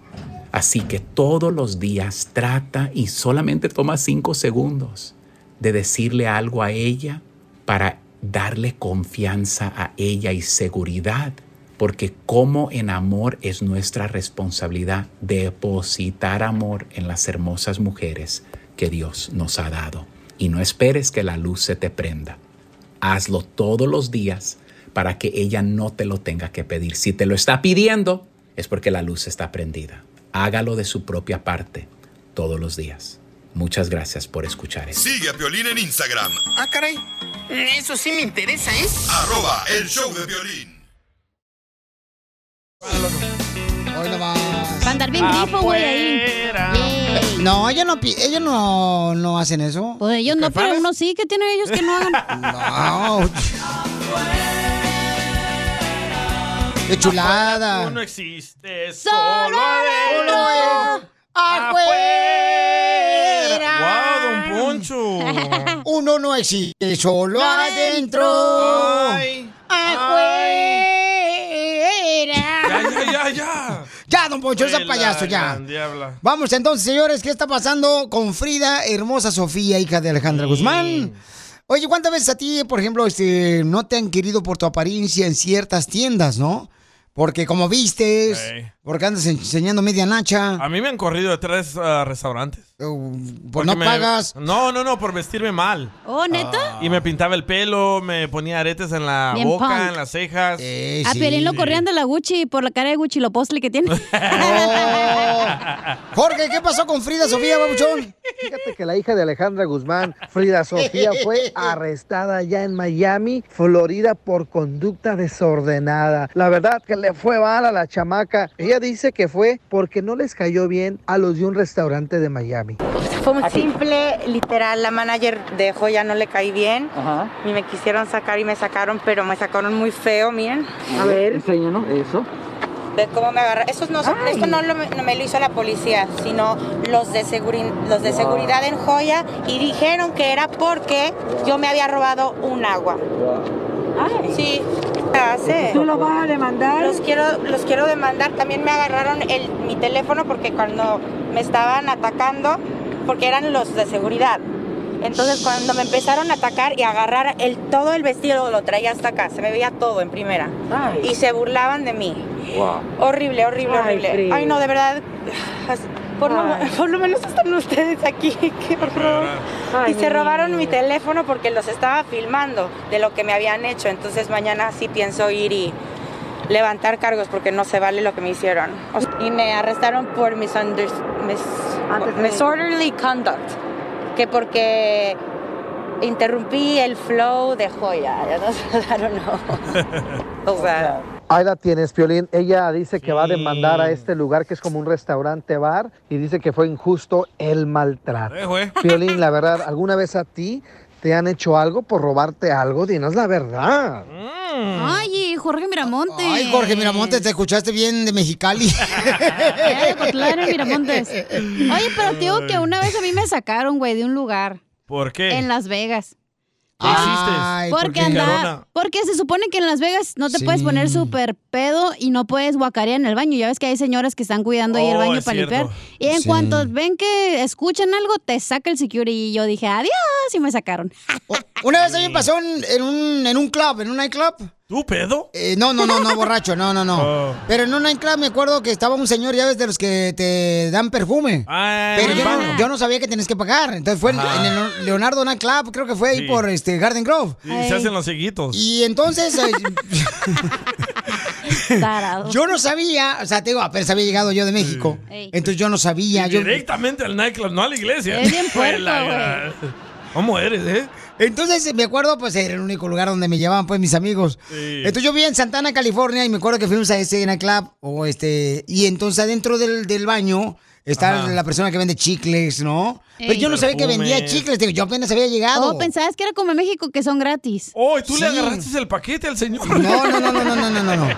Speaker 8: Así que todos los días trata y solamente toma cinco segundos de decirle algo a ella para darle confianza a ella y seguridad, porque como en amor es nuestra responsabilidad depositar amor en las hermosas mujeres que Dios nos ha dado. Y no esperes que la luz se te prenda. Hazlo todos los días para que ella no te lo tenga que pedir. Si te lo está pidiendo, es porque la luz está prendida. Hágalo de su propia parte todos los días. Muchas gracias por escuchar esto.
Speaker 15: Sigue a Piolín en Instagram,
Speaker 3: Ah, caray. Mm, Eso sí me interesa, ¿eh?
Speaker 15: arroba el show de Piolín.
Speaker 2: Hoy no va.
Speaker 7: Para andar bien
Speaker 2: Ah,
Speaker 7: grifo, güey,
Speaker 6: Ah,
Speaker 7: ahí.
Speaker 6: pues.
Speaker 7: Yay.
Speaker 2: No, ellos no, pi- ellos no, no hacen eso.
Speaker 7: Pues ellos no, pero uno sí que tienen ellos que no hagan.
Speaker 2: No. Qué chulada.
Speaker 6: Tú no existes.
Speaker 7: Solo
Speaker 2: adentro.
Speaker 6: ¡Wow, don Poncho!
Speaker 2: Uno no existe solo adentro.
Speaker 6: Ay,
Speaker 2: Afuera.
Speaker 6: ya, ya, ya.
Speaker 2: Ya, don Poncho, ese
Speaker 6: Vuela,
Speaker 2: payaso, ya.
Speaker 6: gran diabla.
Speaker 2: Vamos entonces, señores, ¿qué está pasando con Frida, hermosa Sofía, hija de Alejandra Guzmán? Oye, ¿cuántas veces a ti, por ejemplo, este, no te han querido por tu apariencia en ciertas tiendas, no? Porque como vistes,
Speaker 6: Ey.
Speaker 2: Porque andas enseñando media nacha.
Speaker 6: A mí me han corrido de tres ah, restaurantes.
Speaker 2: Pues
Speaker 6: Porque
Speaker 2: no
Speaker 6: me-
Speaker 2: pagas.
Speaker 6: No, no, no, por vestirme mal.
Speaker 7: Oh,
Speaker 2: Ah,
Speaker 7: neta.
Speaker 6: Y me pintaba el pelo, me ponía aretes en la
Speaker 7: Bien
Speaker 6: boca,
Speaker 7: punk.
Speaker 6: en las cejas.
Speaker 2: Eh,
Speaker 7: A Ah, Piolín lo corrían de la Gucci por la cara de Gucci lo postle que tiene.
Speaker 2: Jorge, ¿qué pasó con Frida Sofía, babuchón?
Speaker 19: Fíjate que la hija de Alejandra Guzmán, Frida Sofía, fue arrestada ya en Miami, Florida, por conducta desordenada. La verdad que le fue mal a la chamaca. Ella dice que fue porque no les cayó bien a los de un restaurante de Miami.
Speaker 11: Fue muy simple, literal, la manager dejó, ya no le caí bien. Y me quisieron sacar y me sacaron, pero me sacaron muy feo, miren.
Speaker 13: A ver, enséñanos eso.
Speaker 11: Ve cómo me agarra. Eso no, son- esto no, lo- no me lo hizo la policía, sino los de, seguri- los de
Speaker 13: Wow.
Speaker 11: seguridad en Joya y dijeron que era porque yo me había robado un agua. Sí. ¿Qué hace?
Speaker 13: ¿Tú los vas a demandar?
Speaker 11: Los quiero, los quiero demandar. También me agarraron el, mi teléfono porque cuando me estaban atacando, porque eran los de seguridad. Entonces cuando me empezaron a atacar y a agarrar el, todo el vestido, lo traía hasta acá, se me veía todo en primera.
Speaker 13: Ay.
Speaker 11: Y se burlaban de mí. Horrible, horrible,
Speaker 13: Ay,
Speaker 11: horrible.
Speaker 13: Frida.
Speaker 11: Ay, no, de verdad. Por lo, por lo menos están ustedes aquí. Qué horror.
Speaker 13: Ay,
Speaker 11: y se
Speaker 13: mi
Speaker 11: robaron mi teléfono porque los estaba filmando de lo que me habían hecho. Entonces mañana sí pienso ir y levantar cargos porque no se vale lo que me hicieron. O sea, Y me arrestaron por misunder- mis- misorderly conduct. Que porque interrumpí el flow de joya. Ya no se daron, no. O sea.
Speaker 19: Ahí la tienes, Piolín. Ella dice que va a demandar a este lugar que es como un restaurante bar y dice que fue injusto el maltrato. Piolín, la verdad, ¿alguna vez a ti te han hecho algo por robarte algo? Dinos la verdad.
Speaker 7: Ay, Jorge Miramontes.
Speaker 2: Ay, Jorge Miramontes, te escuchaste bien de Mexicali.
Speaker 7: Era de Cotlán, era Miramontes. Oye, pero te digo que una vez a mí me sacaron, güey, de un lugar.
Speaker 6: ¿Por qué?
Speaker 7: En Las Vegas.
Speaker 6: ¿Qué hiciste?
Speaker 7: porque
Speaker 6: Carona.
Speaker 7: anda, porque se supone que en Las Vegas no te puedes poner súper pedo y no puedes guacarear en el baño. Ya ves que hay señoras que están cuidando ahí el
Speaker 13: Oh,
Speaker 7: baño
Speaker 13: es
Speaker 7: para
Speaker 13: cierto.
Speaker 7: limpiar. Y en
Speaker 13: Sí.
Speaker 7: cuanto ven que escuchan algo, te saca el security. Y yo dije, adiós, y me sacaron.
Speaker 2: Una vez a mí me pasó en, en un, en un club, en un nightclub. Eh,
Speaker 6: ¿Tú pedo? Oh.
Speaker 2: no, no, no, no, borracho, no, no, no. Pero en un nightclub me acuerdo que estaba un señor, ya ves, de los que te dan perfume.
Speaker 6: Ah,
Speaker 2: Pero yo no, yo no sabía que tenías que pagar. Entonces fue en,
Speaker 6: Ajá.
Speaker 2: en el Leonardo Nightclub, creo que fue ahí
Speaker 6: Sí.
Speaker 2: por este Garden Grove.
Speaker 6: Y se hacen los ceguitos.
Speaker 2: Y entonces eh,
Speaker 7: Tarado.
Speaker 2: yo no sabía, o sea, te digo, apenas había llegado yo de México.
Speaker 7: Ey.
Speaker 2: Entonces yo no sabía. Yo,
Speaker 6: Directamente al nightclub, no a la iglesia.
Speaker 2: Es bien puerco,
Speaker 6: Hola, ¿Cómo eres, eh?
Speaker 2: Entonces eh, me acuerdo, pues era el único lugar donde me llevaban, pues mis amigos.
Speaker 6: Sí.
Speaker 2: Entonces yo vivía en Santana, California, y me acuerdo que fuimos a ese nightclub, o este, y entonces adentro del, del baño está
Speaker 7: Ajá.
Speaker 2: la persona que vende chicles, ¿no?
Speaker 7: Ey.
Speaker 2: Pero yo no sabía que
Speaker 7: Perfumes.
Speaker 2: vendía chicles, digo, yo apenas había llegado.
Speaker 7: Oh, pensabas que era como en México, que son gratis.
Speaker 6: Oh, ¿Tú le
Speaker 2: Sí.
Speaker 6: agarraste el paquete al señor?
Speaker 2: No, no, no, no, no, no, no, no, no.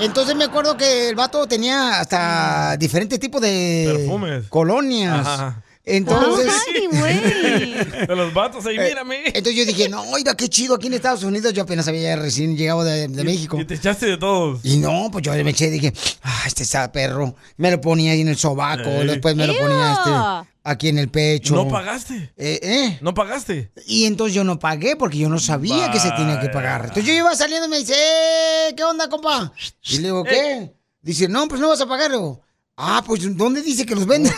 Speaker 2: Entonces me acuerdo que el vato tenía hasta diferentes tipos de
Speaker 6: Perfumes.
Speaker 2: colonias.
Speaker 6: Ajá.
Speaker 2: Entonces,
Speaker 6: De los vatos ahí,
Speaker 2: Eh,
Speaker 6: mírame.
Speaker 2: Entonces yo dije, no, oiga, qué chido aquí en Estados Unidos. Yo apenas había recién llegado de, de México.
Speaker 6: Y te echaste de todos.
Speaker 2: Y no, pues yo me eché y dije, ah, este está perro. Me lo ponía ahí en el sobaco,
Speaker 6: Ey.
Speaker 2: después me lo ponía este, aquí en el pecho.
Speaker 6: ¿No pagaste?
Speaker 2: Eh, ¿eh?
Speaker 6: ¿No pagaste?
Speaker 2: Y entonces yo no pagué porque yo no sabía que se tenía que pagar. Entonces yo iba saliendo y me dice, "Eh, ¿qué onda, compa? Y le digo, ¿qué? Dice, no, pues no vas a pagar. Le digo, ah, pues ¿dónde dice que los venden?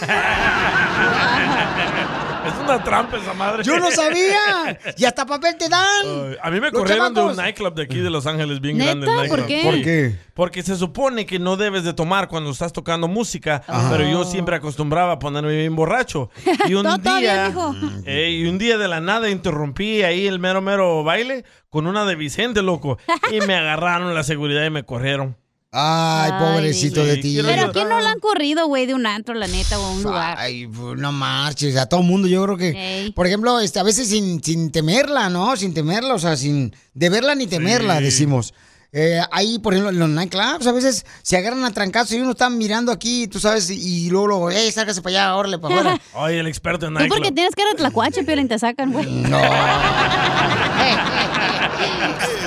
Speaker 6: es una trampa esa madre.
Speaker 2: yo no sabía. Y hasta papel te dan.
Speaker 6: Ay, A mí me
Speaker 2: Los
Speaker 6: corrieron de un
Speaker 2: chamacos.
Speaker 6: nightclub de aquí de Los Ángeles, bien
Speaker 2: ¿Neta?
Speaker 6: grande. el nightclub.
Speaker 2: ¿Por qué? ¿Por
Speaker 6: Sí.
Speaker 2: qué?
Speaker 6: Porque se supone que no debes de tomar cuando estás tocando música, pero yo siempre acostumbraba a ponerme bien borracho. Y un
Speaker 7: Todo, todo bien,
Speaker 6: día,
Speaker 7: mijo.
Speaker 6: eh, y un día de la nada interrumpí ahí el mero mero baile con una de Vicente, loco. Y me agarraron la seguridad y me corrieron.
Speaker 2: Ay, pobrecito de ti.
Speaker 7: Pero ¿a quién no la han corrido, güey, de un antro, la neta, o un lugar?
Speaker 2: Ay, pues, no marches, a todo mundo yo creo que,
Speaker 7: Ey.
Speaker 2: por ejemplo, este, a veces sin, sin temerla, ¿no? Sin temerla, o sea, sin deberla ni temerla,
Speaker 6: Sí.
Speaker 2: decimos. Eh, ahí, por ejemplo, en los nightclubs a veces se agarran a trancazos y uno está mirando aquí, tú sabes, y luego, luego, ¡eh, sálgase para allá, órale, para afuera!
Speaker 6: Ay, el experto en
Speaker 7: Tú porque
Speaker 6: nightclub.
Speaker 7: tienes cara de tlacuache, pero te sacan, güey.
Speaker 2: No.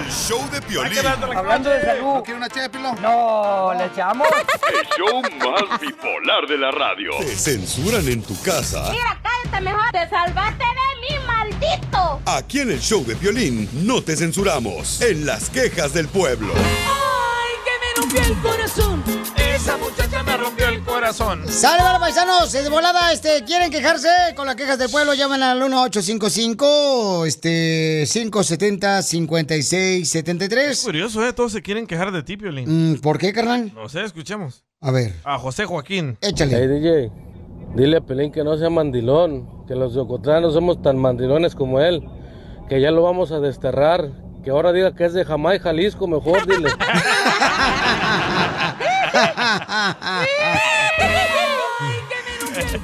Speaker 15: El show de Piolín.
Speaker 24: Hablando de salud. ¿No quiere una No, ¿le echamos?
Speaker 9: El show más bipolar de la radio.
Speaker 15: Te censuran en tu casa.
Speaker 11: cállate mejor. Te salvaste de mí, maldito.
Speaker 15: Aquí en el show de Piolín no te censuramos. En las quejas del pueblo.
Speaker 3: Ay, que me rompió el corazón. Esa muchacha
Speaker 6: rompió el corazón.
Speaker 2: Sale, vale, paisanos, de volada, este, quieren quejarse con las quejas del pueblo, llamen al 1855 este 570 5673.
Speaker 6: Curioso, ¿eh? Todos se quieren quejar de ti, Piolín.
Speaker 2: Mm, ¿Por qué, carnal?
Speaker 6: No sé, escuchemos.
Speaker 2: A ver.
Speaker 6: A José Joaquín.
Speaker 14: Hey, DJ, dile a Pelín que no sea mandilón, que los yocotranos somos tan mandilones como él, que ya lo vamos a desterrar, que ahora diga que es de Jamaica, Jalisco, mejor dile.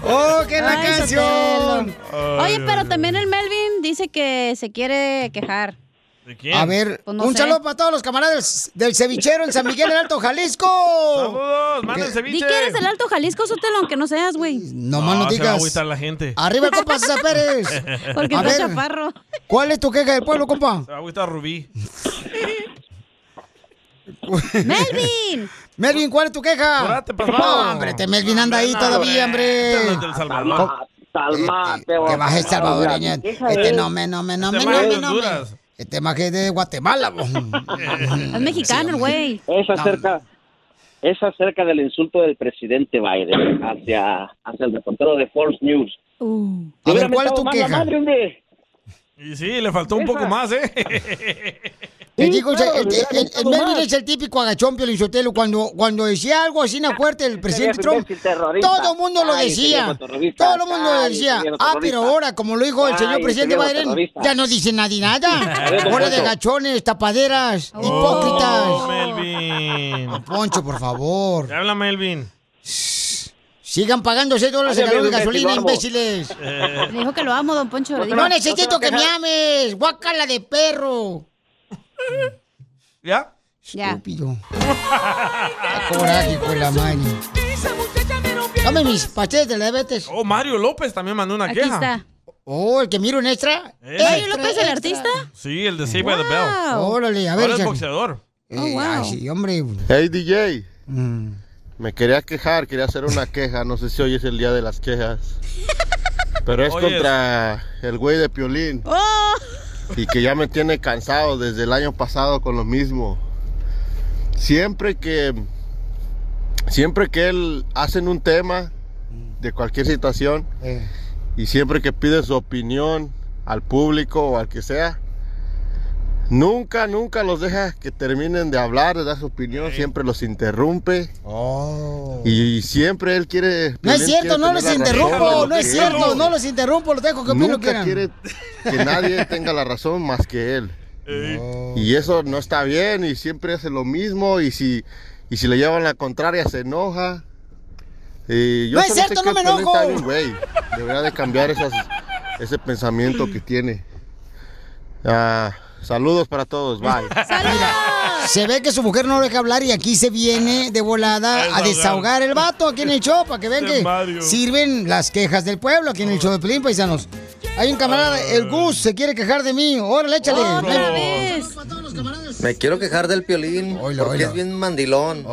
Speaker 2: ¡Oh, qué la
Speaker 7: Ay,
Speaker 2: canción!
Speaker 7: Sotelo. Oye, pero también el Melvin dice que se quiere quejar.
Speaker 6: ¿De
Speaker 7: quién?
Speaker 2: A ver,
Speaker 7: Pues no
Speaker 2: un
Speaker 7: sé.
Speaker 2: saludo para todos los camaradas del cevichero en San Miguel del Alto, Jalisco. ¡Saludos!
Speaker 6: manden ceviche.
Speaker 7: Di que eres del Alto Jalisco, Sotelo, aunque no seas, güey.
Speaker 2: No más
Speaker 6: se
Speaker 2: no
Speaker 6: va a
Speaker 2: digas.
Speaker 6: agüitar la gente.
Speaker 2: Arriba, el compa César Pérez.
Speaker 7: Porque
Speaker 2: a
Speaker 7: está
Speaker 2: ver,
Speaker 7: chaparro.
Speaker 2: ¿cuál es tu queja del pueblo, compa?
Speaker 6: Se va a agüitar Rubí.
Speaker 2: ¡Melvin! Melvin, ¿cuál es tu queja?
Speaker 6: Apúrate, por favor.
Speaker 2: no, hombre, te Melvin anda ahí
Speaker 6: Anda,
Speaker 2: todavía,
Speaker 6: hombre.
Speaker 2: hombre.
Speaker 6: Anda del Salvador.
Speaker 2: Salmate, Que baje eh, salvadoreña. Este no me, no me, no me,
Speaker 6: Este
Speaker 2: no
Speaker 6: maje de
Speaker 2: me, no me.
Speaker 6: Honduras.
Speaker 2: Este más que es de Guatemala, vos.
Speaker 7: Es mexicano, el güey.
Speaker 18: Es acerca, es acerca del insulto del presidente Biden hacia, hacia el reportero de Fox News.
Speaker 6: A
Speaker 18: Hubiera
Speaker 6: ver, ¿cuál es
Speaker 18: mentado
Speaker 6: tu
Speaker 18: más la
Speaker 6: queja?
Speaker 18: madre, hombre.
Speaker 6: Y sí, le faltó un
Speaker 18: Esa.
Speaker 6: poco más, ¿eh?
Speaker 2: Te digo, o sea, el, el- el- el Melvin
Speaker 6: Tomás.
Speaker 2: es el típico agachón, Piolinsotelo. Cuando, cuando decía algo así en fuerte el presidente
Speaker 18: Serías
Speaker 2: Trump,
Speaker 18: imbécil, terrorista.
Speaker 2: todo el mundo lo
Speaker 18: Ay,
Speaker 2: decía.
Speaker 18: serías terrorista.
Speaker 2: Todo el mundo lo
Speaker 18: Ay,
Speaker 2: decía.
Speaker 18: serías
Speaker 2: Ah, pero
Speaker 18: terrorista.
Speaker 2: ahora, como lo dijo el
Speaker 18: Ay,
Speaker 2: señor presidente
Speaker 18: serías
Speaker 2: Biden,
Speaker 18: terrorista.
Speaker 2: ya no dice nada y nada.
Speaker 18: Don
Speaker 2: Hora de
Speaker 18: Poncho.
Speaker 2: gachones, tapaderas,
Speaker 6: Oh,
Speaker 2: hipócritas.
Speaker 6: Melvin.
Speaker 2: Poncho, por favor.
Speaker 6: Te habla Melvin.
Speaker 2: Sigan pagando 6 dólares el
Speaker 6: Adiós,
Speaker 2: galón de
Speaker 6: Melvin,
Speaker 2: gasolina,
Speaker 6: te lo amo.
Speaker 2: imbéciles.
Speaker 6: Eh,
Speaker 7: Le dijo que lo amo, don Poncho. le dijo.
Speaker 2: No necesito que me ames, guácala de perro.
Speaker 6: ¿Ya?
Speaker 7: Ya.
Speaker 2: Estúpido. Coraje con la mano. Dame mis pasteles de diabetes.
Speaker 6: Oh, Mario López también mandó una
Speaker 2: Aquí
Speaker 6: queja.
Speaker 2: está. Oh, el que miro un extra.
Speaker 6: Eh.
Speaker 7: ¿Mario López, el artista?
Speaker 6: Sí, el de Save by the Bell.
Speaker 2: Wow. Órale, a ver,
Speaker 6: Ahora es
Speaker 2: Jack.
Speaker 6: boxeador.
Speaker 7: Oh,
Speaker 2: Eh, ay, sí, hombre. Mm.
Speaker 25: Hey DJ, me quería quejar, quería hacer una queja, no sé si hoy es el día de las quejas, pero es Hoy es. contra el güey de Piolín y que ya me tiene cansado desde el año pasado con lo mismo. Siempre que, siempre que él hacen un tema de cualquier situación
Speaker 20: eh.
Speaker 25: y siempre que pide su opinión al público o al que sea, Nunca, nunca los deja que terminen de hablar, de dar su opinión, siempre los interrumpe. Y siempre él quiere...
Speaker 2: No es
Speaker 25: él
Speaker 2: cierto,
Speaker 25: quiere
Speaker 2: no los
Speaker 25: tener la razón de
Speaker 2: interrumpo,
Speaker 25: lo
Speaker 2: no
Speaker 25: que
Speaker 2: es cierto,
Speaker 25: él.
Speaker 2: no los interrumpo, los dejo que opinen lo que
Speaker 25: Nunca
Speaker 2: quieran.
Speaker 25: quiere que nadie tenga la razón más que él. Y eso no está bien y siempre hace lo mismo y si, y si le llevan la contraria se enoja. Y yo
Speaker 2: No es
Speaker 25: solo sé
Speaker 2: cierto,
Speaker 25: que
Speaker 2: no me
Speaker 25: el Piolín está
Speaker 2: enojo.
Speaker 25: bien, güey. Debería de cambiar esas, ese pensamiento que tiene. Ah, saludos para todos, bye.
Speaker 2: Se ve que su mujer no lo deja hablar y aquí se viene de volada a
Speaker 25: Desahogar.
Speaker 2: desahogar el vato aquí en el show para que vean
Speaker 25: Este
Speaker 2: que
Speaker 25: Mario.
Speaker 2: sirven las quejas del pueblo aquí en el show de Pelín, paisanos. Hay un camarada, el Gus, se quiere quejar de mí. Órale, échale. Ven.
Speaker 4: Me quiero quejar del piolín porque es bien mandilón.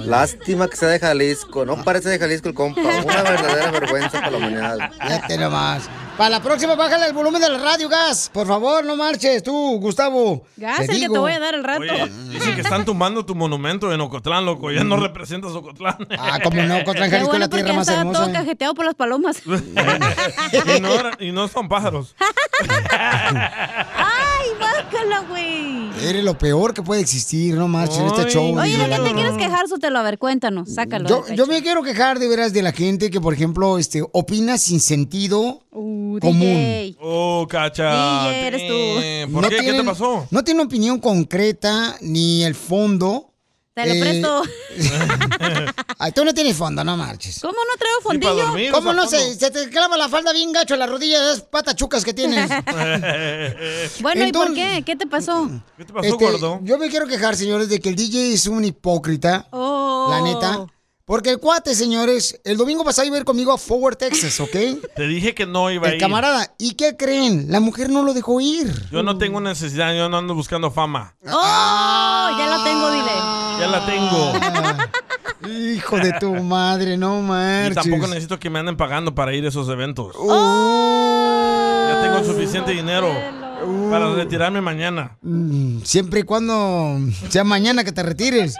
Speaker 4: Lástima que sea de Jalisco. No parece de Jalisco el compa. Una verdadera vergüenza para la humanidad.
Speaker 2: Fíjate nomás. Para la próxima, bájale el volumen del radio, Gas. Por favor, no marches tú, Gustavo.
Speaker 7: Gas, el que te voy a dar el rato.
Speaker 6: Oye, dicen que están tumbando tu monumento en Ocotlán, loco. Ya no representas Ocotlán.
Speaker 2: Ah, como no, Ocotlán,
Speaker 7: Qué bueno porque estaba todo cajeteado por las palomas.
Speaker 6: y, no, era- y no son pájaros.
Speaker 7: ¡Ay, bácala, güey!
Speaker 2: Eres lo peor que puede existir, no marches, en este show.
Speaker 7: Oye, ¿de qué te
Speaker 2: Dios.
Speaker 7: quieres quejar, Sotelo? A ver, cuéntanos, sácalo.
Speaker 2: Yo, yo me quiero quejar de veras de la gente que, por ejemplo, este, opina sin sentido
Speaker 7: Uh,
Speaker 2: común.
Speaker 6: Oh, cacha.
Speaker 7: DJ, eres tú.
Speaker 6: Damn. ¿Por
Speaker 2: No
Speaker 6: qué? ¿Qué
Speaker 2: tienen-
Speaker 6: te pasó?
Speaker 2: No tiene opinión concreta ni el fondo.
Speaker 7: Te lo
Speaker 2: Eh,
Speaker 7: presto.
Speaker 2: Ay, tú no tienes fondo, no marches.
Speaker 7: ¿Cómo no traigo fondillo?
Speaker 2: ¿Cómo no? Se, se te clava la falda bien gacho, las rodillas, esas patas chucas que tienes.
Speaker 7: Bueno, ¿y por
Speaker 2: Entonces-
Speaker 7: qué? ¿Qué te pasó?
Speaker 6: ¿Qué te
Speaker 2: Este, Yo me quiero quejar, señores, de que el DJ es un hipócrita.
Speaker 7: Oh.
Speaker 2: La neta. Porque el cuate, señores, el domingo pasado iba a ir conmigo a Forward, Texas, ¿ok?
Speaker 6: Te dije que no iba a
Speaker 2: El
Speaker 6: ir.
Speaker 2: camarada. ¿Y qué creen? La mujer no lo dejó ir.
Speaker 6: Yo no tengo necesidad, yo no ando buscando fama.
Speaker 3: Ah,
Speaker 7: ¡Oh! Ya la tengo, dile.
Speaker 6: Ya la tengo.
Speaker 2: Ah, Hijo de tu madre, no
Speaker 6: Y
Speaker 2: marches.
Speaker 6: tampoco necesito
Speaker 2: Uh.
Speaker 6: que me anden pagando para ir a esos eventos.
Speaker 2: Oh.
Speaker 6: Ya tengo suficiente dinero.
Speaker 2: Uh.
Speaker 6: Para retirarme mañana.
Speaker 2: Mm, Siempre y cuando sea mañana que te retires.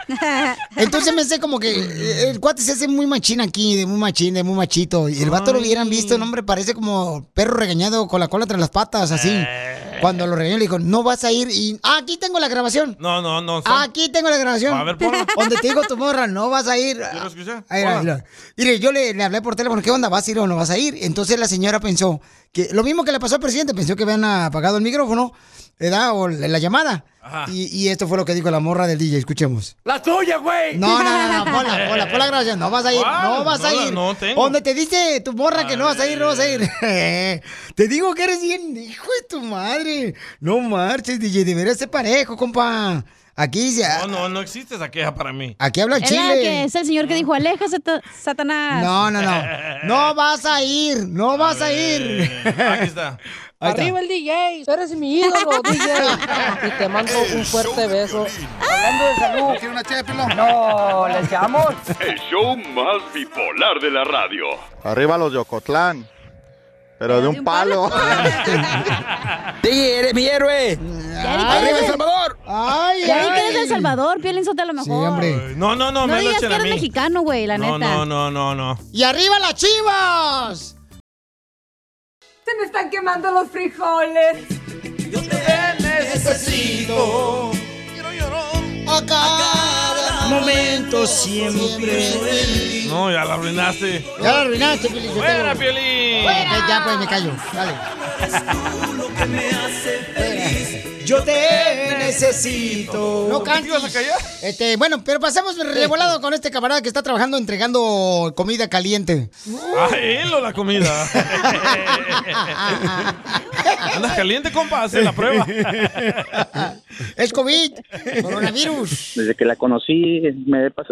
Speaker 2: Entonces me sé como que eh, el cuate se hace muy machín aquí, de muy machín, de muy machito. Y el vato lo hubieran visto, el hombre parece como perro regañado con la cola entre las patas, así.
Speaker 6: Eh.
Speaker 2: Cuando lo regañó le dijo, no vas a ir y... "Ah, aquí tengo la grabación.
Speaker 6: No, no, no. son-
Speaker 2: Aquí tengo la grabación.
Speaker 6: A ver, ponla.
Speaker 2: Donde te digo tu morra, no vas a ir.
Speaker 6: ¿Ya lo escuché?
Speaker 2: Ahí va, ahí va. Mire, yo le, le hablé por teléfono, ¿qué onda? ¿Vas a ir o no vas a ir? Entonces la señora pensó que lo mismo que le pasó al presidente, pensó que habían apagado el micrófono, ¿verdad? O la, la llamada. Y, y esto fue lo que dijo la morra del DJ, escuchemos.
Speaker 3: ¡La tuya, güey!
Speaker 2: No, no, no, no, ponla, ponla, ponla grabación. No vas a ir, no
Speaker 3: ¿Cuál?
Speaker 2: vas a
Speaker 3: No la-
Speaker 2: ir.
Speaker 3: no tengo.
Speaker 2: Donde te dice tu morra que no vas a ir, no vas a ir. te digo que eres bien, hijo de tu madre. No marches, DJ, deberías ser parejo, compa. Aquí ya.
Speaker 6: No, no, no existe esa queja para mí.
Speaker 2: Aquí habla
Speaker 7: Es la
Speaker 2: Chile.
Speaker 7: que es el señor que dijo, aleja sata- Satanás.
Speaker 2: No, no, no. No vas a ir, no vas a, ir. Aquí
Speaker 6: Eh, está.
Speaker 10: Arriba el DJ, tú eres mi ídolo, DJ. Y te mando un fuerte beso. Hablando de salud. ¿Quieres una No, le echamos.
Speaker 9: El show más bipolar de la radio.
Speaker 25: Arriba los de Ocotlán. Pero de un palo.
Speaker 3: DJ, eres mi héroe.
Speaker 7: ¡Arriba El
Speaker 3: Salvador!
Speaker 2: ¡Ay,
Speaker 7: Ya vi que
Speaker 3: ay.
Speaker 7: eres de El Salvador, piel Sota a lo mejor.
Speaker 6: No, no, no,
Speaker 7: No,
Speaker 6: menos
Speaker 7: digas que
Speaker 6: en a
Speaker 7: eres
Speaker 6: mí.
Speaker 7: mexicano, güey, la
Speaker 6: No,
Speaker 7: neta.
Speaker 6: no, no, no, no.
Speaker 2: ¡Y arriba las chivas!
Speaker 10: Se me están quemando los frijoles. Yo te
Speaker 2: necesito. A cada momento siempre.
Speaker 6: No, ya la arruinaste.
Speaker 2: Ya la arruinaste, Piolín. Sotelo.
Speaker 6: ¡Fuera, Piolín!
Speaker 2: Ok, ya, pues, me callo. Dale. Yo te necesito. No cantes. Este, bueno, pero pasemos revolado con este camarada que está trabajando entregando comida caliente.
Speaker 6: Ah, él o la comida. Andas caliente, compa, hace la prueba.
Speaker 2: Es COVID, coronavirus.
Speaker 16: Desde que la conocí, me he pas-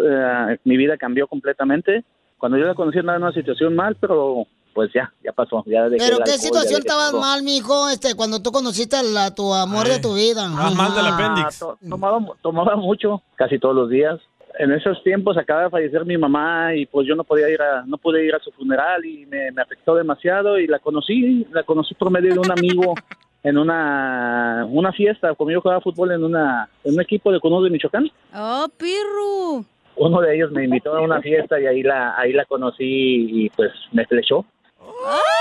Speaker 16: eh, mi vida cambió completamente. Cuando yo la conocí andaba en una situación mal, pero pues ya, ya pasó. Ya dejé
Speaker 2: Pero
Speaker 16: el
Speaker 2: qué
Speaker 16: alcohol,
Speaker 2: situación
Speaker 16: ya dejé
Speaker 2: estabas
Speaker 16: todo.
Speaker 2: mal, mijo, este, cuando tú conociste a la- tu amor de tu vida.
Speaker 16: Ah, to- tomaba, mu- tomaba mucho, casi todos los días. En esos tiempos acaba de fallecer mi mamá y pues yo no podía ir a, no pude ir a su funeral y me, me afectó demasiado y la conocí, la conocí por medio de un amigo en una, una fiesta, conmigo jugaba fútbol en una, en un equipo de conos de Michoacán.
Speaker 7: Oh, pirru.
Speaker 16: Uno de ellos me invitó a una fiesta y ahí la, ahí la conocí y pues me flechó.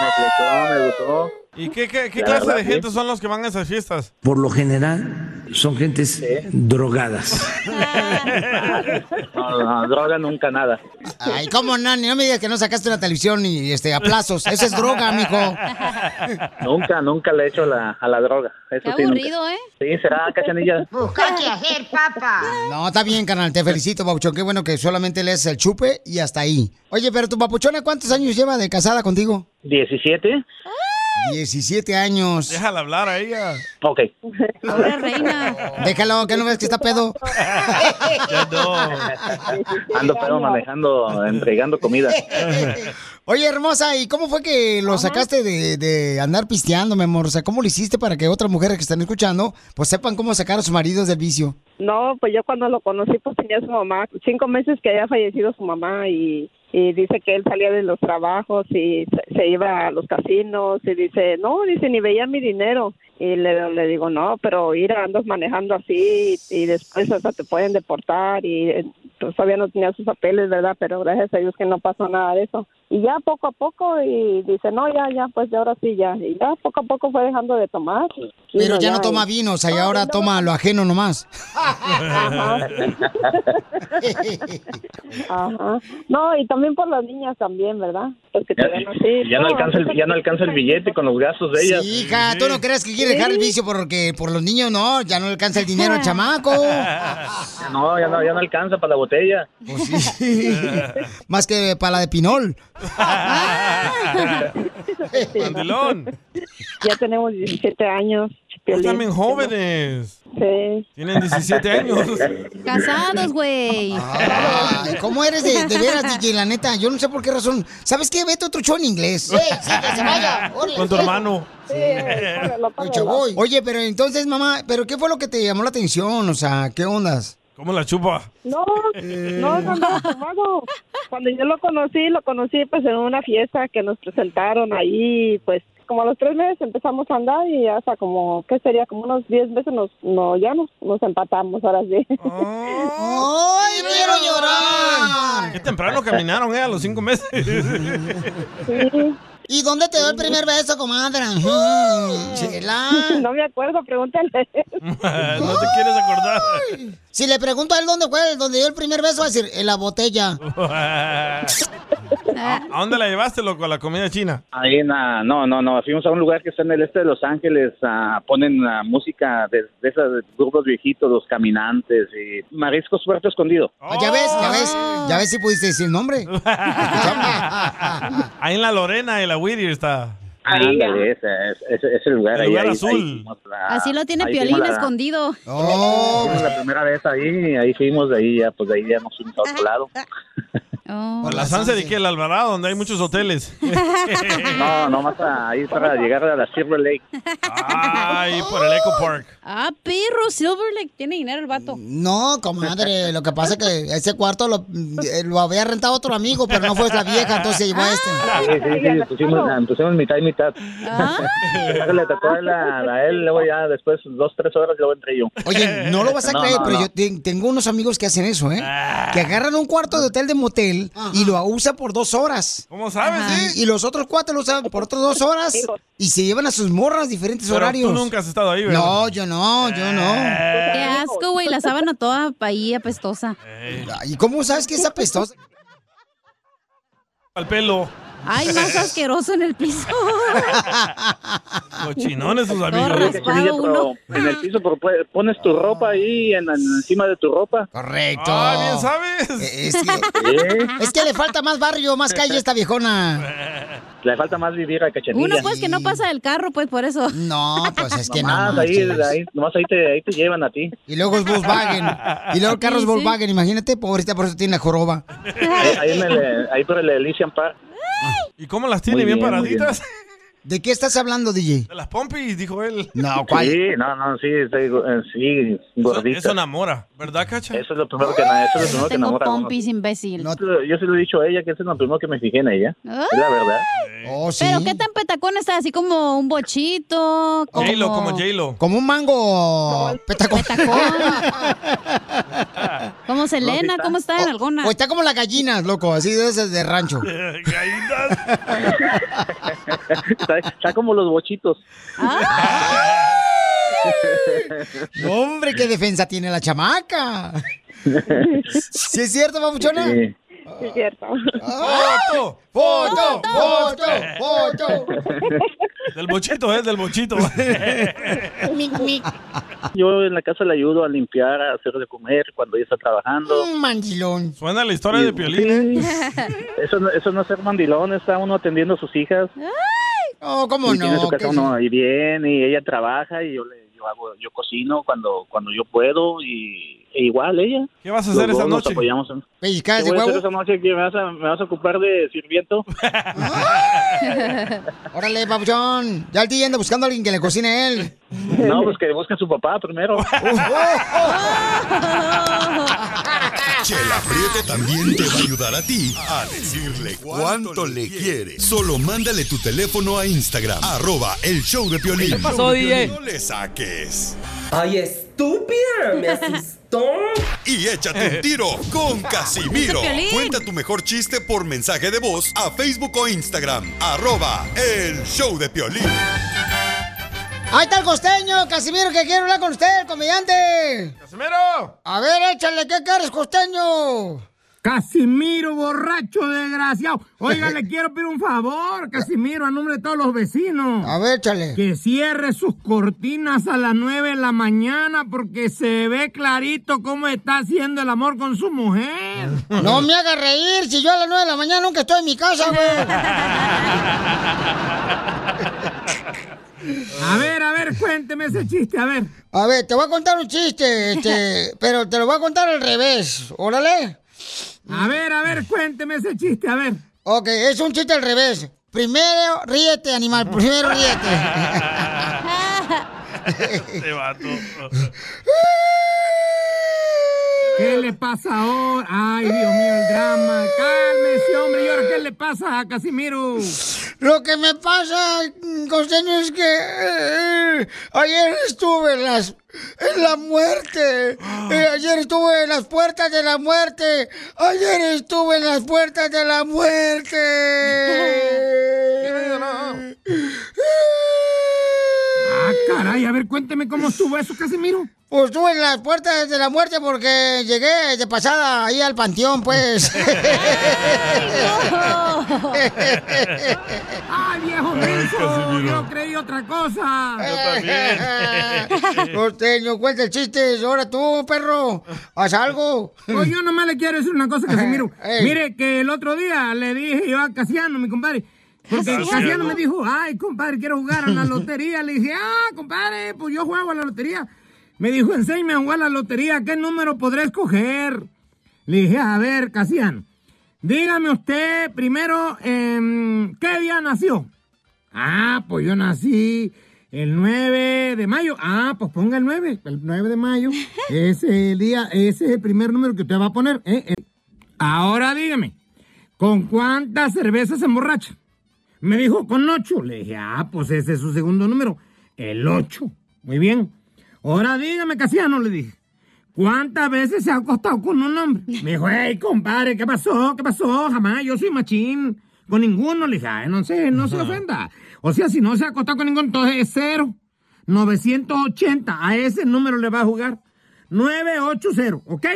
Speaker 16: Me flechó, me gustó.
Speaker 6: ¿Y qué, qué, qué
Speaker 16: La
Speaker 6: clase
Speaker 16: verdad,
Speaker 6: de gente
Speaker 16: sí.
Speaker 6: son los que van a esas fiestas?
Speaker 21: Por lo general son gentes drogadas.
Speaker 16: No, no, droga nunca nada.
Speaker 2: Ay, cómo, Nani, no me digas que no sacaste una televisión y este, aplazos. Eso es droga, mijo.
Speaker 16: Nunca, nunca le he hecho la, a la droga. Eso sí, nunca.
Speaker 2: ¿eh?
Speaker 16: Sí, será cachanilla.
Speaker 2: Busca qué hacer, papá. No, está bien, canal. Te felicito, Papuchón. Qué bueno que solamente le haces el chupe y hasta ahí. Oye, pero tu papuchona, ¿cuántos años lleva de casada contigo?
Speaker 16: 17.
Speaker 2: 17 años.
Speaker 6: Déjala hablar a ella.
Speaker 16: Ok.
Speaker 2: Ahora reina. Déjalo, que no ves que está pedo.
Speaker 16: Ando pero manejando, entregando comida.
Speaker 2: Oye, hermosa, ¿y cómo fue que lo sacaste de, de andar pisteando, mi amor? O sea, ¿cómo lo hiciste para que otras mujeres que están escuchando, pues sepan cómo sacar a sus maridos del vicio?
Speaker 27: No, pues yo cuando lo conocí pues tenía su mamá, cinco meses que había fallecido su mamá y, y dice que él salía de los trabajos y se, se iba a los casinos y dice, no, dice, ni veía mi dinero. Y le, le digo, no, pero ir andas manejando así y, y después hasta te pueden deportar y eh, pues todavía no tenía sus papeles, ¿verdad? Pero gracias a Dios que no pasó nada de eso. Y ya poco a poco y dice, no, ya, ya, pues de ahora sí, ya. Y ya poco a poco fue dejando de tomar. Y
Speaker 2: Pero ya no
Speaker 27: y-
Speaker 2: toma vino, o sea, y ahora toma lo ajeno nomás.
Speaker 27: Ajá. No, y también por las niñas también, ¿verdad? Los que te
Speaker 16: Ya,
Speaker 27: ven así.
Speaker 16: ya no alcanza el, ya no alcanza el billete con los gastos de ellas.
Speaker 2: Sí, hija, tú no creas que quiere dejar el vicio porque por los niños no, ya no le alcanza el dinero al chamaco.
Speaker 16: No, ya no, ya no alcanza para la botella.
Speaker 2: Pues Más que para la de Pinol.
Speaker 6: Mandilón.
Speaker 27: Ya tenemos 17 años.
Speaker 6: Están
Speaker 27: Piolín.
Speaker 6: Pues también jóvenes.
Speaker 27: Sí.
Speaker 6: Tienen 17 años.
Speaker 7: Casados, güey.
Speaker 2: Ay, ¿Cómo eres de, de veras, DJ? La neta, yo no sé por qué razón. ¿Sabes qué? Vete a otro show en inglés.
Speaker 3: Sí, sí, que se vaya. Órale.
Speaker 6: Con tu hermano.
Speaker 2: Yo voy. Oye, pero entonces, mamá, ¿pero qué fue lo que te llamó la atención? O sea, ¿qué ondas?
Speaker 6: ¿Cómo la chupa?
Speaker 27: No, no, no andaba
Speaker 6: Eh.
Speaker 27: tomado. Cuando yo lo conocí, lo conocí pues en una fiesta que nos presentaron ahí, pues
Speaker 26: como a los tres meses empezamos a andar y hasta como, ¿qué sería? Como unos diez meses nos, no, ya nos, nos empatamos, ahora sí.
Speaker 6: Ah.
Speaker 2: ¡Ay, quiero llorar!
Speaker 6: Qué temprano caminaron, ¿eh? A los cinco meses.
Speaker 2: ¿Y dónde te dio el primer beso, comadre? Chela.
Speaker 26: No me acuerdo, pregúntale.
Speaker 6: no te quieres acordar.
Speaker 2: Si le pregunto a él dónde fue, dónde dio el primer beso, va a decir, en la botella. Ah,
Speaker 6: ¿A, a dónde la llevaste, loco? ¿A la comida china?
Speaker 16: Ahí en, ah, no, no, no, fuimos a un lugar que está en el este de Los Ángeles, ah, ponen ah, música de, de esos grupos viejitos, los caminantes y mariscos suerte escondido.
Speaker 6: Oh,
Speaker 2: Ah, Ya ves, ya ves, ya ves si pudiste decir el nombre.
Speaker 6: Ahí en la Lorena y la Whittier está.
Speaker 16: Ándale, ese, ese- ese lugar
Speaker 6: El
Speaker 16: ahí.
Speaker 6: lugar
Speaker 16: ahí-
Speaker 6: azul.
Speaker 16: ahí fuimos la-
Speaker 7: Así lo tiene
Speaker 16: Ah, ahí
Speaker 7: Piolín
Speaker 16: fuimos la-
Speaker 7: escondido.
Speaker 6: Oh.
Speaker 16: fuimos la primera vez ahí, ahí fuimos, de ahí ya, pues de ahí ya nos fuimos a otro lado.
Speaker 6: A la Sanse de que el Alvarado, donde hay muchos hoteles.
Speaker 16: No, nomás a- ahí para llegar a la Silver Lake.
Speaker 6: Ay, por el Eco Park.
Speaker 7: Ah, perro, Silver Lake. Tiene dinero el vato.
Speaker 2: No, comadre, lo que pasa es que ese cuarto lo, eh, lo había rentado otro amigo, pero no fue la vieja, entonces se llevó a este.
Speaker 16: Ah, Sí, sí, sí, pusimos, ah, pusimos mitad y mitad. Primero Le tocó a él, a a él, luego ya después dos, tres horas luego entré yo.
Speaker 2: Oye, no lo vas a
Speaker 16: No,
Speaker 2: creer,
Speaker 16: no,
Speaker 2: pero
Speaker 16: no.
Speaker 2: yo te- tengo unos amigos que hacen eso, ¿eh? Que agarran un cuarto de hotel de motel y lo usan por dos horas.
Speaker 6: ¿Cómo sabes, eh?
Speaker 2: Y, y los otros cuatro lo usan por otras dos horas y se llevan a sus morras diferentes
Speaker 6: Pero
Speaker 2: horarios.
Speaker 6: tú nunca has estado ahí, ¿verdad? Eh.
Speaker 2: No, yo no, yo no.
Speaker 7: Qué asco, güey. La sábana toda ahí apestosa.
Speaker 2: ¿Y cómo sabes que es apestosa?
Speaker 6: Al pelo.
Speaker 7: Ay, más asqueroso en el piso.
Speaker 2: Ah.
Speaker 6: Cochinones sus amigos.
Speaker 16: Todo raspado uno. En el piso pero pu- pones tu ropa ahí en, en- encima de tu ropa.
Speaker 2: Ah. Correcto.
Speaker 16: Ah,
Speaker 6: bien sabes.
Speaker 2: Eh, Es que, es que le falta más barrio, más calle a esta viejona.
Speaker 16: Le falta más vivir a Cachanilla.
Speaker 7: Uno, pues, que no pasa del carro, pues, por eso.
Speaker 2: No, pues, es
Speaker 16: Nomás ahí, ahí, nomás ahí te, ahí te llevan a ti.
Speaker 2: Y luego es Volkswagen. Y luego el carro es
Speaker 16: Sí, sí.
Speaker 2: Volkswagen, imagínate, pobrecita, por eso tiene la joroba.
Speaker 16: Ahí, ahí en el- ahí por el Elysian Park.
Speaker 6: ¿Y cómo las tiene?
Speaker 16: Muy
Speaker 6: ¿Bien,
Speaker 16: bien, muy
Speaker 6: paraditas?
Speaker 2: ¿De qué estás hablando, DJ?
Speaker 6: De las pompis, dijo él.
Speaker 2: No,
Speaker 16: Sí, no, no, sí, estoy go- eh, sí, gordito.
Speaker 6: Eso enamora, ¿verdad, Cacha?
Speaker 16: Eso es lo primero que, na- eso es lo primero que
Speaker 7: Tengo
Speaker 16: enamora. a uno.
Speaker 7: pompis, imbécil.
Speaker 16: Yo se lo he dicho a ella que eso es lo primero que me fijé en ella. Es la verdad.
Speaker 2: Oh,
Speaker 7: Pero qué tan petacón está, así como un bochito. Como...
Speaker 6: J-Lo, como J-Lo.
Speaker 2: Como un mango petacón.
Speaker 7: Como Selena, ¿cómo está en alguna?
Speaker 2: O está como las gallinas, loco, así de esas de rancho.
Speaker 16: está, está como los bochitos.
Speaker 2: No, Hombre, qué defensa tiene la chamaca. ¿Sí es cierto, papuchona?
Speaker 16: Sí.
Speaker 26: es cierto.
Speaker 6: ¡Foto!
Speaker 2: ¡Foto! ¡Foto!
Speaker 6: Del bochito, es del bochito.
Speaker 16: Yo en la casa le ayudo a limpiar, a hacer de comer cuando ella está trabajando.
Speaker 2: Un mandilón.
Speaker 6: Suena la historia de Piolín. ¿eh?
Speaker 16: Eso, no- eso no es ser mandilón, está uno atendiendo a sus hijas.
Speaker 2: No, ¿cómo
Speaker 16: y tiene
Speaker 2: no?
Speaker 16: su casa
Speaker 2: ¿Qué-
Speaker 16: uno ahí bien y ella trabaja y yo le yo hago yo cocino cuando cuando yo puedo y e igual ella.
Speaker 6: ¿Qué vas a
Speaker 16: Los
Speaker 6: hacer
Speaker 16: dos
Speaker 6: esa
Speaker 16: nos
Speaker 6: noche?
Speaker 16: apoyamos en-
Speaker 2: ¿Pellizcadas
Speaker 16: ¿Qué
Speaker 2: de
Speaker 16: voy a hacer
Speaker 2: huevo?
Speaker 16: esa noche que me vas a, me vas a ocupar de sirviento?
Speaker 2: Órale, papuchón. Ya el DJ anda buscando a alguien que le cocine a él.
Speaker 16: no, pues que busque a su papá primero.
Speaker 15: Chela Prieto también te va a ayudar a ti a decirle cuánto le quiere. Solo mándale tu teléfono a Instagram, arroba el show de Piolín.
Speaker 12: ¿Qué pasó, DJ?
Speaker 15: No le saques.
Speaker 12: Ay, estúpida, me asustó.
Speaker 15: Y échate un tiro con Casimiro.
Speaker 12: Ese Piolín.
Speaker 15: Cuenta tu mejor chiste por mensaje de voz a Facebook o Instagram, arroba el show de Piolín.
Speaker 2: Ahí está el costeño, Casimiro, que quiero hablar con usted, el comediante.
Speaker 6: ¡Casimiro!
Speaker 2: A ver, échale, ¿qué quieres, costeño?
Speaker 21: Casimiro, borracho desgraciado. Oiga, le quiero pedir un favor, Casimiro, a nombre de todos los vecinos.
Speaker 2: A ver, échale.
Speaker 21: Que cierre sus cortinas a las 9 de la mañana porque se ve clarito cómo está haciendo el amor con su mujer.
Speaker 2: No me haga reír, si yo a las 9 de la mañana nunca estoy en mi casa, güey.
Speaker 21: A ver, a ver, cuénteme ese chiste, a ver.
Speaker 2: A ver, te voy a contar un chiste, este, pero te lo voy a contar al revés, órale.
Speaker 21: A ver, a ver, cuénteme ese chiste, a ver.
Speaker 2: Ok, es un chiste al revés. Primero ríete, animal, primero Pues ríete.
Speaker 6: Este vato.
Speaker 21: ¿Qué le pasa ahora? Ay, Dios mío, el drama. Cálmese, hombre. ¿Y ahora qué le pasa a Casimiro?
Speaker 2: Lo que me pasa, Costeño, es que eh, ayer estuve en, las, en la muerte. Eh, ayer estuve en las puertas de la muerte. Ayer estuve en las puertas de la muerte.
Speaker 21: Ah, caray, a ver, cuénteme cómo estuvo eso, Casimiro.
Speaker 2: Pues estuve en las puertas de la muerte porque llegué de pasada ahí al panteón, pues.
Speaker 21: ¡Ay, viejo menso! Yo creí otra cosa. Yo
Speaker 2: Costeño, Pues, cuenta el chiste, ahora tú, perro, haz algo.
Speaker 21: No, Pues yo nomás le quiero decir una cosa, Casimiro.
Speaker 2: Ey.
Speaker 21: Mire, que el otro día le dije yo a Casiano, mi compadre. Porque
Speaker 2: Casiano.
Speaker 21: Casiano me dijo, ay, compadre, quiero jugar a la lotería. Le dije, ah, compadre, pues yo juego a la lotería. Me dijo, enséñame a jugar a la lotería, ¿qué número podré escoger? Le dije, a ver, Casiano, dígame usted primero, em, ¿qué día nació? Ah, pues yo nací el 9 de mayo. Ah, pues ponga el 9. El 9 de mayo. Ese es el día, ese es el primer número que usted va a poner. ¿eh? Eh, Ahora dígame, ¿con cuántas cervezas se emborracha? Me dijo, con 8. Le dije, ah, pues ese es su segundo número. El 8. Muy bien. Ahora dígame, Casiano, le dije. ¿Cuántas veces se ha acostado con un hombre? Me dijo, hey, compadre, ¿qué pasó? ¿Qué pasó? Jamás, yo soy machín. Con ninguno, le dije, "Ay, no sé, no se ofenda. O sea, si no se ha acostado con ninguno, entonces es cero. 980, a ese número le va a jugar. 980, ¿ok?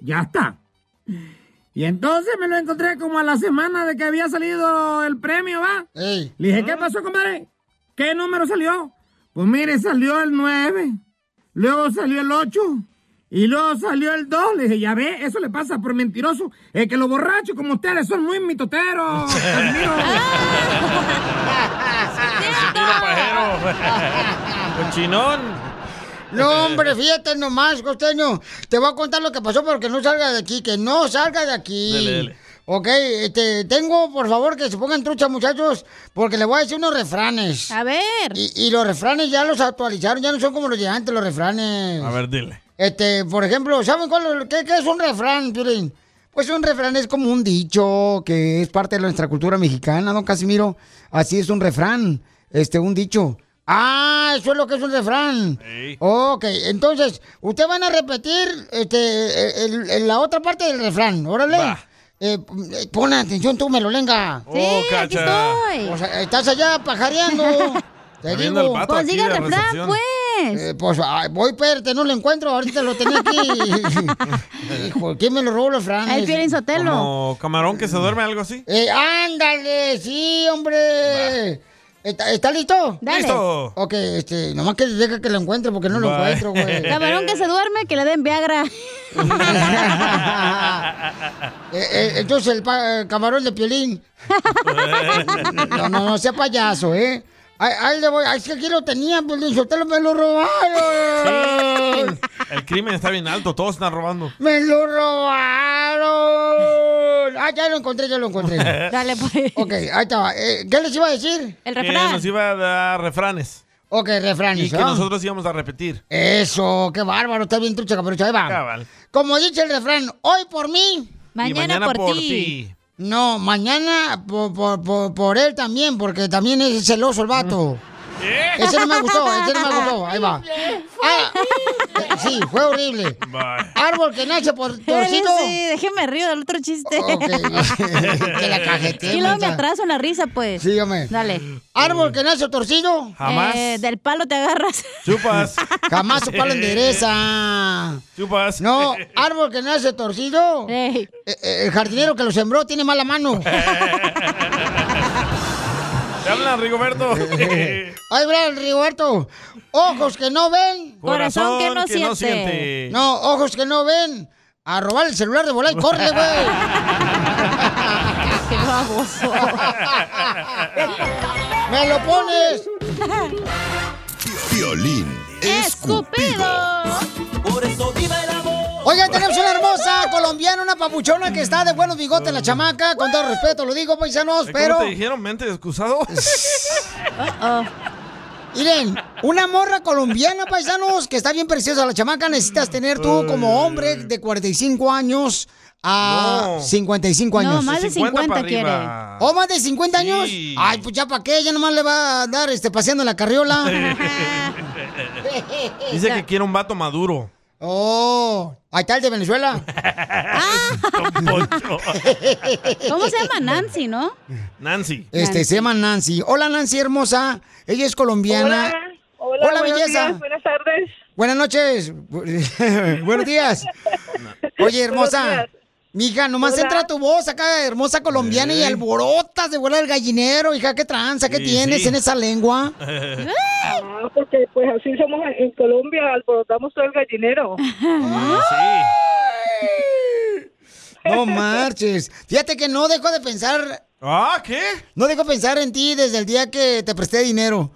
Speaker 21: Ya está. Y entonces me lo encontré como a la semana de que había salido el premio, ¿va? Le dije, ¿qué pasó, compadre? ¿Qué número salió? Pues mire, salió el 9, luego salió el 8 y luego salió el 2. Le dije, ya ve, eso le pasa por mentiroso. Es que los borrachos como ustedes son muy mitoteros. Casimiro.
Speaker 6: Cochinón.
Speaker 2: No, hombre, fíjate nomás, costeño. Te voy a contar lo que pasó, pero que no salga de aquí, que no salga de aquí.
Speaker 6: Dele, dele.
Speaker 2: Ok, este, tengo, por favor, que se pongan trucha, muchachos, porque les voy a decir unos refranes. A ver. Y, y los refranes ya los actualizaron, ya no son como los de antes, los refranes.
Speaker 6: A ver, dile.
Speaker 2: Este, por ejemplo, ¿saben cuál, qué, qué es un refrán, Piolín? Pues un refrán es como un dicho que es parte de nuestra cultura mexicana, don Casimiro. Así es un refrán, este, un dicho. Ah, eso es lo que es un refrán. Ok, entonces, ustedes van a repetir este, el- el- la otra parte del refrán, órale. Eh, pon atención tú, Melolenga.
Speaker 6: Sí, Oh, aquí cacha. estoy.
Speaker 2: O sea, estás allá pajareando. Te
Speaker 6: Está viendo
Speaker 2: digo.
Speaker 6: el vato Pues aquí diga de el refrán, recepción.
Speaker 2: pues. pues ay, voy, perte, no lo encuentro. Ahorita lo tenía aquí. Hijo, ¿quién me lo robó los franes?
Speaker 6: Ahí viene
Speaker 2: Sotelo.
Speaker 6: Como camarón que se duerme, algo así.
Speaker 2: Eh, ándale, sí, hombre. ¿Está, está listo?
Speaker 6: Dale. Listo.
Speaker 2: Ok, este, nomás que deja que lo encuentre porque no lo
Speaker 6: Va.
Speaker 2: encuentro, güey.
Speaker 7: Camarón que se duerme, que le den Viagra.
Speaker 2: Eh, eh, entonces el pa- eh, camarón de piolín. No, no, no sea payaso, ¿eh? Ahí, ahí le voy. Ay, Es que aquí lo tenía, Piolín Sotelo, me lo robaron.
Speaker 6: El crimen está bien alto, todos están robando.
Speaker 2: ¡Me lo robaron! Ah, ya lo encontré, ya lo encontré. Dale, pues. Ok, ahí estaba. Eh, ¿Qué les iba a decir? El
Speaker 6: Que Eh, nos iba a dar refranes.
Speaker 2: Ok, refranes.
Speaker 6: Y que
Speaker 2: ¿ah?
Speaker 6: nosotros íbamos a repetir.
Speaker 2: Eso, qué bárbaro, está bien trucha, caperucho, ahí va.
Speaker 6: Cabal.
Speaker 2: Como dice el refrán, hoy por mí.
Speaker 6: Mañana mañana por por ti. ti.
Speaker 2: No, mañana por, por- por- por él también, porque también es celoso el vato.
Speaker 6: Mm.
Speaker 2: Ese no me gustó, ese no me gustó, ahí va. Ah, eh, sí, fue horrible. Árbol que nace por torcito.
Speaker 7: Sí, déjeme río del otro chiste.
Speaker 2: que la cajetee,
Speaker 7: Y luego me
Speaker 2: mensa.
Speaker 7: atraso en la risa, pues.
Speaker 2: Sí, hombre.
Speaker 7: Dale.
Speaker 2: Árbol que nace torcido.
Speaker 6: Jamás.
Speaker 7: Eh, del palo te agarras.
Speaker 6: Chupas. Eh,
Speaker 2: Jamás su palo endereza.
Speaker 6: Chupas.
Speaker 2: No, árbol que nace torcido. Eh, eh, El jardinero que lo sembró tiene mala mano.
Speaker 6: Eh, Te hablan, Rigoberto.
Speaker 2: Ahí va el Rigoberto. Ojos que no ven.
Speaker 6: Corazón que no que no siente. siente.
Speaker 2: No, ojos que no ven. A robar el celular de volar y corre, güey. Qué baboso. ¡Me lo pones!
Speaker 15: Violín escupido.
Speaker 3: Por eso viva el amor.
Speaker 2: Oigan, tenemos una hermosa colombiana, una papuchona que está de buenos bigotes, la chamaca. Con todo respeto, lo digo, paisanos, pero. Ah.
Speaker 6: ¿Cómo te dijeron? ¿Mente de excusado?
Speaker 2: Miren, una morra colombiana, paisanos, que está bien preciosa la chamaca, necesitas tener tú como hombre de 45 años a No. 55 años.
Speaker 7: No, más de 50 50 para quiere.
Speaker 2: quiere.
Speaker 7: arriba.
Speaker 2: ¿O más de 50 años? Ay, pues ya para qué, ya nomás le va a dar este, paseando en la carriola.
Speaker 6: Dice
Speaker 2: No.
Speaker 6: que quiere un vato maduro.
Speaker 2: oh, ahí está el de Venezuela.
Speaker 7: ¿Cómo se llama Nancy, no?
Speaker 6: Nancy.
Speaker 2: Este, se llama Nancy. Hola, Nancy hermosa. Ella es colombiana.
Speaker 26: Hola,
Speaker 2: Hola,
Speaker 26: buenos
Speaker 2: belleza.
Speaker 26: días, buenas tardes.
Speaker 2: Buenas noches. Buenos días. Oye, hermosa.
Speaker 26: Buenos días.
Speaker 2: Mija, nomás
Speaker 26: Hola.
Speaker 2: entra tu voz acá, hermosa colombiana, y
Speaker 26: Eh.
Speaker 2: alborotas de vuela del gallinero, hija, qué tranza, qué
Speaker 26: Sí,
Speaker 2: tienes
Speaker 26: sí.
Speaker 2: en esa lengua.
Speaker 26: Ah, porque pues así somos en Colombia, alborotamos todo el gallinero.
Speaker 2: No marches. Fíjate que no dejo de pensar.
Speaker 6: Ah, ¿qué?
Speaker 2: No dejo pensar en ti desde el día que te presté dinero.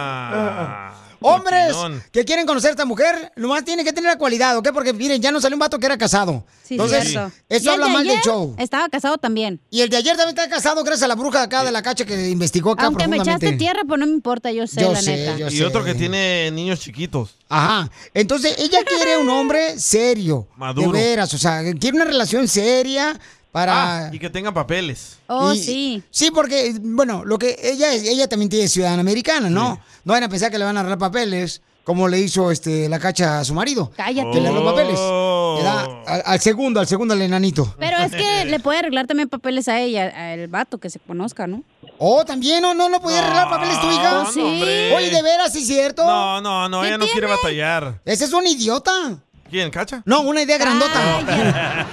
Speaker 6: Ah.
Speaker 2: Hombres
Speaker 6: Cochinón.
Speaker 2: que quieren conocer a esta mujer, nomás tienen que tener la cualidad, ¿ok? Porque miren, ya no salió un vato que era casado.
Speaker 7: Sí,
Speaker 2: Entonces,
Speaker 7: cierto. Y
Speaker 2: eso
Speaker 7: el
Speaker 2: habla
Speaker 7: de
Speaker 2: mal del
Speaker 7: ayer
Speaker 2: show.
Speaker 7: Estaba casado también.
Speaker 2: Y el de ayer también está casado gracias a la bruja de acá de la cacha que investigó acá
Speaker 7: Aunque me
Speaker 2: profundamente.
Speaker 7: echaste tierra, pues no me importa, yo sé, la neta.
Speaker 2: yo
Speaker 6: y
Speaker 2: sé.
Speaker 6: otro que tiene niños chiquitos.
Speaker 2: Ajá. Entonces, ella quiere un hombre serio.
Speaker 6: Maduro.
Speaker 2: De veras, o sea, quiere una relación seria para...
Speaker 6: Ah, y que tenga papeles.
Speaker 2: Y- Oh, Sí, porque, bueno, lo que ella es, ella también tiene ciudadana americana, ¿no? No van a pensar que le van a arreglar papeles, como le hizo este la cacha a su marido.
Speaker 7: Cállate.
Speaker 2: Que le arregló papeles.
Speaker 7: Oh.
Speaker 2: Le da al, al segundo, al segundo al enanito.
Speaker 7: Pero es que le puede arreglar también papeles a ella, al vato que se conozca, ¿no?
Speaker 2: Oh, también, no, no, no podía arreglar papeles tu hija.
Speaker 7: Oh,
Speaker 6: no, Sí. Ah, hombre.
Speaker 2: Oye, de veras, sí es cierto.
Speaker 6: No, no, no,
Speaker 2: ¿Qué
Speaker 6: ella no quiere
Speaker 2: tiene?
Speaker 6: batallar.
Speaker 2: Ese es un idiota.
Speaker 6: ¿Quién, Cacha?
Speaker 2: No, una idea grandota.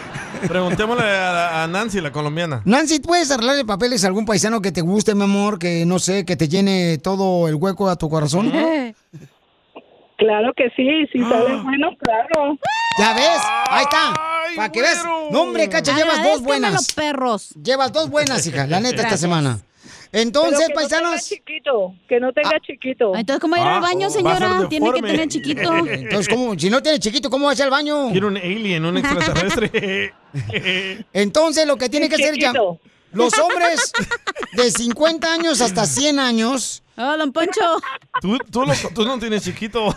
Speaker 6: Preguntémosle a, a Nancy, la colombiana.
Speaker 2: Nancy, ¿puedes arreglarle papeles a algún paisano que te guste, mi amor? Que no sé, que te llene todo el hueco a tu corazón.
Speaker 26: Claro que sí, si sale bueno, claro.
Speaker 2: Ah. ¿Ya ves? Ahí está. Para que veas. No, hombre, cacha, llevas dos buenas.
Speaker 26: Agradezcamelo,
Speaker 7: perros.
Speaker 2: Llevas dos buenas, hija, la neta, esta semana. Entonces,
Speaker 26: Pero que
Speaker 2: paisanos. Ah.
Speaker 26: No tenga chiquito, que no tenga chiquito.
Speaker 7: Ah, Entonces, ¿cómo ir al
Speaker 6: Ah,
Speaker 7: baño, señora? Tiene que tener chiquito.
Speaker 2: Entonces, ¿cómo? Si no tiene chiquito, ¿cómo va a ir al baño?
Speaker 6: Quiero un alien, un extraterrestre.
Speaker 2: Entonces, lo que tiene que hacer ya.
Speaker 6: Chiquito.
Speaker 2: Los hombres de 50 años hasta 100 años.
Speaker 7: ¡Hola, Ah, don Poncho!
Speaker 6: tú, tú, lo- tú no tienes chiquito.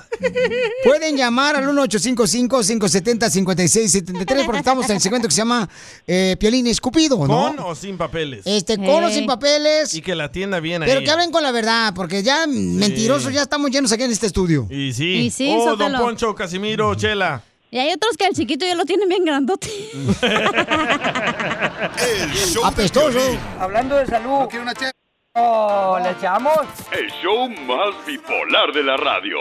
Speaker 2: Pueden llamar al 1855-570-5673 porque estamos en el segmento que se llama eh, Piolín Escupido, ¿no?
Speaker 6: ¿Con o sin papeles?
Speaker 2: Este, con o sin papeles.
Speaker 6: Y que la tienda bien
Speaker 2: Pero
Speaker 6: ahí.
Speaker 2: que hablen con la verdad, porque ya mentirosos ya estamos llenos aquí en este estudio.
Speaker 6: Y sí.
Speaker 7: Y sí,
Speaker 6: oh, don
Speaker 7: Sotelo.
Speaker 6: Poncho, Casimiro, Chela.
Speaker 7: Y hay otros que al chiquito ya lo tienen bien grandote.
Speaker 2: Apestoso.
Speaker 10: Hablando de salud. ¿Quiere una Oh, ¿le echamos?
Speaker 9: El show más bipolar de la radio.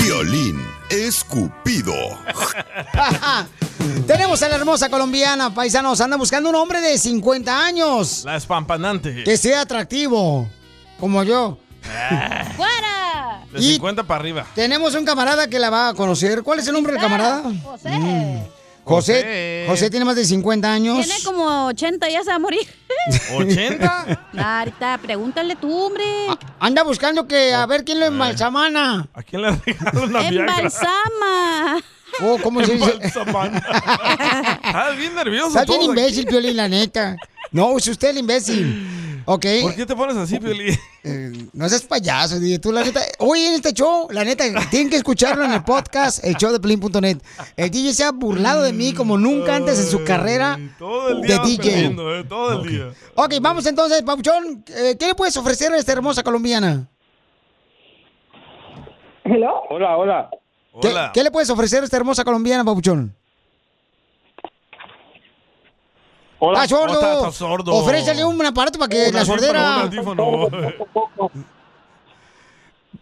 Speaker 15: Violín escupido.
Speaker 2: Tenemos a la hermosa colombiana, paisanos. Anda buscando un hombre de 50 años
Speaker 6: La espampanante.
Speaker 2: que sea atractivo, como yo.
Speaker 6: Ah,
Speaker 7: ¡Fuera!
Speaker 6: De
Speaker 2: Y-
Speaker 6: 50 para arriba.
Speaker 2: Tenemos un camarada que la va a conocer. ¿Cuál es el nombre del camarada? José. José. José tiene más de 50 años.
Speaker 7: Tiene como 80, ya se va a morir.
Speaker 2: ¿80?
Speaker 7: Nah, Ahorita, pregúntale tú, hombre.
Speaker 2: Ah, Anda buscando que a ver quién lo embalsamana.
Speaker 6: ¿A quién le regaló Ah. una Viagra?
Speaker 7: Embalsama.
Speaker 2: Oh, ¿cómo se dice?
Speaker 6: Estás Ah, bien nervioso.
Speaker 2: Está bien
Speaker 6: todo aquí.
Speaker 2: imbécil, Piolín, la neta. No, es usted el imbécil. Ok.
Speaker 6: ¿Por qué te pones así, Piolín?
Speaker 2: Eh, No seas payaso, DJ. Tú, la neta. Hoy en este show, la neta, tienen que escucharlo en el podcast, el show de Piolín.net. El DJ se ha burlado de mí como nunca antes en su carrera
Speaker 6: Todo el
Speaker 2: de
Speaker 6: día vas
Speaker 2: DJ.
Speaker 6: perdiendo, eh, todo el día.
Speaker 2: Ok, vamos entonces, Papuchón. eh, ¿Qué le puedes ofrecer a esta hermosa colombiana?
Speaker 24: Hola, hola.
Speaker 2: ¿Qué, qué le puedes ofrecer a esta hermosa colombiana, Papuchón?
Speaker 24: Hola.
Speaker 2: ¡Está ¡Ah, sordo!
Speaker 24: Oh, está- está sordo.
Speaker 2: Ofrécele un aparato para que la sordera...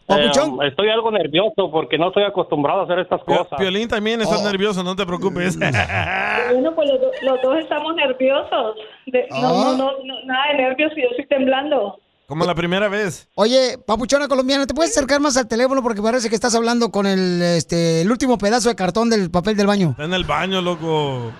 Speaker 2: Papuchón.
Speaker 8: Eh, estoy algo nervioso porque no estoy acostumbrado a hacer estas cosas.
Speaker 6: Piolín también está
Speaker 2: Oh.
Speaker 6: nervioso, no te preocupes.
Speaker 2: Mm.
Speaker 26: Bueno, pues los, do- los dos estamos nerviosos. De- no,
Speaker 2: Ah.
Speaker 26: no, no, no, nada de nervios, yo estoy temblando.
Speaker 6: Como la primera vez.
Speaker 2: Oye, papuchona colombiana, ¿te puedes acercar más al teléfono? Porque parece que estás hablando con el, este, el último pedazo de cartón del papel del baño.
Speaker 6: Está en el baño, loco.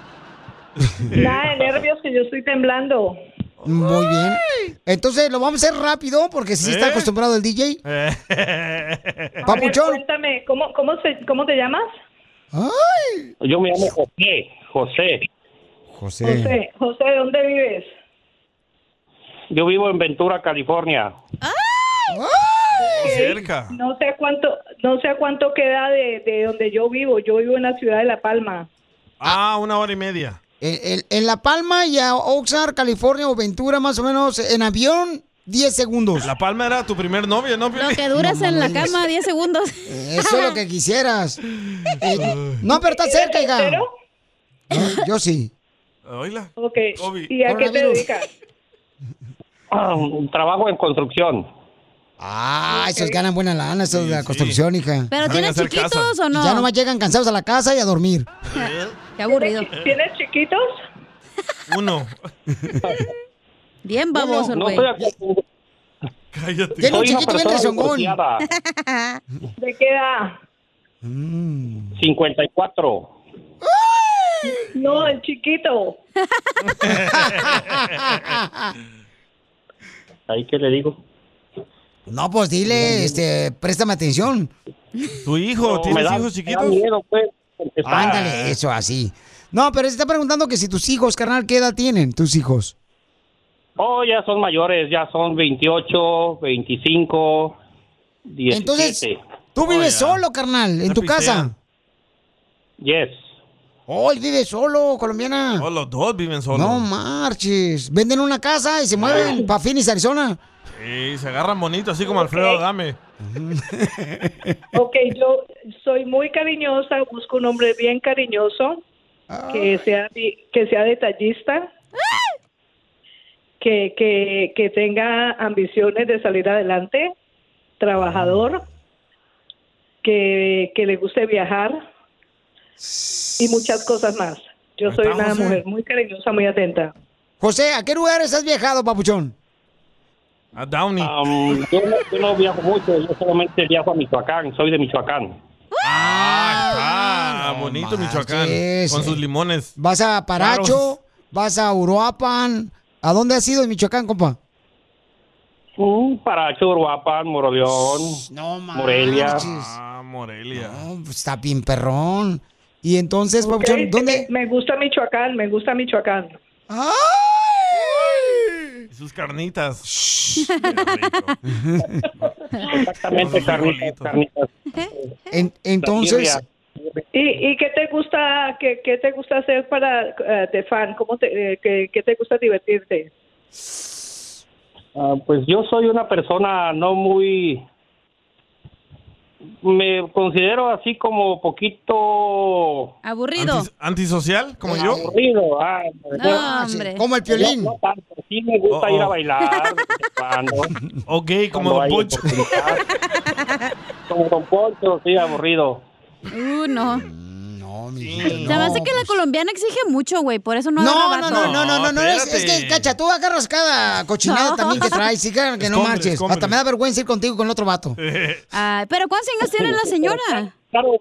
Speaker 26: Nada de nervios, que yo estoy temblando.
Speaker 2: Muy bien. Entonces, lo vamos a hacer rápido porque si está
Speaker 26: ¿Eh?
Speaker 2: acostumbrado el DJ.
Speaker 26: A ver,
Speaker 2: Papuchón.
Speaker 26: cuéntame, ¿cómo, cómo, se- ¿cómo te llamas?
Speaker 2: Ay.
Speaker 8: Yo me llamo José, José.
Speaker 26: José. José, ¿de dónde vives?
Speaker 8: Yo vivo en Ventura, California.
Speaker 6: Cerca.
Speaker 26: No sé a cuánto, no sé a cuánto queda de, de donde yo vivo. Yo vivo en la ciudad de La Palma.
Speaker 6: Ah, una hora y media.
Speaker 2: En, en- en La Palma y a Oxnard, California o Ventura, más o menos, en avión, 10 segundos.
Speaker 6: La Palma era tu primer novio, ¿no? Piolín?
Speaker 7: Lo que duras en la
Speaker 2: mames.
Speaker 7: cama 10 segundos.
Speaker 2: Eso es lo que quisieras. Eh, no, pero está cerca, hija. No, yo sí.
Speaker 6: Oíla.
Speaker 26: Ok.
Speaker 6: Kobe.
Speaker 26: ¿Y a qué te
Speaker 6: Coronavirus.
Speaker 26: dedicas?
Speaker 18: Ah, un trabajo en construcción.
Speaker 2: Ah, esos ganan buena lana, esos de la construcción, hija.
Speaker 7: ¿Pero Saben tienen hacer chiquitos casa. o no?
Speaker 2: Ya nomás llegan cansados a la casa y a dormir.
Speaker 7: Qué aburrido.
Speaker 26: ¿Tienes chiquitos?
Speaker 6: Uno.
Speaker 7: Bien baboso el
Speaker 26: no
Speaker 7: güey.
Speaker 26: estoy
Speaker 6: Cállate.
Speaker 26: Tiene un
Speaker 18: Soy una
Speaker 26: chiquito bien
Speaker 18: persona
Speaker 26: rezongón.
Speaker 18: divorciada.
Speaker 26: ¿De qué edad?
Speaker 18: 54.
Speaker 26: No, el chiquito.
Speaker 18: Ahí que le digo.
Speaker 2: No, pues dile, este, préstame atención.
Speaker 6: Tu hijo,
Speaker 2: No,
Speaker 6: ¿tienes
Speaker 2: me da-
Speaker 6: hijos
Speaker 2: me da
Speaker 6: chiquitos?
Speaker 2: miedo,
Speaker 26: pues,
Speaker 2: Ándale, eso así. No, pero se está preguntando que si tus hijos, carnal, ¿qué edad tienen tus hijos?
Speaker 18: Oh, ya son mayores, ya son 28, 25, 17.
Speaker 2: Entonces,
Speaker 6: Oh,
Speaker 2: Tú vives solo, carnal, en tu casa.
Speaker 18: Yes.
Speaker 2: Oh, él vive solo, colombiana.
Speaker 6: Oh, los dos viven solos.
Speaker 2: No marches. Venden una casa y se mueven para Phoenix, Arizona.
Speaker 6: Sí, se agarran bonito, así como Alfredo Adame.
Speaker 26: Ok, yo soy muy cariñosa, busco un hombre bien cariñoso, que sea, di- que sea detallista, que, que, que tenga ambiciones de salir adelante, trabajador, que, que le guste viajar y muchas cosas más. Yo soy
Speaker 2: está,
Speaker 26: una
Speaker 2: José.
Speaker 26: mujer muy cariñosa, muy atenta.
Speaker 2: José, ¿a qué lugares has viajado, papuchón?
Speaker 6: A Downey.
Speaker 18: yo, no, yo no viajo mucho, yo solamente viajo a Michoacán, soy de Michoacán.
Speaker 6: Ah, bonito Michoacán. Con sus limones.
Speaker 2: ¿Vas a Paracho? ¿Vas a Uruapan? ¿A dónde has ido en Michoacán, compa?
Speaker 18: Para Churuapan, Moroleón, Morelia.
Speaker 6: Ah, Morelia.
Speaker 2: pues, Está bien perrón. Y entonces,
Speaker 26: Ok,
Speaker 2: papuchón, ¿dónde? Ah.
Speaker 26: eh, Me gusta Michoacán, me gusta Michoacán.
Speaker 6: Y sus carnitas.
Speaker 18: Exactamente, carnitas, carnitas.
Speaker 2: entonces-
Speaker 26: ¿Y, y qué te gusta qué, qué te gusta hacer para eh, de fan? ¿Cómo te, eh, qué, qué te gusta divertirte?
Speaker 18: Ah, pues yo soy una persona no muy... Me considero así como poquito...
Speaker 7: Aburrido.
Speaker 6: Antis- ¿Antisocial? ¿Como yo?
Speaker 18: Aburrido. ah,
Speaker 7: No, hombre.
Speaker 2: Como el
Speaker 18: piolín. No, no tanto, sí me gusta
Speaker 6: Oh, oh.
Speaker 18: ir a bailar. cuando,
Speaker 6: o gay como Don Poncho.
Speaker 18: como Don Poncho, sí, aburrido.
Speaker 7: Uh, no.
Speaker 2: Mm, No, mi
Speaker 7: Se me hace que la colombiana exige mucho, güey. Por eso no
Speaker 2: No,
Speaker 7: agarra vato.
Speaker 2: no, no, no, no, no, no, es, es que,
Speaker 7: espérate.
Speaker 2: cacha, tú agarras cada cochinada
Speaker 7: No.
Speaker 2: también que traes, y que, que no
Speaker 6: Escombres,
Speaker 2: marches.
Speaker 6: escombres.
Speaker 2: Hasta me da vergüenza ir contigo con otro vato.
Speaker 7: Ay, Ah, pero ¿cuántos años tiene la señora?
Speaker 18: Claro,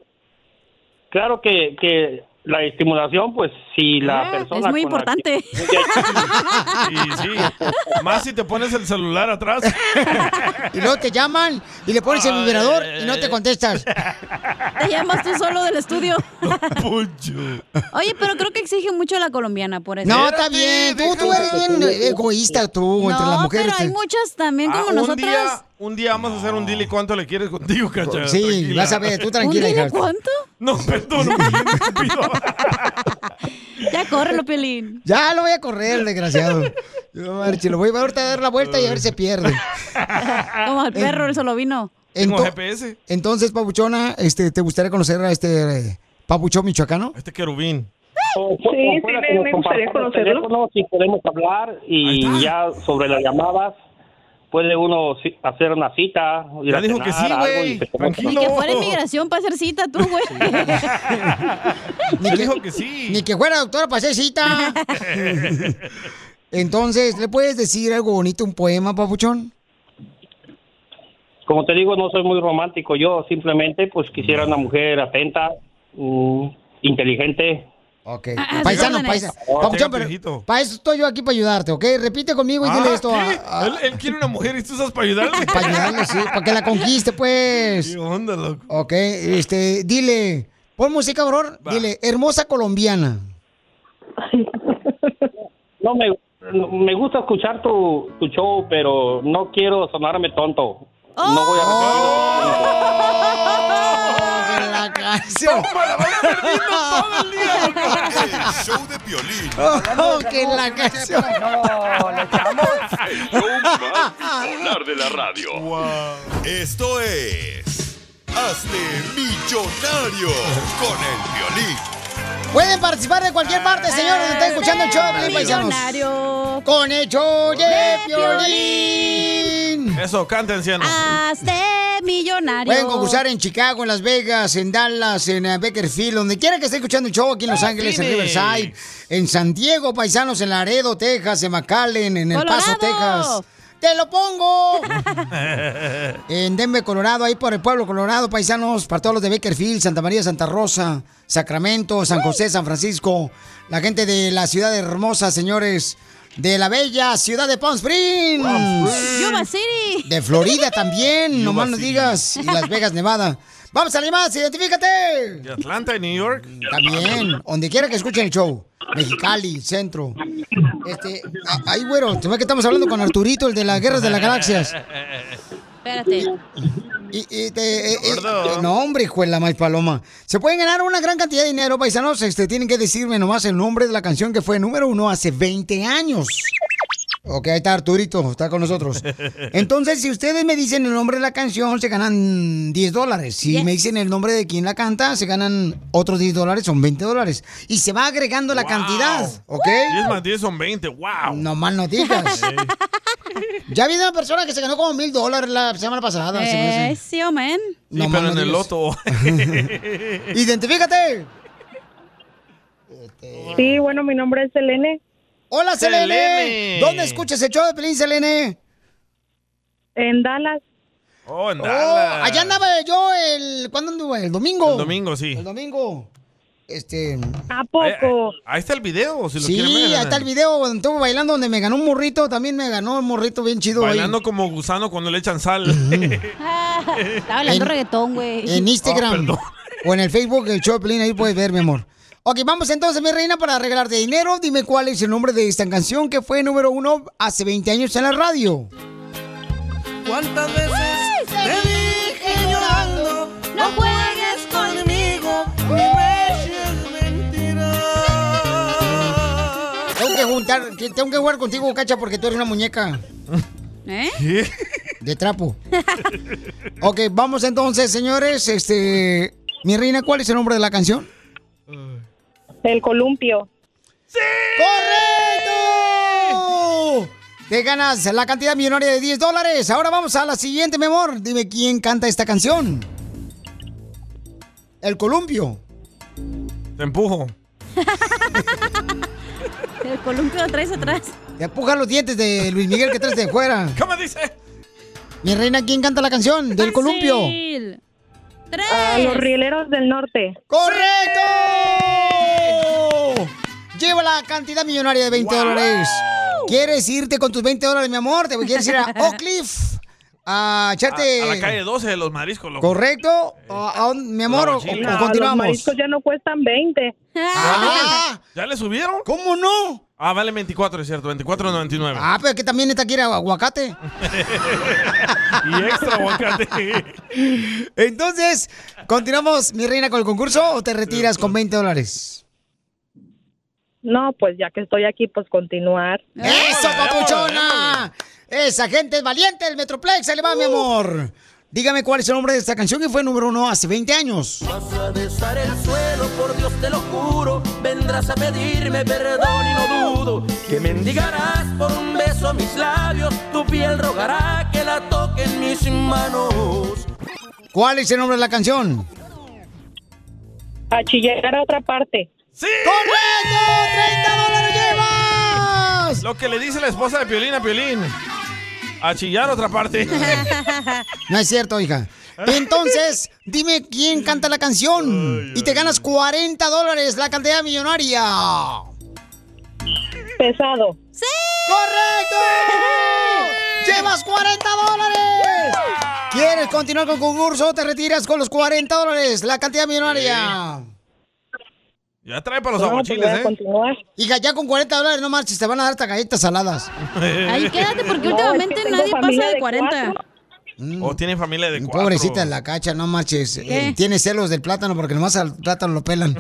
Speaker 18: claro que, que la estimulación, pues si la
Speaker 7: Ah,
Speaker 18: persona...
Speaker 7: es muy
Speaker 18: con la que-
Speaker 7: importante.
Speaker 6: Sí, sí. Más si te pones el celular atrás.
Speaker 2: Y luego te llaman y le pones el vibrador y no te contestas.
Speaker 7: Te llamas tú solo del estudio.
Speaker 6: Poncho.
Speaker 7: Oye, pero creo que exige mucho la colombiana, por eso.
Speaker 2: No, está bien. Tú, tú eres bien egoísta, tú, entre las
Speaker 7: No,
Speaker 2: mujeres. eh.
Speaker 7: pero hay muchas también como
Speaker 6: Ah, un,
Speaker 7: nosotras.
Speaker 6: día, un día vamos a hacer un deal y cuánto le quieres contigo, cacha.
Speaker 2: Sí, vas a ver, tú tranquila, ¿Un deal y hija.
Speaker 7: cuánto?
Speaker 6: No, perdón.
Speaker 7: Ya córrelo, Pelín.
Speaker 2: Ya lo voy a correr, el desgraciado. No marches, lo voy a ahorita a dar la vuelta y a ver si se pierde.
Speaker 7: Como al perro, el solo vino.
Speaker 2: Ento- Entonces, Papuchona, este, ¿te gustaría conocer a este eh, Papuchón michoacano?
Speaker 6: Este querubín.
Speaker 18: O-
Speaker 2: Sí,
Speaker 18: o
Speaker 2: sí,
Speaker 18: fuera
Speaker 2: me-
Speaker 18: que nos
Speaker 2: me gustaría
Speaker 18: compartamos
Speaker 2: conocerlo.
Speaker 18: teléfonos y podemos hablar y ya sobre las llamadas puede uno ci- hacer una cita. Ir
Speaker 6: Ya
Speaker 18: a
Speaker 6: dijo que
Speaker 18: cenar,
Speaker 6: sí,
Speaker 18: algo,
Speaker 6: güey.
Speaker 18: y se
Speaker 6: Tranquilo.
Speaker 7: Ni que fuera inmigración para hacer cita, tú, güey.
Speaker 2: Ni que,
Speaker 6: dijo que sí.
Speaker 2: Ni que fuera pues, doctora para hacer cita. Entonces, ¿le puedes decir algo bonito, un poema, Papuchón?
Speaker 18: Como te digo, no soy muy romántico. Yo simplemente pues quisiera una mujer atenta, mm, inteligente.
Speaker 2: Ok.
Speaker 6: Paisano,
Speaker 2: paisano. Papuchón, pero para eso estoy yo aquí para ayudarte, ¿ok? Repite conmigo y
Speaker 6: Ah,
Speaker 2: dile esto a- a-
Speaker 6: él, él quiere una mujer y tú estás para ayudarle.
Speaker 2: Para ayudarle, sí, para que la conquiste, pues.
Speaker 6: ¿Qué onda, loco?
Speaker 2: Ok, este, dile, pon música, horror, dile, hermosa colombiana.
Speaker 18: No me, me gusta escuchar tu, tu show, pero no quiero sonarme tonto. No voy a
Speaker 15: El show de Piolín.
Speaker 2: Oh, que la canción.
Speaker 9: El show más bipolar de la radio.
Speaker 15: Esto es. Hazte millonario con el violín.
Speaker 2: Pueden participar de cualquier parte, señores. Están escuchando el show de Piolín, paisanos. Con el show de Piolín.
Speaker 6: Eso, canta, anciano.
Speaker 7: Hazte millonario.
Speaker 2: Pueden concursar en Chicago, en Las Vegas, en Dallas, en eh, Bakersfield, donde quiera que esté escuchando el show, aquí en Los Ángeles, en
Speaker 7: Phoenix.
Speaker 2: Riverside, en San Diego, paisanos, en Laredo, Texas, en McAllen, en El Paso,
Speaker 7: Colorado.
Speaker 2: Texas. ¡Te lo pongo! En Denver, Colorado, ahí por el pueblo Colorado, paisanos, para todos los de Bakerfield, Santa María, Santa Rosa, Sacramento, San José, San Francisco, la gente de la ciudad hermosa, señores, de la bella ciudad de Palm Springs.
Speaker 7: Yuba City.
Speaker 2: De Florida también, nomás nos digas, y Las Vegas, Nevada. Vamos a más, identifícate.
Speaker 6: De Atlanta y New York.
Speaker 2: También, donde quiera que escuchen el show. Mexicali, centro. Este, a- ay, güero, te ve que estamos hablando con Arturito, el de las guerras de las galaxias.
Speaker 7: Espérate.
Speaker 2: Y, y te- eh, eh, no, hombre, hijo de la más paloma. Se pueden ganar una gran cantidad de dinero, paisanos. Este, tienen que decirme nomás el nombre de la canción que fue número uno hace 20 años. Ok, ahí está Arturito, está con nosotros. Entonces, si ustedes me dicen el nombre de la canción, se ganan 10 dólares. Si me dicen el nombre de quien la canta, se ganan otros 10 dólares, son 20 dólares. Y se va agregando la cantidad, ¿ok?
Speaker 6: 10 más 10 son 20. ¡Wow!
Speaker 2: No mal no digas. Ya vi de una persona que se ganó como mil dólares la semana pasada. se me hace.
Speaker 7: Eh, sí, oh, man.
Speaker 6: Sí,
Speaker 2: No,
Speaker 6: pero
Speaker 2: mano,
Speaker 6: en el
Speaker 2: Dios.
Speaker 6: loto.
Speaker 2: Identifícate.
Speaker 6: Este,
Speaker 26: Sí, bueno, mi nombre es Selene.
Speaker 2: Hola, Selene.
Speaker 26: Selene.
Speaker 2: ¿Dónde escuchas el show de Pelín, Selene?
Speaker 26: En Dallas.
Speaker 6: Oh, en
Speaker 2: Oh,
Speaker 6: Dallas.
Speaker 2: allá andaba yo el... ¿Cuándo anduve? ¿El domingo?
Speaker 6: El domingo, sí.
Speaker 2: El domingo. Este...
Speaker 26: ¿A
Speaker 6: poco? Ahí está el video, si lo
Speaker 2: sí,
Speaker 6: quieren ver.
Speaker 2: ahí está el video donde estuve bailando, donde me ganó un morrito. También me ganó un morrito bien chido. ahí.
Speaker 6: Bailando como gusano cuando le echan sal.
Speaker 7: Estaba hablando
Speaker 2: En-
Speaker 7: reggaetón, güey.
Speaker 2: En
Speaker 6: Ah,
Speaker 2: Instagram.
Speaker 6: perdón.
Speaker 2: o en el Facebook, el show de Pelín, ahí puedes ver, mi amor. Ok, vamos entonces, mi reina, para regalarte dinero. Dime cuál es el nombre de esta canción que fue número uno hace 20 años en la radio.
Speaker 3: ¿Cuántas veces te dije llorando? No juegues conmigo, ni me eches mentiras.
Speaker 2: Tengo que juntar, que- tengo que jugar contigo, Cacha, porque tú eres una muñeca.
Speaker 7: ¿Eh?
Speaker 2: De trapo. ok, vamos entonces, señores. Este, mi reina, ¿cuál es el nombre de la canción?
Speaker 26: El columpio.
Speaker 2: ¡Correcto! Te ganas la cantidad millonaria de 10 dólares. Ahora vamos a la siguiente, mi amor. Dime quién canta esta canción. El columpio.
Speaker 6: Te empujo.
Speaker 7: El columpio lo traes atrás.
Speaker 2: Te empuja los dientes de Luis Miguel que traes de fuera.
Speaker 6: ¿Cómo dice?
Speaker 2: Mi reina, ¿quién canta la canción? Del columpio. Ah,
Speaker 26: A
Speaker 2: Pues.
Speaker 26: los rieleros del norte.
Speaker 2: ¡Correcto! Lleva la cantidad millonaria de 20 dólares. ¿Quieres irte con tus 20 dólares, mi amor? ¿Te quieres ir a Oak Cliff? A
Speaker 6: A,
Speaker 2: echarte.
Speaker 6: a la calle 12 de los mariscos, loco.
Speaker 2: ¿Correcto? ¿O a dónde, mi amor,
Speaker 6: La
Speaker 2: o,
Speaker 6: mochila.
Speaker 2: o
Speaker 6: No, los
Speaker 2: continuamos.
Speaker 6: mariscos
Speaker 26: ya no cuestan 20.
Speaker 6: ¿Ya le subieron?
Speaker 2: Ah. ¿Cómo no?
Speaker 6: Ah, vale 24, es cierto, 24.99.
Speaker 2: Ah, pero es que también está aquí era aguacate.
Speaker 6: y extra aguacate.
Speaker 2: Entonces, ¿continuamos, mi reina, con el concurso o te retiras con 20 dólares?
Speaker 26: No, pues ya que estoy aquí, pues continuar.
Speaker 2: ¡Eso, papuchona! Esa gente es valiente, el Metroplex, se le va, mi amor. Dígame cuál es el nombre de esta canción que fue número uno hace 20 años.
Speaker 3: Vas a besar el suelo, por Dios te lo juro. Vendrás a pedirme perdón y no dudo que mendigarás por un beso a mis labios. Tu piel rogará que la toquen mis manos.
Speaker 2: ¿Cuál es el nombre de la canción?
Speaker 26: A chillear a otra parte.
Speaker 6: ¡Sí!
Speaker 2: ¡Correcto! ¡30 dólares llevas!
Speaker 6: Lo que le dice la esposa de Piolín a Piolín. A chillar otra parte.
Speaker 2: No es cierto, hija. Entonces, dime quién canta la canción y te ganas 40 dólares, la cantidad millonaria.
Speaker 26: Pesado.
Speaker 2: ¡Sí! ¡Correcto! ¡Llevas 40 dólares! ¿Quieres continuar con el concurso o te retiras con los 40 dólares, la cantidad millonaria?
Speaker 6: Ya trae para los
Speaker 2: pues,
Speaker 6: aguachiles, ¿eh?
Speaker 26: pues continuar.
Speaker 2: Hija, ya con 40 dólares no marches, te van a dar hasta galletas saladas.
Speaker 7: Ahí quédate porque últimamente nadie pasa de 40.
Speaker 6: O tiene familia de
Speaker 2: Mm.
Speaker 6: cuatro.
Speaker 2: Pobrecita la cacha, no marches.
Speaker 7: ¿Qué?
Speaker 2: Eh, tiene celos del plátano porque nomás al plátano lo pelan.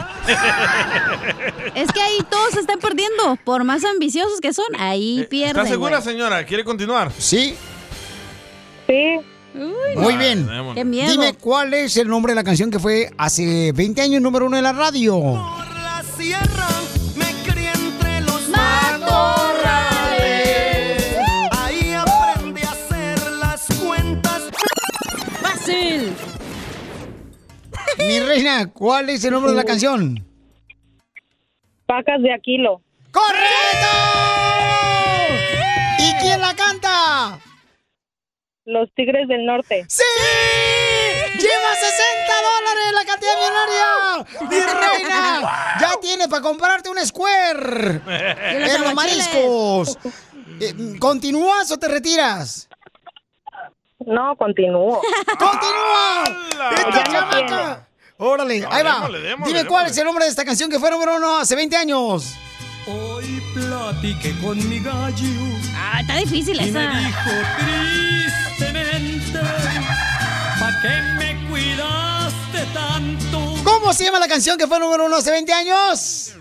Speaker 7: Es que ahí todos se están perdiendo. Por más ambiciosos que son, ahí pierden.
Speaker 6: ¿Está segura,
Speaker 7: güey.
Speaker 6: señora? ¿Quiere continuar?
Speaker 2: Sí.
Speaker 26: Sí.
Speaker 7: Uy,
Speaker 2: Muy
Speaker 7: no.
Speaker 2: bien.
Speaker 6: Démonos.
Speaker 7: Qué miedo.
Speaker 2: Dime cuál es el nombre de la canción que fue hace 20 años número uno de la radio.
Speaker 3: La sierra me crié entre los matorrales. Ahí aprendí a hacer las cuentas.
Speaker 7: ¡Fácil!
Speaker 2: Mi reina, ¿cuál es el nombre de la canción?
Speaker 26: Pacas de Aquilo.
Speaker 2: ¡Correcto! ¿Y quién la canta?
Speaker 26: Los Tigres del Norte.
Speaker 2: ¡Sí! ¡Lleva 60 dólares la cantidad millonaria! ¡Mi reina! ¡Ya tiene para comprarte un square! ¡En los ¡Eh, mariscos! Eh, ¿Continúas o te retiras?
Speaker 26: No, continúo.
Speaker 2: ¡Continúa! ¡Esta
Speaker 26: Ya no
Speaker 2: chamaca! Órale, ahí va.
Speaker 3: démosle, démosle,
Speaker 2: Dime cuál es el nombre de esta canción que fue número uno hace 20 años.
Speaker 3: Hoy platiqué con mi gallo.
Speaker 7: Ah, está difícil
Speaker 3: y
Speaker 7: esa.
Speaker 3: me dijo tristemente, ¿pa' qué me cuidaste tanto?
Speaker 2: ¿Cómo se llama la canción que fue número uno hace 20 años?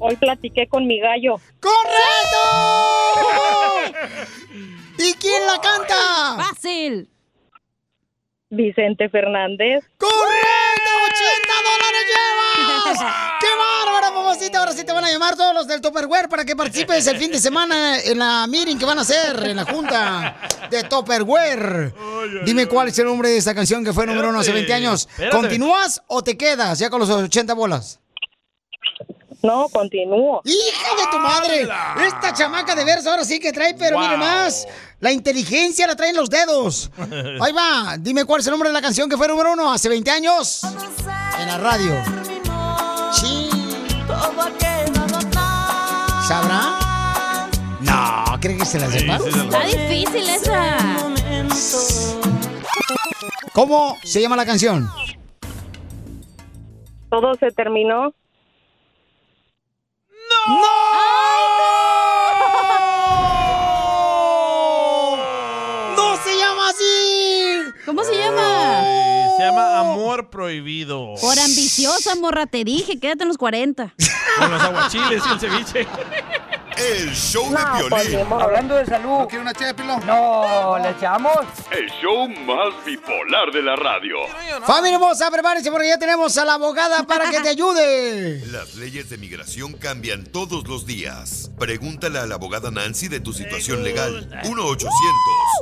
Speaker 26: Hoy platiqué con mi gallo.
Speaker 2: ¡Correcto! ¿Y quién la canta?
Speaker 7: ¡Fácil!
Speaker 26: Vicente Fernández.
Speaker 2: ¡Correcto! ¡80 dólares llevas! ¡Qué bárbara, mamacita! Ahora sí te van a llamar todos los del Topperware para que participes el fin de semana en la meeting que van a hacer en la junta de Topperware. Dime cuál es el nombre de esta canción que fue número uno hace 20 años.
Speaker 3: Espérate.
Speaker 2: ¿Continúas o te quedas ya con los 80 bolas?
Speaker 26: No, continúo.
Speaker 2: ¡Hija de tu madre! Esta chamaca de verso ahora sí que trae, pero
Speaker 3: Wow.
Speaker 2: mire más. La inteligencia la traen los dedos. Ahí va. Dime cuál es el nombre de la canción que fue número uno hace 20 años en la radio. Sí. ¿Sabrá? No, ¿cree que se las separo?
Speaker 7: Está difícil esa.
Speaker 2: ¿Cómo se llama la canción?
Speaker 26: Todo se terminó.
Speaker 2: ¡No se llama así!
Speaker 7: ¿Cómo se llama?
Speaker 6: Se llama Amor Prohibido.
Speaker 7: Por ambiciosa, morra, te dije, quédate en los 40.
Speaker 6: Con los aguachiles y el ceviche.
Speaker 15: El show
Speaker 10: No,
Speaker 15: de
Speaker 10: pues, ni
Speaker 15: violín.
Speaker 10: modo. Hablando de salud. ¿No quiere una ché No, ¿le echamos?
Speaker 9: El show más bipolar de la radio.
Speaker 2: Familia hermosa, prepárense porque ya tenemos a la abogada para que te ayude.
Speaker 15: Las leyes de migración cambian todos los días. Pregúntale a la abogada Nancy de tu situación legal.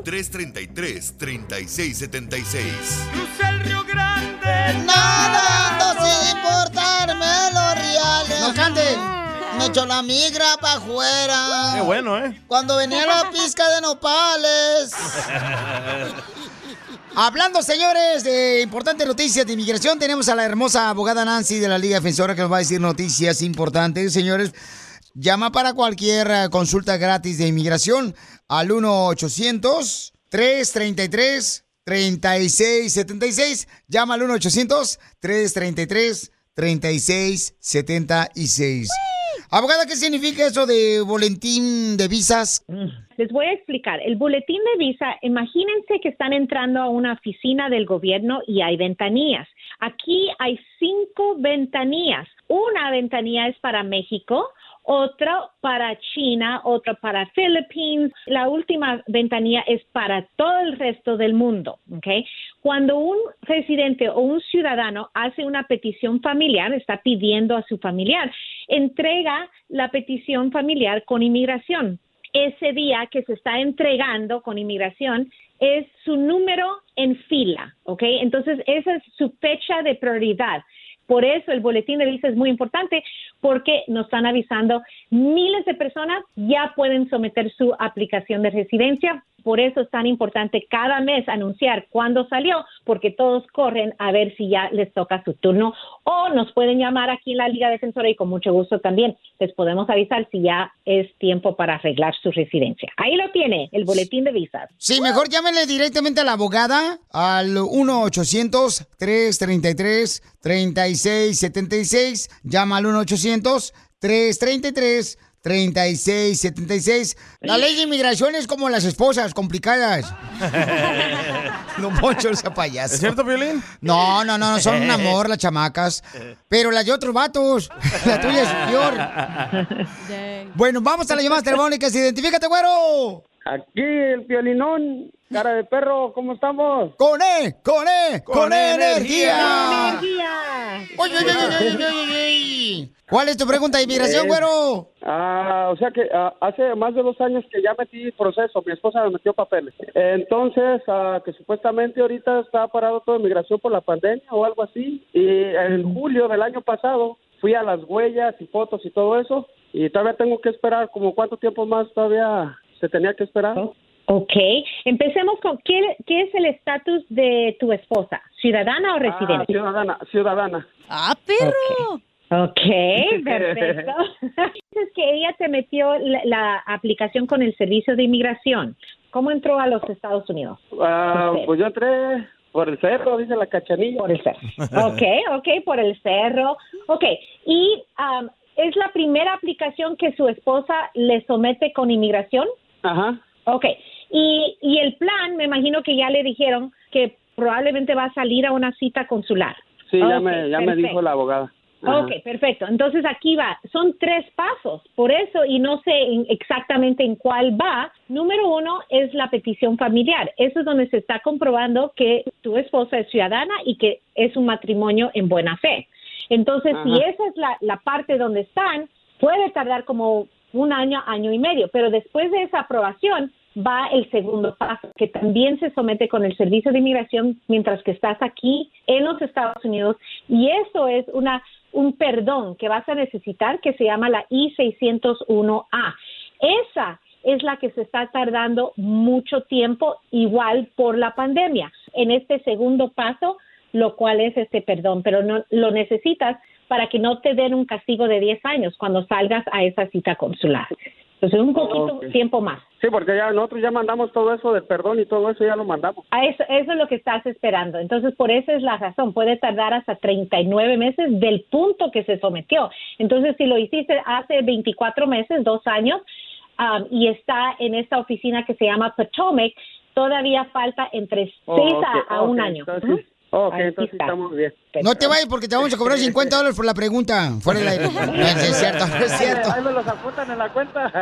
Speaker 15: 1-800-333-3676.
Speaker 3: Nada,
Speaker 2: no sin importarme los reales. No cante. Me echó la migra pa' afuera.
Speaker 6: Qué bueno, ¿eh?
Speaker 2: Cuando venía la pizca de nopales. Hablando, señores, de importantes noticias de inmigración, tenemos a la hermosa abogada Nancy de la Liga Defensora que nos va a decir noticias importantes, señores. Llama para cualquier eh, consulta gratis de inmigración al 1-800-333-3676. Llama al 1-800-333-3676. Abogada, ¿qué significa eso de boletín de visas?
Speaker 19: Les voy a explicar. El boletín de visa, imagínense que están entrando a una oficina del gobierno y hay ventanillas. Aquí hay cinco ventanillas. Una ventanilla es para México, otra para China, otra para Filipinas. La última ventanilla es para todo el resto del mundo. ¿ok? Cuando un residente o un ciudadano hace una petición familiar, está pidiendo a su familiar, entrega la petición familiar con inmigración ese día que se está entregando con inmigración es su número en fila, ¿ok? Entonces, esa es su fecha de prioridad. Por eso el boletín de visa es muy importante porque nos están avisando miles de personas ya pueden someter su aplicación de residencia. Por eso es tan importante cada mes anunciar cuándo salió porque todos corren a ver si ya les toca su turno o nos pueden llamar aquí en la Liga Defensora y con mucho gusto también les podemos avisar si ya es tiempo para arreglar su residencia. Ahí lo tiene, el boletín de visas.
Speaker 2: Sí, mejor llámenle directamente a la abogada al 1-800-333-3676. Llama al 1-800-333-3676. 3676. La ley de inmigración es como las esposas, complicadas. Lo poncho ese payaso.
Speaker 6: ¿Es cierto, Violín?
Speaker 2: No, no, no, son un amor las chamacas. Pero las de otros vatos. La tuya es peor. Bueno, vamos a las llamadas telefónicas. Identifícate, güero.
Speaker 13: Aquí el piolinón, cara de perro, ¿cómo estamos?
Speaker 2: ¡Con E! ¡Con E! ¡Con, energía!
Speaker 13: oye, oye, oye, oye,
Speaker 2: ¿Cuál es tu pregunta de inmigración,
Speaker 13: Eh,
Speaker 2: güero?
Speaker 13: Ah, o sea que ah, hace más de dos años que ya metí proceso, mi esposa me metió papeles. Entonces, ah, que supuestamente ahorita está parado todo inmigración por la pandemia o algo así. Y en julio del año pasado fui a las huellas y fotos y todo eso. Y todavía tengo que esperar, como cuánto tiempo más todavía se tenía que esperar.
Speaker 19: Ok, empecemos con, ¿qué, qué es el estatus de tu esposa? ¿Ciudadana o residente?
Speaker 13: Ah, ciudadana, ciudadana.
Speaker 19: ¡Ah, perro! Ok, perfecto. Dices que ella te metió la, la aplicación con el Servicio de Inmigración. ¿Cómo entró a los Estados Unidos?
Speaker 13: Ah,
Speaker 19: Usted.
Speaker 13: pues yo entré por el cerro, dice la cachanilla. Por
Speaker 19: el cerro. Ok, ok, por el cerro. Ok, y um, es la primera aplicación que su esposa le somete con inmigración.
Speaker 13: Ajá.
Speaker 19: Ok, y, y el plan, me imagino que ya le dijeron que probablemente va a salir a una cita consular.
Speaker 13: Sí, ya,
Speaker 19: Ok,
Speaker 13: me, ya me
Speaker 19: perfecto.
Speaker 13: dijo la abogada. Ajá.
Speaker 19: Ok, perfecto. Entonces aquí va. Son tres pasos. Por eso, y no sé en- exactamente en cuál va. Número uno es la petición familiar. Eso es donde se está comprobando que tu esposa es ciudadana y que es un matrimonio en buena fe. Entonces, si
Speaker 17: Ajá.
Speaker 19: esa es la, la parte donde están, puede tardar como un año, año y medio, pero después de esa aprobación va el segundo paso, que también se somete con el Servicio de Inmigración mientras que estás aquí en los Estados Unidos. Y eso es una, un perdón que vas a necesitar que se llama la I-601A. Esa es la que se está tardando mucho tiempo, igual por la pandemia. En este segundo paso, lo cual es este perdón, pero no lo necesitas para que no te den un castigo de 10 años cuando salgas a esa cita consular. Entonces, un poquito
Speaker 13: Ah, Ok.
Speaker 19: tiempo más.
Speaker 13: Sí, porque ya nosotros ya mandamos todo eso del perdón y todo eso ya lo mandamos.
Speaker 19: A eso, eso es lo que estás esperando. Entonces, por esa es la razón. Puede tardar hasta 39 meses del punto que se sometió. Entonces, si lo hiciste hace 24 meses, dos años, um, y está en esta oficina que se llama Potomac, todavía falta entre 6
Speaker 13: Oh, ok,
Speaker 19: a, a un
Speaker 13: ok,
Speaker 19: año.
Speaker 13: entonces-
Speaker 19: Ujú.
Speaker 13: Ok,
Speaker 19: Ahí
Speaker 13: entonces
Speaker 19: está.
Speaker 13: estamos bien.
Speaker 2: No te vayas porque te vamos a cobrar 50 dólares por la pregunta. Fuera del aire. No, no es cierto, no es cierto.
Speaker 13: Ahí me los apuntan en la cuenta.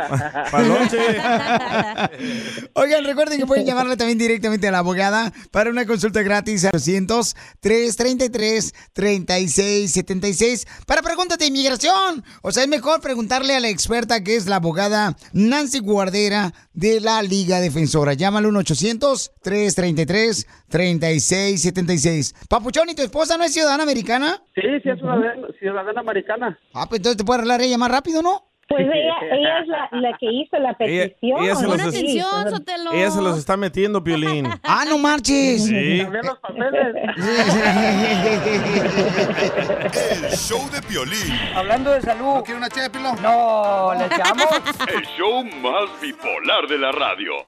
Speaker 2: Oigan, recuerden que pueden llamarle también directamente a la abogada para una consulta gratis a 200 333 3676 para preguntas de inmigración. O sea, es mejor preguntarle a la experta que es la abogada Nancy Guardera de la Liga Defensora. Llámale 1 800 333 3676. Papuchón, ¿y tu esposa no es ciudadana americana?
Speaker 13: Sí, sí, es ciudadana, ciudadana americana.
Speaker 2: Ah, pues entonces te puede arreglar ella más rápido, ¿no?
Speaker 19: Pues ella, ella es la, la que hizo la
Speaker 6: Ella,
Speaker 19: petición.
Speaker 6: ella se los es- ella se los está metiendo, Piolín.
Speaker 2: ¡Ah, no marches!
Speaker 6: Sí.
Speaker 15: El show de Piolín.
Speaker 10: Hablando de salud. ¿No quiere una ché de pilón? No, le echamos.
Speaker 9: El show más bipolar de la radio.